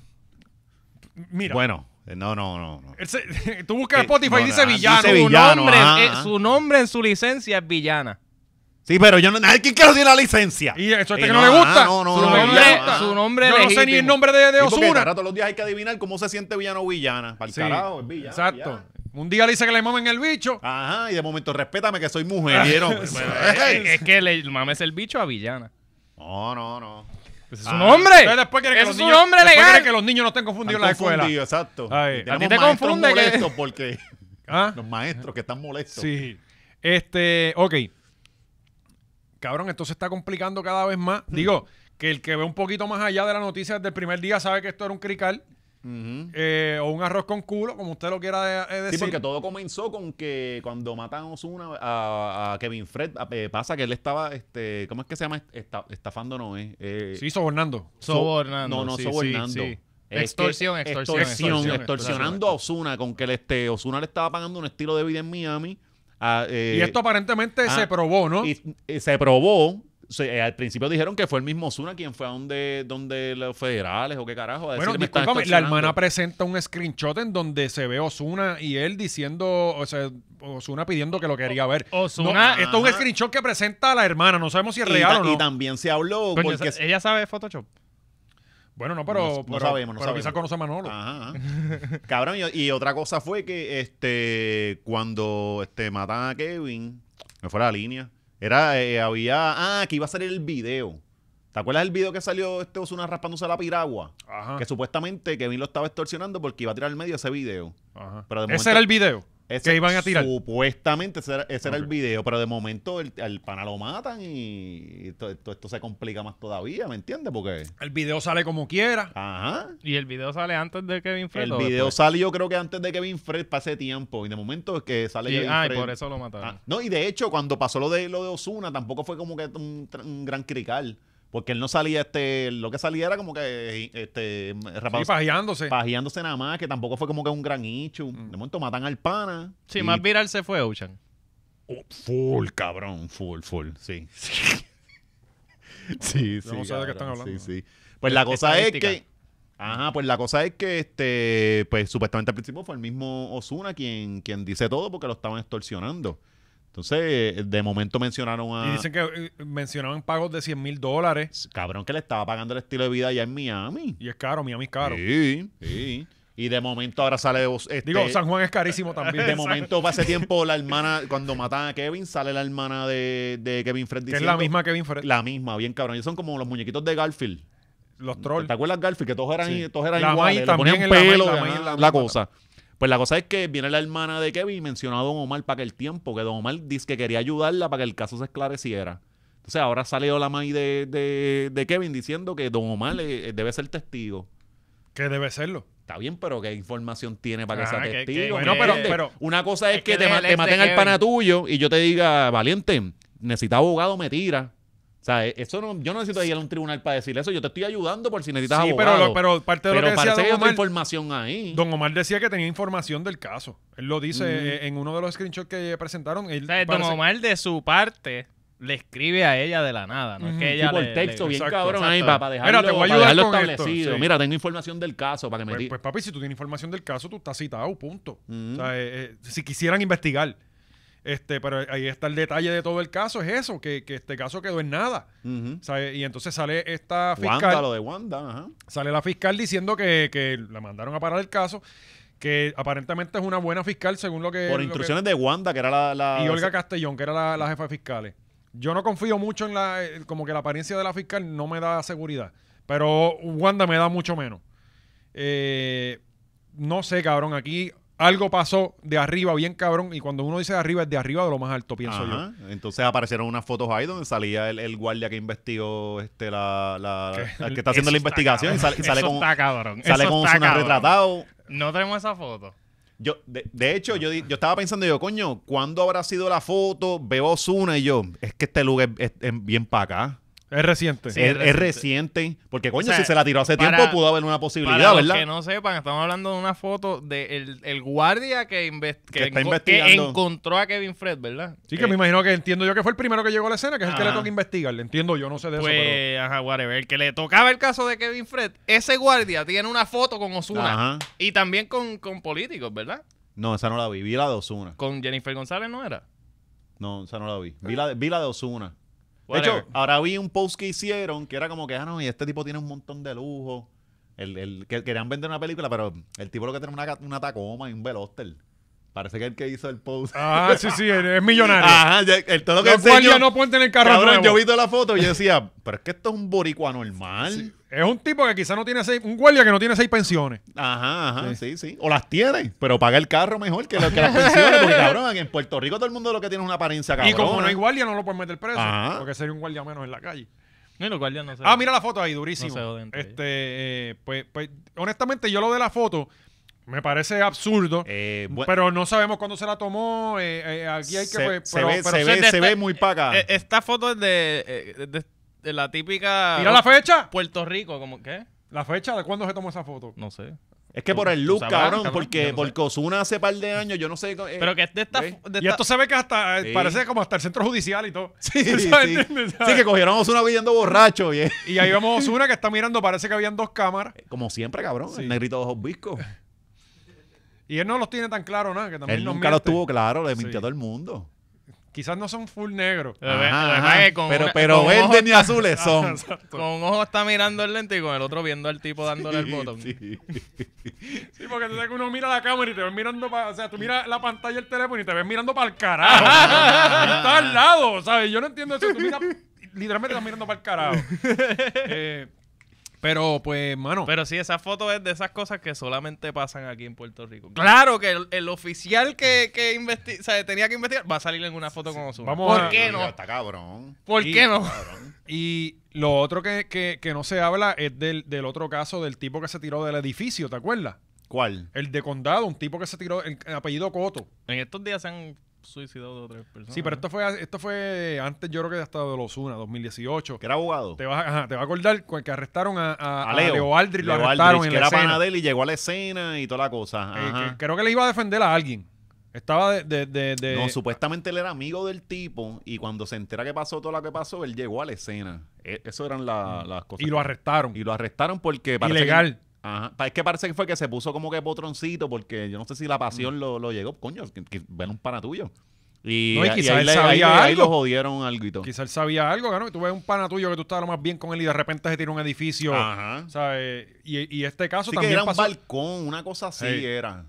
S2: Mira.
S3: Bueno, eh, no, no, no. no.
S2: él se- tú buscas
S3: Eh,
S2: Spotify y
S3: no,
S2: dice
S3: no,
S2: Villano.
S3: dice Villano,
S1: nombre,
S3: ajá,
S1: eh,
S3: ajá.
S1: su nombre en su licencia es Villana.
S3: Sí, pero yo no. Nadie ¿quién que no tiene la licencia.
S2: Y eso es
S3: Eh,
S2: que no le gusta.
S3: ah, No, no,
S2: Su
S3: no,
S1: nombre-
S3: Villano, ah.
S1: su nombre
S2: Yo no sé ni el
S1: legítimo.
S2: nombre de, de
S3: Sí, porque
S2: Osuna.
S3: ahora todos los días hay que adivinar cómo se siente villano o villana. Para el
S2: Sí,
S3: carajo, es villano.
S2: Exacto.
S3: villana.
S2: Un día le dice que le mamen el bicho.
S3: Ajá, y de momento, respétame que soy mujer. ¿vieron? Pues,
S1: es, es que le mames el bicho a Villana.
S3: no, no, no.
S1: Pues es
S3: Ah,
S1: un hombre.
S2: Entonces después quiere que
S1: Eso
S2: los
S1: es un
S2: niños-
S1: hombre
S2: después
S1: legal.
S2: quiere que los niños no estén confundidos en la
S3: Están
S2: escuela.
S3: confundidos, exacto.
S2: Ay.
S3: Y tenemos
S1: A ti te
S3: maestros
S1: confunde que-
S3: molestos porque
S2: ¿Ah?
S3: los maestros que están molestos.
S2: Sí. Este, ok. Cabrón, esto se está complicando
S3: Mm.
S2: cada vez más. Digo, que el que ve un poquito más allá de la noticia desde el primer día sabe que esto era un crical.
S3: Ujú.
S2: eh, o un arroz con culo, como usted lo quiera eh,
S3: Sí,
S2: decir.
S3: porque todo comenzó con que cuando matan a Ozuna, a, a Kevin Fred, a- eh, pasa que él estaba, este, ¿cómo es que se llama? Esta- estafando, no es. Eh,
S2: Sí, sobornando.
S3: so-
S1: Sobornando,
S3: No, no,
S1: sí,
S3: sobornando.
S1: sí, sí.
S3: Es que-
S1: Extorsión, extorsión,
S3: extorsión,
S1: extorsión,
S3: extorsionando a Osuna con que el, este, Osuna le estaba pagando un estilo de vida en Miami. a, eh,
S2: y esto aparentemente
S3: ah,
S2: se probó, ¿no?
S3: y- y se probó. se- eh, al principio dijeron que fue el mismo Osuna quien fue a donde, donde los federales o qué carajo. a
S2: Bueno,
S3: decirle, "Me están
S2: discúlpame, la
S3: extorsionando".
S2: hermana presenta un screenshot en donde se ve Osuna y él diciendo, o sea, Osuna pidiendo que lo quería ver.
S6: Ozuna-
S2: No, esto es un
S3: Ajá.
S2: screenshot que presenta a la hermana, no sabemos si es
S3: Y
S2: real
S3: ta-
S2: o no.
S3: Y también se habló
S6: Coño,
S3: porque.
S6: esa- ella sabe Photoshop.
S2: Bueno, no,
S3: No-
S2: pero,
S3: no
S2: pero,
S3: sabemos, no
S2: pero quizás
S3: sabemos.
S2: conoce
S3: Ah,
S2: a Manolo.
S3: Ajá. ajá. Cabrón, y, y otra cosa fue que este cuando este matan a Kevin, me fue la línea. Era, eh, había. Ah, que iba a salir el video. ¿Te acuerdas del video que salió este Osuna raspándose la piragua?
S2: Ajá.
S3: Que supuestamente Kevin lo estaba extorsionando porque iba a tirar al medio ese video.
S2: ajá.
S3: pero de
S2: Ese
S3: momento-
S2: era el video
S3: Ese-
S2: que iban a tirar.
S3: Supuestamente ese era, ese era el video, pero de momento el, al pana lo matan y, y to- to- esto se complica más todavía, ¿me entiendes? Porque.
S2: El video sale como quiera.
S3: Ajá.
S6: Y el video sale antes de Kevin Fred.
S3: El
S6: ¿o
S3: video
S6: después?
S3: salió creo que antes de Kevin Fred pase tiempo y de momento es que sale
S6: Y,
S3: Kevin
S6: ah, y
S3: Fred.
S6: por eso lo mataron.
S3: Ah, no, y de hecho cuando pasó lo de lo de Osuna tampoco fue como que un, tra- un gran crical, porque él no salía este lo que salía era como que este
S2: Sí,
S3: rapaz-
S2: pajeándose.
S3: pajeándose nada más, que tampoco fue como que un gran issue. De momento matan al pana.
S6: Mm. Sí,
S3: y-
S6: más viral se fue Ocean.
S3: Oh, full, cabrón, full, full, sí. sí, sí.
S2: Yo no sé de qué están
S3: cabrón,
S2: hablando.
S3: Sí, sí. Pues la cosa es que.
S6: Estadística.
S3: Ajá, pues la cosa es que este, pues supuestamente al principio fue el mismo Osuna quien, quien dice todo porque lo estaban extorsionando. Entonces, de momento mencionaron a.
S2: Y dicen que eh, mencionaban pagos de 100 mil dólares.
S3: Cabrón, que le estaba pagando el estilo de vida allá en Miami.
S2: Y es caro, Miami es caro.
S3: Sí, sí. Y de momento ahora sale. os- Este,
S2: Digo, San Juan es carísimo también.
S3: De momento, para ese tiempo, la hermana, cuando matan a Kevin, sale la hermana de, de Kevin Fred
S2: que es
S3: diciendo.
S2: la misma Kevin Fred.
S3: La misma, bien cabrón. Ellos son como los muñequitos de Garfield.
S2: los trolls.
S3: ¿Te acuerdas Garfield? Que todos eran,
S2: Sí.
S3: todos eran
S2: La May
S3: iguales. le
S2: también
S3: ponían
S2: es la May,
S3: pelo,
S2: la
S3: la,
S2: May es la
S3: la
S2: misma.
S3: cosa. Pues la cosa es que viene la hermana de Kevin y menciona a Don Omar para aquel tiempo, que Don Omar dice que quería ayudarla para que el caso se esclareciera. Entonces ahora salió la May de, de- de Kevin diciendo que Don Omar eh, debe ser testigo.
S2: Que debe serlo.
S3: Está bien, pero ¿qué información tiene para que
S6: Ah,
S3: sea
S6: que- que-
S3: testigo?
S6: bueno,
S3: ¿Me
S2: pero-
S3: entiendes?
S2: pero-
S3: Una cosa es,
S6: es
S3: que,
S6: que
S3: te, ma-
S6: del
S3: te
S6: ex de
S3: maten al
S6: Kevin.
S3: pana tuyo y yo te diga, valiente, necesita abogado, me tira. O sea, eh, eso no, yo no necesito ir a un tribunal para decirle eso. Yo te estoy ayudando por si necesitas
S2: sí,
S3: abogado.
S2: pero, lo- pero parte de
S3: Pero
S2: lo que decía
S3: parece que hay
S2: Don
S3: otra
S2: Omar,
S3: información ahí.
S2: Don Omar decía que tenía información del caso. Él lo dice eh, en uno de los screenshots que presentaron. Él
S6: O sea, Don
S2: parece-
S6: Omar de su parte le escribe a ella de la nada, no es
S2: Ujú.
S6: que
S3: Sí,
S6: ella
S3: por
S6: le-
S3: texto,
S6: le-
S3: bien
S2: exacto,
S3: cabrón ahí,
S2: exacto.
S3: para, dejarlo,
S2: Mira, te voy a
S3: pa'
S2: ayudar
S3: dejarlo
S2: con esto,
S3: establecido.
S2: sí.
S3: Mira, tengo información del caso para que me
S2: Pues,
S3: diga.
S2: pues, papi, si tú tienes información del caso, tú estás citado, punto.
S3: Ujú.
S2: O sea, eh, eh, si quisieran investigar. Este, pero ahí está el detalle de todo el caso, es eso, que, que este caso quedó en nada. O sea, eh, Y entonces sale esta fiscal.
S3: Wanda, lo de Wanda, ajá.
S2: Sale la fiscal diciendo que, que la mandaron a parar el caso, que aparentemente es una buena fiscal según lo que...
S3: Por
S2: Eh, lo
S3: instrucciones de Wanda, que era la...
S2: que-
S3: la-
S2: y Olga Castellón, que era la, la jefa de fiscales. Yo no confío mucho en la... eh, Como que la apariencia de la fiscal no me da seguridad. Pero Wanda me da mucho menos. Eh, no sé, cabrón. Aquí algo pasó de arriba, bien cabrón. Y cuando uno dice de arriba, es de arriba de lo más alto, pienso yo.
S3: Ajá. Entonces aparecieron unas fotos ahí donde salía el, el guardia que investigó este la, la
S2: Que-
S3: el que está haciendo la
S6: Eso está
S3: investigación y sale,
S6: cabrón.
S3: sale
S6: Eso
S3: con
S6: está cabrón.
S3: sale
S6: Eso
S3: con
S6: está
S3: Osuna
S6: cabrón.
S3: retratado.
S6: No tenemos esa foto.
S3: Yo, de, de hecho, yo, di- yo estaba pensando, yo, coño, ¿cuándo habrá sido la foto? Veo a Osuna y yo, es que este lugar es, es- es bien para acá.
S2: Es reciente.
S6: Sí,
S3: es,
S6: es
S3: es reciente. Porque, coño,
S6: O sea,
S3: si se la tiró hace
S6: para-
S3: tiempo, pudo haber una
S6: Para
S3: posibilidad,
S6: los
S3: ¿verdad?
S6: que no sepan, estamos hablando de una foto del el guardia que, inves-
S3: Que está
S6: enco-
S3: investigando.
S6: encontró a Kevin Fred, ¿verdad? Eh,
S2: Sí, que me imagino que entiendo yo que fue el primero que llegó a la escena, que es el que le
S3: Eh. Ajá.
S2: toca investigar. Le entiendo yo, no sé de
S6: Pues,
S2: eso. Pero...
S6: ajá, whatever. El que le tocaba el caso de Kevin Fred, ese guardia tiene una foto con Osuna
S3: Ajá.
S6: y también con, con políticos, ¿verdad?
S3: No, esa no la vi. Vi la de Osuna.
S6: Con Jennifer González, ¿no era?
S3: No, esa no la vi. Vi la de, vi la de Osuna. De
S6: Whatever.
S3: hecho, ahora vi un post que hicieron que era como que, ah, no, y este tipo tiene un montón de lujo. El, el- que querían vender una película, pero el tipo lo que tiene una, ca- una Tacoma y un Veloster. Parece que el que hizo el post.
S2: Ah, sí, sí, él es millonario.
S3: Ajá, ya- el todo lo que
S2: Los guardias
S3: enseñó.
S2: no pueden tener carro
S3: Ah, Cabrón,
S2: nuevo.
S3: yo vi toda la foto y yo decía, pero es que esto es un boricua normal.
S2: Es un tipo que quizá no tiene seis, un guardia que no tiene seis pensiones.
S3: Ajá, ajá, sí. sí, O las tiene, pero paga el carro mejor que, lo, que las pensiones. Porque, cabrón, en Puerto Rico todo el mundo lo que tiene es una apariencia cabrón.
S2: Y como no hay guardia, no lo pueden meter preso.
S3: Ajá.
S2: Porque sería un guardia menos en la calle.
S1: No, y los guardias no se
S2: Ah, mira la foto ahí, durísimo.
S1: No se joden entre
S2: este, eh, pues, pues, honestamente, yo lo de la foto me parece absurdo.
S3: Eh, bu-
S2: pero no sabemos cuándo se la tomó. eh, eh, aquí hay que.
S3: se,
S2: pues,
S3: se
S2: pero,
S3: ve,
S2: pero se-
S3: se ve,
S1: de
S3: se ve
S1: esta-
S3: muy paca.
S6: E,
S1: Eh, Esta foto es de, eh, de- de la típica
S2: Mira la fecha.
S1: Puerto Rico, como ¿qué?
S2: La fecha de cuándo se tomó esa foto.
S1: No sé.
S3: es que por el
S1: tú
S3: look,
S1: sabrás,
S3: cabrón,
S1: cabrón, yo
S3: porque,
S1: no sé.
S3: porque Osuna hace par de años, yo no sé. eh,
S1: Pero que es de esta,
S3: ¿ves?
S1: de
S2: Y
S1: esta-
S2: esto se ve que hasta eh,
S3: Sí.
S2: parece como hasta el centro judicial y todo.
S3: Sí,
S2: ¿Sabes?
S3: sí.
S2: ¿Entiendes?
S3: Sí, que cogieron a Osuna viendo borracho, y, eh,
S2: Y ahí vamos una que está mirando, parece que habían dos cámaras.
S3: Como siempre, cabrón, el negrito de ojos viscos.
S2: Y él no los tiene tan claro, nada, que también
S3: Él
S2: nos
S3: nunca lo
S2: miente.
S3: tuvo claro, le mintió
S2: Sí.
S3: a todo el mundo.
S2: Quizás no son full
S3: Eh,
S2: negro.
S1: Lo ve-
S3: Ajá,
S1: lo
S3: ajá.
S1: demás es con
S3: pero
S1: una-
S3: pero
S1: con Ah, un ojo-
S3: verdes ni azules son.
S1: Con un ojo está mirando el lente y con el otro viendo al tipo dándole el botón.
S3: Sí.
S2: Sí, porque tú sabes que uno mira la cámara y te ves mirando para. O sea, tú miras la pantalla del teléfono y te ves mirando para el carajo. está al lado, ¿sabes? Yo no entiendo eso. Tú miras, literalmente estás mirando para el carajo. Eh, pero, pues, mano.
S1: Pero sí, esa foto es de esas cosas que solamente pasan aquí en Puerto Rico. Claro que el, el oficial que, que investi- o sea, tenía que investigar va a salir en una foto con Ozuna.
S2: Vamos
S1: ¿Por
S2: a-
S1: qué no?
S3: Está cabrón.
S1: ¿Por
S2: Y-
S1: qué no?
S2: Y lo otro que, que- que no se habla es del, del otro caso del tipo que se tiró del edificio, ¿te acuerdas?
S3: ¿Cuál?
S2: El de condado, un tipo que se tiró, el, el apellido Coto.
S1: En estos días se han suicidado dos o tres personas.
S2: Sí, pero esto fue, esto fue antes, yo creo que hasta de los 2018.
S3: Que era abogado.
S2: Te vas, a- ajá, te vas a acordar cu- que arrestaron a, a-
S3: A
S2: a Leo. Aldrich, lo
S3: Leo
S2: arrestaron
S3: Aldrich,
S2: en
S3: que
S2: la
S3: era
S2: escena.
S3: pana de él y llegó a la escena y toda la
S2: Eh,
S3: cosa.
S2: que-
S3: Ajá.
S2: creo que le iba a defender a alguien. Estaba de... de- de- de-
S3: no, supuestamente él era amigo del tipo y cuando se entera que pasó todo lo que pasó, él llegó a la escena. E- eso eran la- las cosas.
S2: Mm. y lo arrestaron.
S3: Y lo arrestaron porque... parece
S2: Ilegal.
S3: que- Ajá. Pa- Es que parece que fue que se puso como que potroncito porque yo no sé si la
S2: Mm.
S3: pasión lo, lo llegó. Coño, que, que ven un pana tuyo. Y,
S2: No, y
S3: y
S2: quizá
S3: ahí,
S2: él
S3: le- ahí
S2: sabía
S3: le- ahí
S2: algo.
S3: lo jodieron algo y todo.
S2: Quizás él sabía algo, ¿no? Y tú ves un pana tuyo que tú estabas lo más bien con él y de repente se tira un edificio.
S3: Ajá.
S2: ¿sabes? Y, y este caso
S3: Así que
S2: también
S3: era un
S2: pasó.
S3: balcón, una cosa así
S2: Sí.
S3: era.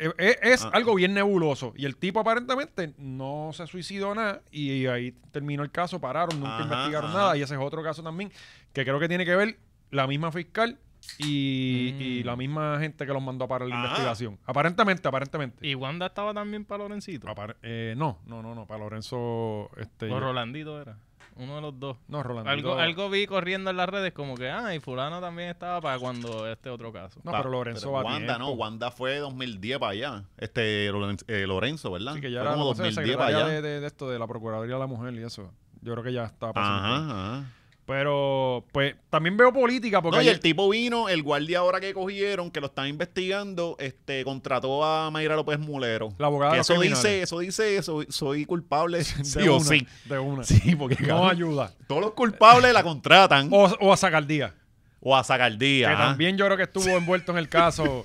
S2: Eh, eh, Es,
S3: Ah.
S2: algo bien nebuloso. Y el tipo aparentemente no se suicidó nada. Y ahí terminó el caso, pararon, nunca
S3: Ajá,
S2: investigaron
S3: ajá.
S2: nada. Y ese es otro caso también que creo que tiene que ver la misma fiscal y, y la misma gente que los mandó a parar la
S3: Mm. Ajá.
S2: investigación. Aparentemente, aparentemente.
S1: ¿Y Wanda estaba también para Lorencito?
S2: Apar- eh, no, no, no, no. Para Lorenzo. Este,
S1: O
S2: yo-
S1: Rolandito era. Uno de los dos.
S2: no, Rolando.
S1: Algo, algo vi corriendo en las redes como que, ah, y fulano también estaba para cuando este otro caso.
S2: No,
S3: Pa-
S2: pero Lorenzo va a
S3: Wanda, no,
S2: tiempo.
S3: Wanda fue 2010 para allá. Este, Lorenzo, eh, Lorenzo, ¿verdad?
S2: Sí, que ya
S3: fue
S2: era
S3: como
S2: no sé,
S3: 2010 para
S2: secretaria
S3: allá.
S2: de, de- de esto, de la Procuraduría de la Mujer y eso. Yo creo que ya está pasando.
S3: Ajá, ajá.
S2: Pero, pues, también veo política porque...
S3: No, y
S2: ayer-
S3: el tipo vino, el guardia ahora que cogieron, que lo están investigando, este, contrató a Mayra López Mulero.
S2: La abogada
S3: Que
S2: de los
S3: eso
S2: criminales.
S3: dice, eso dice, eso, soy culpable.
S2: De
S3: Sí o
S2: una,
S3: sí.
S2: De una.
S3: Sí, porque
S2: No
S3: cabrón,
S2: ayuda.
S3: todos los culpables la contratan.
S2: O, o a Zacardía,
S3: O a Zacardía.
S2: Oh. que
S3: ajá.
S2: también yo creo que estuvo envuelto en el caso.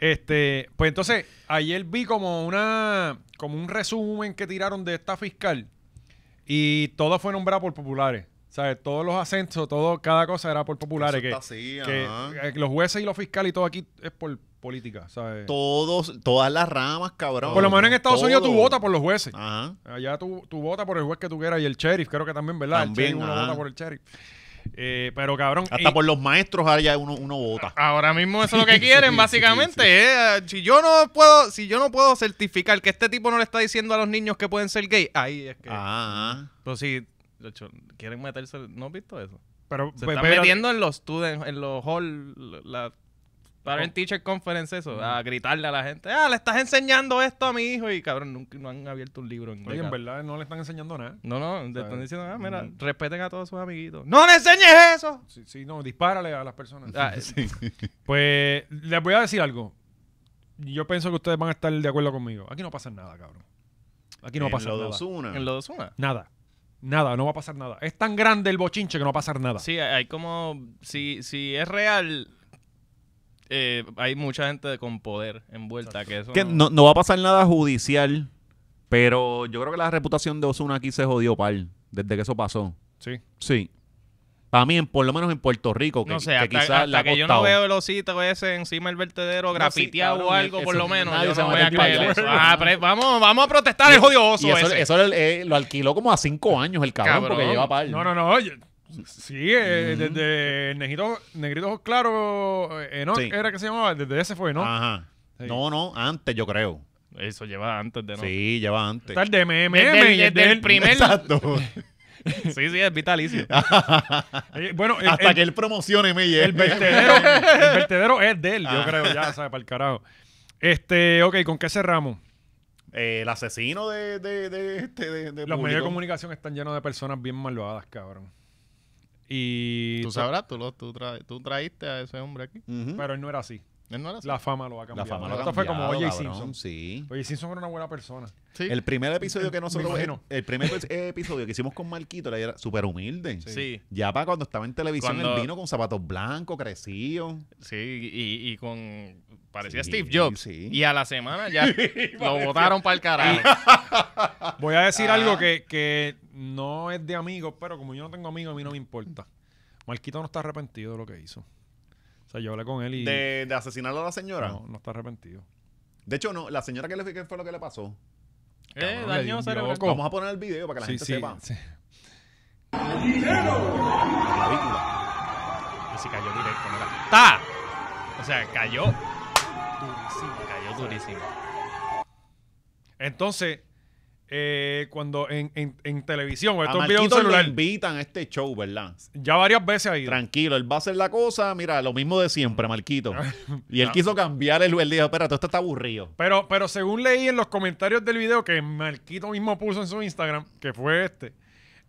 S2: este, pues entonces, ayer vi como una como un resumen que tiraron de esta fiscal y todo fue nombrado por populares. ¿Sabes? Todos los acentos, todo, cada cosa era por populares.
S3: Eso
S2: Que,
S3: está así,
S2: que,
S3: ajá.
S2: eh, los jueces y los fiscales y todo aquí es por política. ¿sabes?
S3: Todos, todas las ramas, cabrón.
S2: eh, por lo menos en Estados Unidos tú
S3: Todo.
S2: votas por los jueces.
S3: Ajá.
S2: Allá tú, tú votas por el juez que tú quieras y el sheriff, creo que también, ¿verdad? El
S3: También,
S2: sheriff uno
S3: ajá.
S2: vota por el sheriff. Eh, pero cabrón.
S3: Hasta
S2: y- Ah,
S3: por los maestros allá uno, uno vota.
S1: Ahora mismo eso es lo que quieren, básicamente. eh. Si yo no puedo, si yo no puedo certificar que este tipo no le está diciendo a los niños que pueden ser gay, ahí es que.
S3: Ah, ah.
S1: Pero si de hecho, quieren meterse, ¿no has visto eso?
S2: Pero,
S1: Se
S2: pe-
S1: están
S2: Pues, pero-
S1: metiendo en los student- en los hall, la
S2: Oh.
S1: parent teacher conference
S2: Mm.
S1: eso, a gritarle a la gente, ah, le estás enseñando esto a mi hijo y cabrón nunca no han abierto un libro. En
S2: Oye, en Mm.
S1: décadas.
S2: verdad no le están enseñando nada.
S1: No, no, le están
S2: ¿Sabes?
S1: diciendo, ah, mira,
S2: Ujú.
S1: respeten a todos sus amiguitos. ¡No le enseñes eso!
S2: Sí, sí, no, dispárale a las personas.
S1: Ah,
S2: Pues les voy a decir algo. Yo pienso que ustedes van a estar de acuerdo conmigo. Aquí no pasa nada, cabrón. Aquí no va a
S3: En
S2: pasar
S3: lo de
S2: nada.
S3: Ozuna.
S1: En los una.
S2: Nada. Nada, no va a pasar nada. Es tan grande el bochinche que no va a pasar nada.
S1: Sí, hay hay como. Si, si es real, eh, hay mucha gente con poder envuelta. Que eso.
S3: Que
S1: no-
S3: no, no va a pasar nada judicial, pero yo creo que la reputación de Osuna aquí se jodió par desde que eso pasó.
S2: Sí.
S3: Sí. Para mí, en- por lo menos en Puerto Rico, que,
S1: no sé,
S3: que
S1: hasta,
S3: quizás
S1: hasta
S3: la ha
S1: que yo no
S3: costado.
S1: veo el osito ese encima del vertedero grafiteado
S3: cabrón,
S1: o algo,
S3: eso-
S1: por lo menos.
S3: nadie
S1: Yo
S3: se
S1: no
S3: va a
S1: voy a
S3: meter para
S1: creer
S3: allá.
S1: eso. Ah, pero vamos, vamos a protestar el jodido oso
S3: Y eso,
S1: ese.
S3: eso le- eh, lo alquiló como a cinco años el cabrón,
S1: Cabrón.
S3: porque lleva par.
S2: No, no, no. Oye. Sí, eh, desde Negrito, Negrito Ojos Claro, eh, Enoch
S3: Sí. Ah,
S2: era que se llamaba, desde ese fue, ¿no?
S3: Ajá.
S2: Sí.
S3: No, no, antes yo creo.
S1: Eso lleva antes de no.
S3: Sí, lleva antes.
S2: Está el de MM.
S1: Desde, el-
S2: y el
S1: desde
S2: de
S1: el
S2: él.
S1: primer,
S3: Exacto.
S1: Sí, sí, es vitalicio.
S3: Ah,
S2: Eh, bueno, el,
S3: Hasta
S2: el-
S3: que él promocione me
S2: el vertedero, el vertedero es de él,
S3: Ah.
S2: yo creo, ya, ¿sabes? Para el carajo. Este, ok, ¿con qué cerramos?
S3: Eh, el asesino de, de, de, este, de- de
S2: Los medios de
S3: público.
S2: comunicación están llenos de personas bien malvadas, cabrón. Y.
S6: Tú sabrás, tú, lo, tú, tra- tú traíste a ese hombre aquí.
S3: Ujú.
S2: Pero él no era así.
S6: Él no era así.
S2: La fama lo ha
S3: Ah, La
S2: cambiado.
S3: fama lo ha
S2: Esto fue como
S3: cambiado,
S2: O.J.
S3: cabrón,
S2: Simpson.
S3: Sí.
S2: Oye, Simpson era una buena persona.
S6: Sí.
S3: El primer episodio que nosotros. El,
S2: imagino.
S3: primer epi- episodio que hicimos con Marquito él era súper humilde.
S1: Sí.
S3: Ya para cuando estaba en televisión,
S1: Cuando-
S3: él vino con zapatos blancos, crecidos.
S1: Sí, y, y con. Parecía
S3: Sí,
S1: Steve Jobs.
S3: sí.
S1: Y a la semana ya lo botaron para el carajo. Eh,
S2: Voy a decir
S3: Ah.
S2: algo que, que no es de amigos, pero como yo no tengo amigos, a mí no me importa. Marquito no está arrepentido de lo que hizo. O sea, yo hablé con él y.
S3: De, de asesinar a la señora.
S2: no, no está arrepentido.
S3: De hecho, no, la señora que le qué fue lo que le pasó.
S1: eh,
S2: Cabrón, le di
S1: daño
S2: un
S1: cerebral.
S2: loco. ¿Cómo?
S3: Vamos a poner el video para que la gente sepa.
S2: sí.
S3: Clavícula.
S1: Y si cayó directo, mira. ¡Ta! O sea, cayó. Cayó durísimo.
S2: Entonces, eh, cuando en, en, en televisión,
S3: A
S2: Pues esto es video de un
S3: Marquito lo
S2: celular,
S3: invitan a este show, ¿verdad?
S2: ya varias veces ha ido.
S3: Tranquilo, él va a hacer la cosa, mira, lo mismo de siempre, Marquito. Y
S2: Ah.
S3: él quiso cambiar el él dijo, espérate, esto está aburrido.
S2: Pero, pero según leí en los comentarios del video que Marquito mismo puso en su Instagram, que fue este,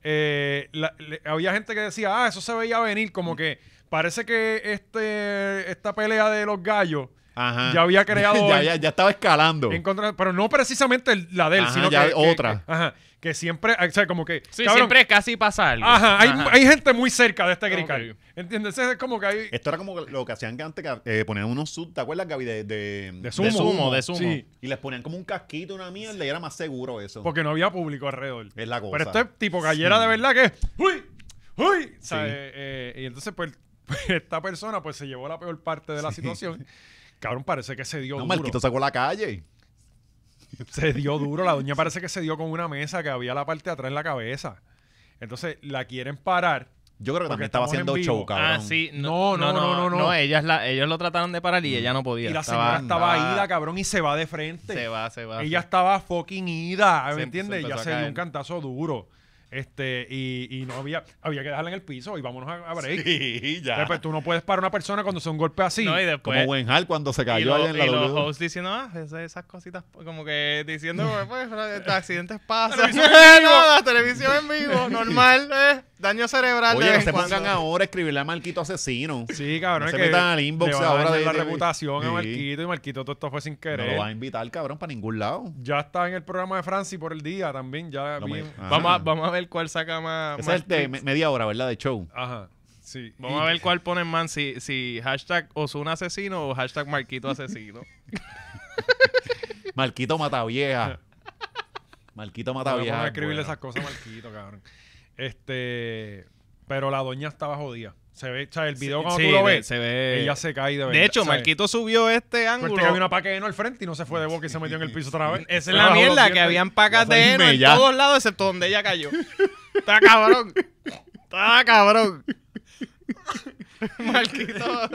S2: eh, la- le- había gente que decía, ah, eso se veía venir, como que parece que este, esta pelea de los gallos
S3: Ajá.
S2: ya había creado
S3: ya, ya, ya estaba escalando.
S2: en contra, pero no precisamente el- la de él,
S3: oh. Ajá,
S2: sino
S3: ya
S2: que,
S3: hay
S2: que-
S3: otra.
S2: que- ajá, que siempre, o sea, como que,
S1: Sí,
S2: cabrón,
S1: siempre casi pasa Ah, algo.
S2: ajá, hay, hay gente muy cerca de este
S1: Ok.
S2: grical, ¿entiendes? Es como que hay...
S3: Esto era como lo que hacían que antes, que eh, ponían unos sub, ¿te acuerdas, Gaby? De, de, Ah.
S2: De sumo.
S1: de sumo.
S2: Sí,
S3: Y les ponían como un casquito, una mierda, y era más seguro eso.
S2: porque no había público alrededor.
S3: es la cosa.
S2: Pero esto es tipo gallera de verdad que es, ¡Uy! ¡Uy! O sea,
S3: Sí.
S2: eh, eh, y entonces, pues, esta persona pues se llevó la peor parte de la situación. Cabrón, parece que se dio
S3: No,
S2: duro.
S3: Marquito sacó la calle.
S2: Se dio duro. La doña parece que se dio con una mesa que había la parte de atrás en la cabeza. Entonces, la quieren parar.
S3: Yo creo que
S2: Porque
S3: también estaba
S2: estamos en
S3: haciendo
S2: vivo.
S3: show, cabrón.
S1: Ah, sí.
S2: No, no, no, no, no.
S1: ellas la- ellos lo trataron de parar y
S3: Mm.
S1: ella no podía.
S2: Y la
S1: Estaba-
S2: señora estaba
S3: andaba-
S2: ida, cabrón, y se va de frente.
S1: Se va, se va.
S2: Ella estaba fucking ida, ¿me
S1: Ah, Se- se
S2: entiendes?
S1: empezó
S2: Ya
S1: a
S2: se dio
S1: caer.
S2: un cantazo duro. Este, y, y no había, había que dejarla en el piso y vámonos a, a break.
S3: Sí, ya.
S2: Entonces, pues, tú no puedes parar a una persona cuando son golpes así.
S1: No, y
S3: Como
S1: después.
S2: pues,
S3: Wenhal cuando se
S1: y
S3: cayó
S1: lo-
S3: allá en la
S1: y los
S3: W.
S1: hosts diciendo, ah, esas, esas cositas, como que diciendo, pues, los accidentes pasan.
S2: Televisión en vivo.
S1: No, la televisión en vivo, normal, eh, daño cerebral. de
S3: Oye,
S1: vez
S3: no
S1: en
S3: se
S1: cuando.
S3: pongan ahora a escribirle a Marquito Asesino.
S2: Sí, cabrón.
S3: No
S2: es
S3: se
S2: que
S3: metan al inbox
S2: le van a
S3: ahora
S2: dañar
S3: de-
S2: la
S3: de-
S2: reputación a
S3: Sí.
S2: Marquito y Marquito todo esto fue sin
S3: No lo
S2: querer.
S3: va a invitar, cabrón, para ningún lado.
S2: ya está en el programa de Franci por el día también. Ya
S3: No
S2: vi-
S3: me- Ah.
S1: Vamos, a, vamos a ver cuál saca más.
S3: Ese
S1: más
S3: es el de
S1: clips.
S3: me- media hora, ¿verdad? De show.
S2: Ajá. Sí.
S1: Vamos
S2: Y-
S1: a ver cuál ponen man, si, si hashtag Osuna asesino o hashtag Marquito asesino.
S3: Marquito mata vieja. Marquito mata
S2: Vamos
S3: vieja.
S2: a escribirle esas cosas a Marquito, cabrón. Este. Pero la doña estaba jodida. Se ve, o sea, el video cuando tú lo ves,
S1: se ve.
S2: ella se cae de verdad.
S1: de hecho,
S2: ¿sabes?
S1: Marquito subió
S2: Suerte
S1: este ángulo.
S2: que había una Ah, paca de heno al frente y no se fue de boca y se metió en el piso otra vez.
S1: Esa
S2: Se
S1: es la
S2: bajó los
S1: mierda, que
S2: dientes.
S1: habían pacas
S3: Vas a
S1: de heno
S3: irme
S1: en
S3: ya.
S1: todos lados, excepto donde ella cayó. Está cabrón. Está cabrón. Marquito.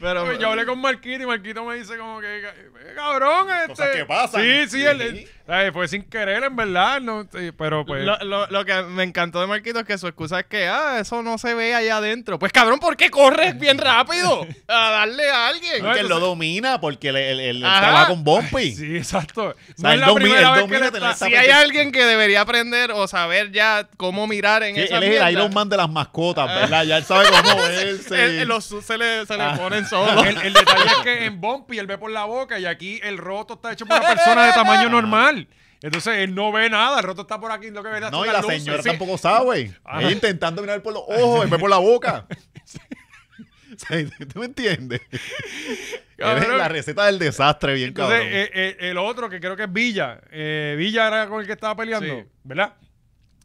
S1: Pero
S2: Pues yo hablé con Marquito y Marquito me dice como que "Eh, cabrón este
S3: Cosas que pasan.
S2: sí sí él-
S3: Sí.
S2: ay, fue sin querer en verdad no, sí, pero pues
S1: lo, lo- lo que me encantó de Marquito es que su excusa es que, ah, eso no se ve allá adentro. Pues cabrón, ¿por qué corres bien rápido? A darle a alguien.
S3: Porque él lo
S2: entonces-
S3: domina, porque él, él- él
S1: Ajá.
S3: trabaja con Bumpy.
S2: sí exacto no
S3: sea,
S2: es
S3: él
S2: la
S3: domi-
S2: primera
S3: él
S2: vez que
S3: domina
S2: él
S3: tener
S2: está-
S3: esa-
S1: Si hay alguien que debería aprender o saber ya cómo mirar en
S3: Sí,
S1: esa
S3: él es
S1: mierda, Ah.
S3: el Iron Man de las mascotas, ¿verdad? Ya él sabe cómo verse.
S1: él- Eh, los sus se le, se le ponen solos.
S2: el, el detalle es que en Bumpy él ve por la boca y aquí el roto está hecho por una persona de tamaño normal entonces él no ve nada el roto está por aquí lo que ve son
S3: no, y
S2: las
S3: la
S2: luces.
S3: señora
S2: Sí.
S3: tampoco sabe.
S2: Ajá.
S3: Ella intentando mirar por los ojos, él ve por la boca. O sea, ¿Tú me entiendes? Eres
S2: Cabrón.
S3: la receta del desastre, bien
S2: Entonces,
S3: cabrón.
S2: eh, eh, el otro que creo que es Villa, eh, Villa era con el que estaba peleando,
S1: Sí.
S2: ¿verdad?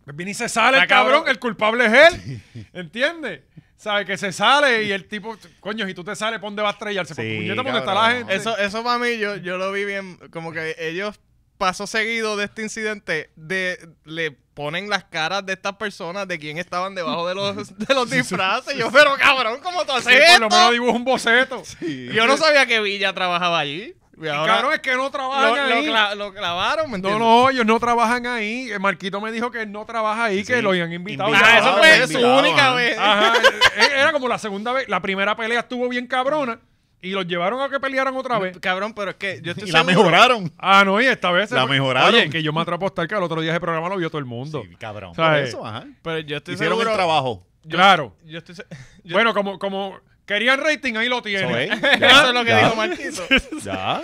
S2: Pues viene y se sale
S1: Ah,
S2: el cabrón,
S1: cabrón.
S2: el culpable es él, ¿entiendes? ¿Sabes? Que se sale y el tipo, coño, si tú te sales, ¿pon dónde va a estrellarse? Porque
S3: Sí,
S2: puñeta, ¿por dónde está la
S3: cabrón.
S2: gente?
S1: Eso, eso para mí, yo, yo lo vi bien, como que ellos paso seguido de este incidente, de le ponen las caras de estas personas de quién estaban debajo de los, de los disfraces. Yo, pero cabrón, ¿cómo tú
S2: Sí,
S1: haces
S2: por lo
S1: esto?
S2: menos dibujo un boceto.
S3: Sí.
S1: Yo no sabía que Villa trabajaba allí. Y
S2: Y,
S1: ahora
S2: cabrón, es que no
S1: lo,
S2: trabajan
S1: lo
S2: ahí.
S1: cla- lo clavaron, ¿me
S2: no,
S1: entiendes?
S2: no, ellos no trabajan ahí. Eh, Marquito me dijo que él no trabaja ahí, que
S3: Sí,
S2: lo habían invitado.
S3: invitado.
S1: Ah, eso
S3: Ah,
S1: fue su
S3: invitado,
S1: única
S3: ajá.
S1: vez.
S2: Ajá, eh, era como la segunda vez. La primera pelea estuvo bien cabrona y los llevaron a que pelearan otra vez.
S1: Cabrón, pero es que yo estoy
S3: Y la
S1: seguro-
S3: mejoraron.
S2: Ah, no, y esta vez... se
S3: La
S2: fue-
S3: mejoraron.
S2: Oye, que yo me atrevo a apostar que al otro día ese programa lo vio todo el mundo.
S3: Sí, cabrón.
S2: ¿Sabes?
S3: por eso, ajá.
S1: Pero yo estoy
S3: Hicieron
S1: seguro.
S3: el trabajo.
S2: claro.
S1: Yo estoy se- yo-
S2: Bueno, como, como querían rating, ahí lo
S3: Eso
S2: tienen.
S3: es,
S1: eso es lo que
S3: ya,
S1: dijo Marquito.
S3: Ya.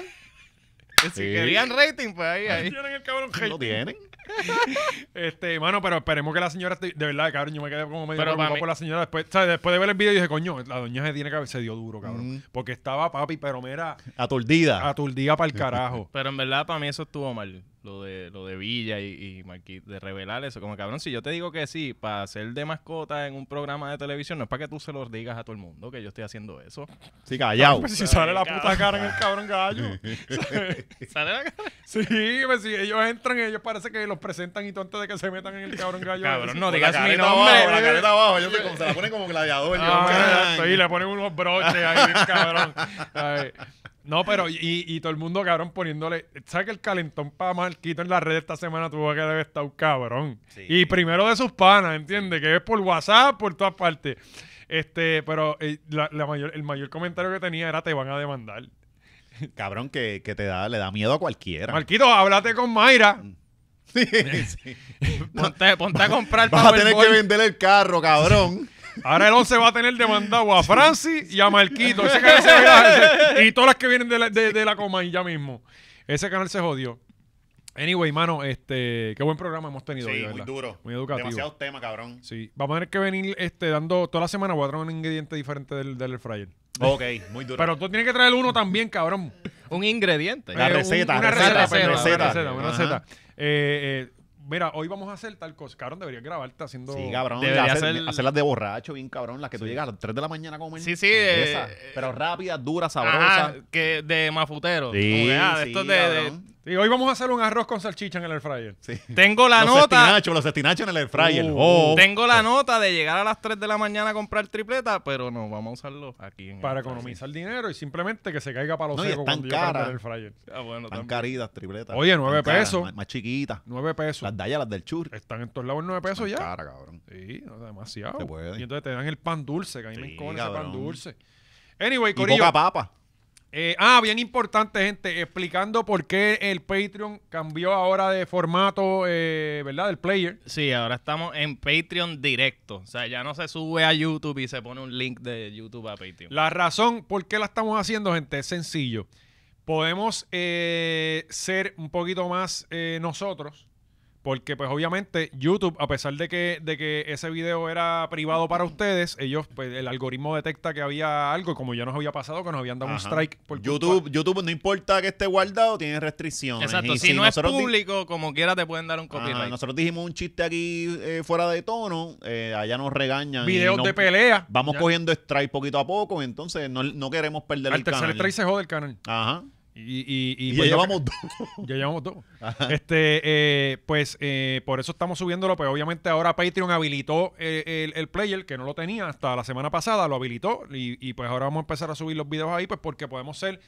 S1: si
S3: Sí.
S1: querían rating, pues ahí, ahí.
S2: Tienen el cabrón
S3: Lo
S2: rating.
S3: tienen.
S2: Este, mano, pero esperemos que la señora esté- De verdad, cabrón, yo me quedé como medio
S1: Pero
S2: preocupado
S1: para mí-
S2: por la señora. Después, ¿sabes? después de ver el video, dije, coño, la doña se tiene que haber- se dio duro, cabrón.
S3: Mm. Ah.
S2: Porque estaba papi, pero mira,
S3: Aturdida.
S2: aturdida para el carajo.
S1: Pero en verdad, para mí eso estuvo mal. Lo de, lo de Villa y, y Marquito, de revelar eso. Como cabrón, si yo te digo que sí, para hacer de mascota en un programa de televisión, no es para que tú se lo digas a todo el mundo que yo estoy haciendo eso.
S3: Sí, callado.
S2: Pues si sale la puta cara en el cabrón gallo.
S1: Sale la cara.
S2: Sí, pues si ellos entran, ellos parece que los presentan y tú antes de que se metan en el cabrón gallo.
S1: Cabrón, no
S3: Con
S1: digas
S3: la
S1: mi
S3: careta
S1: nombre.
S3: abajo, la careta abajo. Yo sé cómo se la ponen como gladiador. yo,
S2: Ah,
S3: man.
S2: exacto, y le ponen unos broches ahí, cabrón. Ay, No, pero y, y todo el mundo, cabrón, poniéndole. ¿Sabes que el calentón para Marquito en la red esta semana tuvo que haber estado cabrón? Y primero de sus panas, ¿entiendes? Que es por WhatsApp, por todas partes. Este, pero eh, la, la mayor, el mayor comentario que tenía era: te van a demandar.
S3: Cabrón, que, que te da, le da miedo a cualquiera.
S2: Marquito, háblate con Mayra.
S3: Sí, sí.
S1: Ponte, ponte a comprar
S3: Vas a tener
S1: Powerball.
S3: que vender el carro, cabrón.
S2: Ahora el 11 va a tener demandado a Francis y a Marquito. Ese canal se va a- ese- y todas las que vienen de la, de, de la coma y ya mismo. Ese canal se jodió. Anyway, mano, este, qué buen programa hemos tenido. hoy, de verdad. Muy educativo.
S3: Demasiados temas, cabrón.
S2: Sí, vamos a tener que venir este, dando toda la semana. Voy a traer un ingrediente diferente del, del air fryer.
S3: Ok, muy duro.
S2: Pero tú tienes que traer uno también, cabrón.
S1: Un ingrediente.
S3: La
S2: Eh, un-
S3: receta,
S2: una
S1: receta,
S2: receta, perdón,
S1: receta.
S2: una receta, una
S3: Ajá.
S2: receta. Eh, eh, mira, hoy vamos a hacer tal cosa. Cabrón, deberías grabarte haciendo.
S3: Sí, cabrón.
S1: Debería
S3: hacer-
S1: ser-
S3: Hacerlas de borracho, bien cabrón. Las que tú llegas a las 3 de la mañana a comer.
S1: Sí, sí,
S3: Esas.
S1: eh,
S3: pero rápidas, duras,
S1: Ajá,
S3: sabrosas.
S1: que de mafutero. Como
S3: Sí,
S1: que, ah, de
S3: sí,
S1: estos de- de-
S3: cabrón.
S2: Sí, hoy vamos a hacer un arroz con salchicha en el air fryer.
S3: Sí.
S1: Tengo la
S3: los
S1: nota.
S3: estinachos, los estinachos en el air fryer.
S2: Uh,
S3: Oh.
S1: Tengo la nota de llegar a las 3 de la mañana a comprar tripleta, pero no, vamos a usarlo aquí. En el
S2: para
S1: país.
S2: economizar dinero y simplemente que se caiga para los
S3: No, y
S2: seco
S3: están
S2: cuando yo prenda
S3: caras.
S2: el fryer.
S1: Ah, bueno,
S3: Tan
S1: también.
S3: caritas, tripletas.
S2: Oye, nueve
S3: Tan caras,
S2: pesos.
S3: Más, más chiquitas.
S2: 9 pesos.
S3: Las dallas, las del chur.
S2: Están en todos lados en 9 pesos ya.
S3: Cara, cabrón.
S2: Sí, no, demasiado.
S3: Se puede.
S2: Y entonces te dan el pan dulce, que a mí me
S3: Sí,
S2: encona ese pan
S3: cabrón.
S2: dulce. Anyway,
S3: Y
S2: Corillo.
S3: poca papa.
S2: eh, ah, bien importante, gente, explicando por qué el Patreon cambió ahora de formato, eh, ¿verdad? Del player.
S1: Sí, ahora estamos en Patreon directo. O sea, ya no se sube a YouTube y se pone un link de YouTube a Patreon.
S2: La razón por qué la estamos haciendo, gente, es sencillo. Podemos eh, ser un poquito más eh, nosotros, porque pues obviamente YouTube, a pesar de que, de que ese video era privado para ustedes, ellos, pues el algoritmo detecta que había algo, como ya nos había pasado, que nos habían dado un
S3: Ajá.
S2: strike por culpa-
S3: YouTube, YouTube, no importa que esté guardado, tiene restricciones.
S1: Exacto,
S3: Y
S1: si, no es
S3: nosotros di- Ah,
S1: público, como quiera te pueden dar un
S3: Ajá,
S1: copyright.
S3: nosotros dijimos un chiste aquí eh, fuera de tono, eh, allá nos regañan. y
S2: videos
S3: no-
S2: de pelea.
S3: Vamos
S2: Ya.
S3: cogiendo strike poquito a poco, entonces no, no queremos perder
S2: Al
S3: el
S2: tercer
S3: canal.
S2: strike se jode el canal.
S3: Ajá.
S2: Y, y, y,
S3: Y,
S2: pues,
S3: ya
S2: lo-
S3: llevamos dos.
S2: Ya llevamos dos. Este, eh, pues eh, por eso estamos subiéndolo. Pues obviamente ahora Patreon habilitó eh, el, el player que no lo tenía hasta la semana pasada, lo habilitó. Y, y, pues ahora vamos a empezar a subir los videos ahí, pues porque podemos ser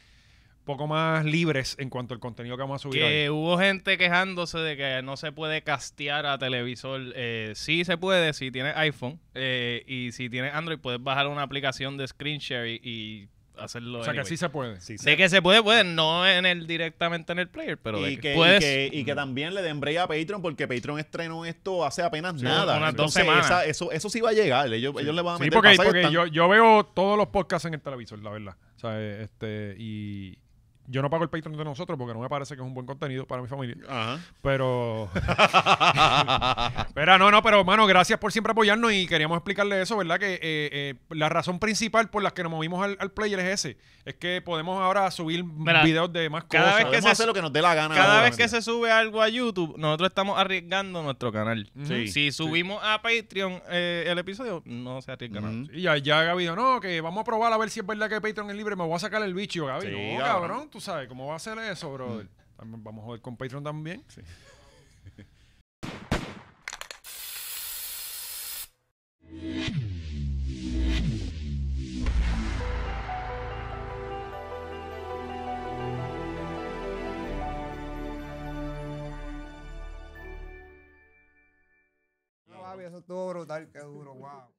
S2: poco más libres en cuanto al contenido que vamos a subir. ahí.
S1: Que hubo gente quejándose de que no se puede castear a televisor. Eh, sí se puede si tienes iPhone. eh, y si tienes Android, puedes bajar una aplicación de screen share y, y hacerlo.
S2: O sea que
S1: anyway.
S2: sí se puede.
S1: Sé que se puede, puede, no en el directamente en el player, pero de
S3: Y
S1: que
S3: que, y
S1: puedes.
S3: que- y que también le den break a Patreon porque Patreon estrenó esto hace apenas nada.
S1: unas dos
S3: Entonces,
S1: semanas.
S3: esa- eso, eso sí va a llegar. Ellos, ellos le van a
S2: Sí,
S3: meter
S2: porque,
S3: pasa que
S2: porque
S3: están-
S2: yo, yo veo todos los podcasts en el televisor, la verdad. O sea, eh, este, y yo no pago el Patreon de nosotros porque no me parece que es un buen contenido para mi familia.
S3: Ajá.
S2: Pero. Pero no, no, pero hermano, gracias por siempre apoyarnos y queríamos explicarle eso, ¿verdad? Que eh, eh, la razón principal por la que nos movimos al, al player es ese. Es que podemos ahora subir
S1: Mira,
S2: videos de más
S1: cada
S2: cosas.
S1: vez que
S3: Pues Podemos
S1: se-
S3: hacer lo que nos dé la gana.
S1: Cada
S3: ahora,
S1: vez que
S3: mentira.
S1: se sube algo a YouTube, nosotros estamos arriesgando nuestro canal.
S3: Sí,
S1: si subimos a Patreon eh, el episodio, no se arriesga nada.
S3: Ujú.
S2: Y ya, ya Gaby dijo, no, que vamos a probar a ver si es verdad que Patreon es libre. Me voy a sacar el bicho, Gaby.
S3: Sí,
S2: no, cabrón.
S3: cabrón. Mm.
S2: tú sabes, ¿cómo va a hacer eso, brother? También Vamos a joder con Patreon también.
S7: papi, eso estuvo brutal, qué duro, wow.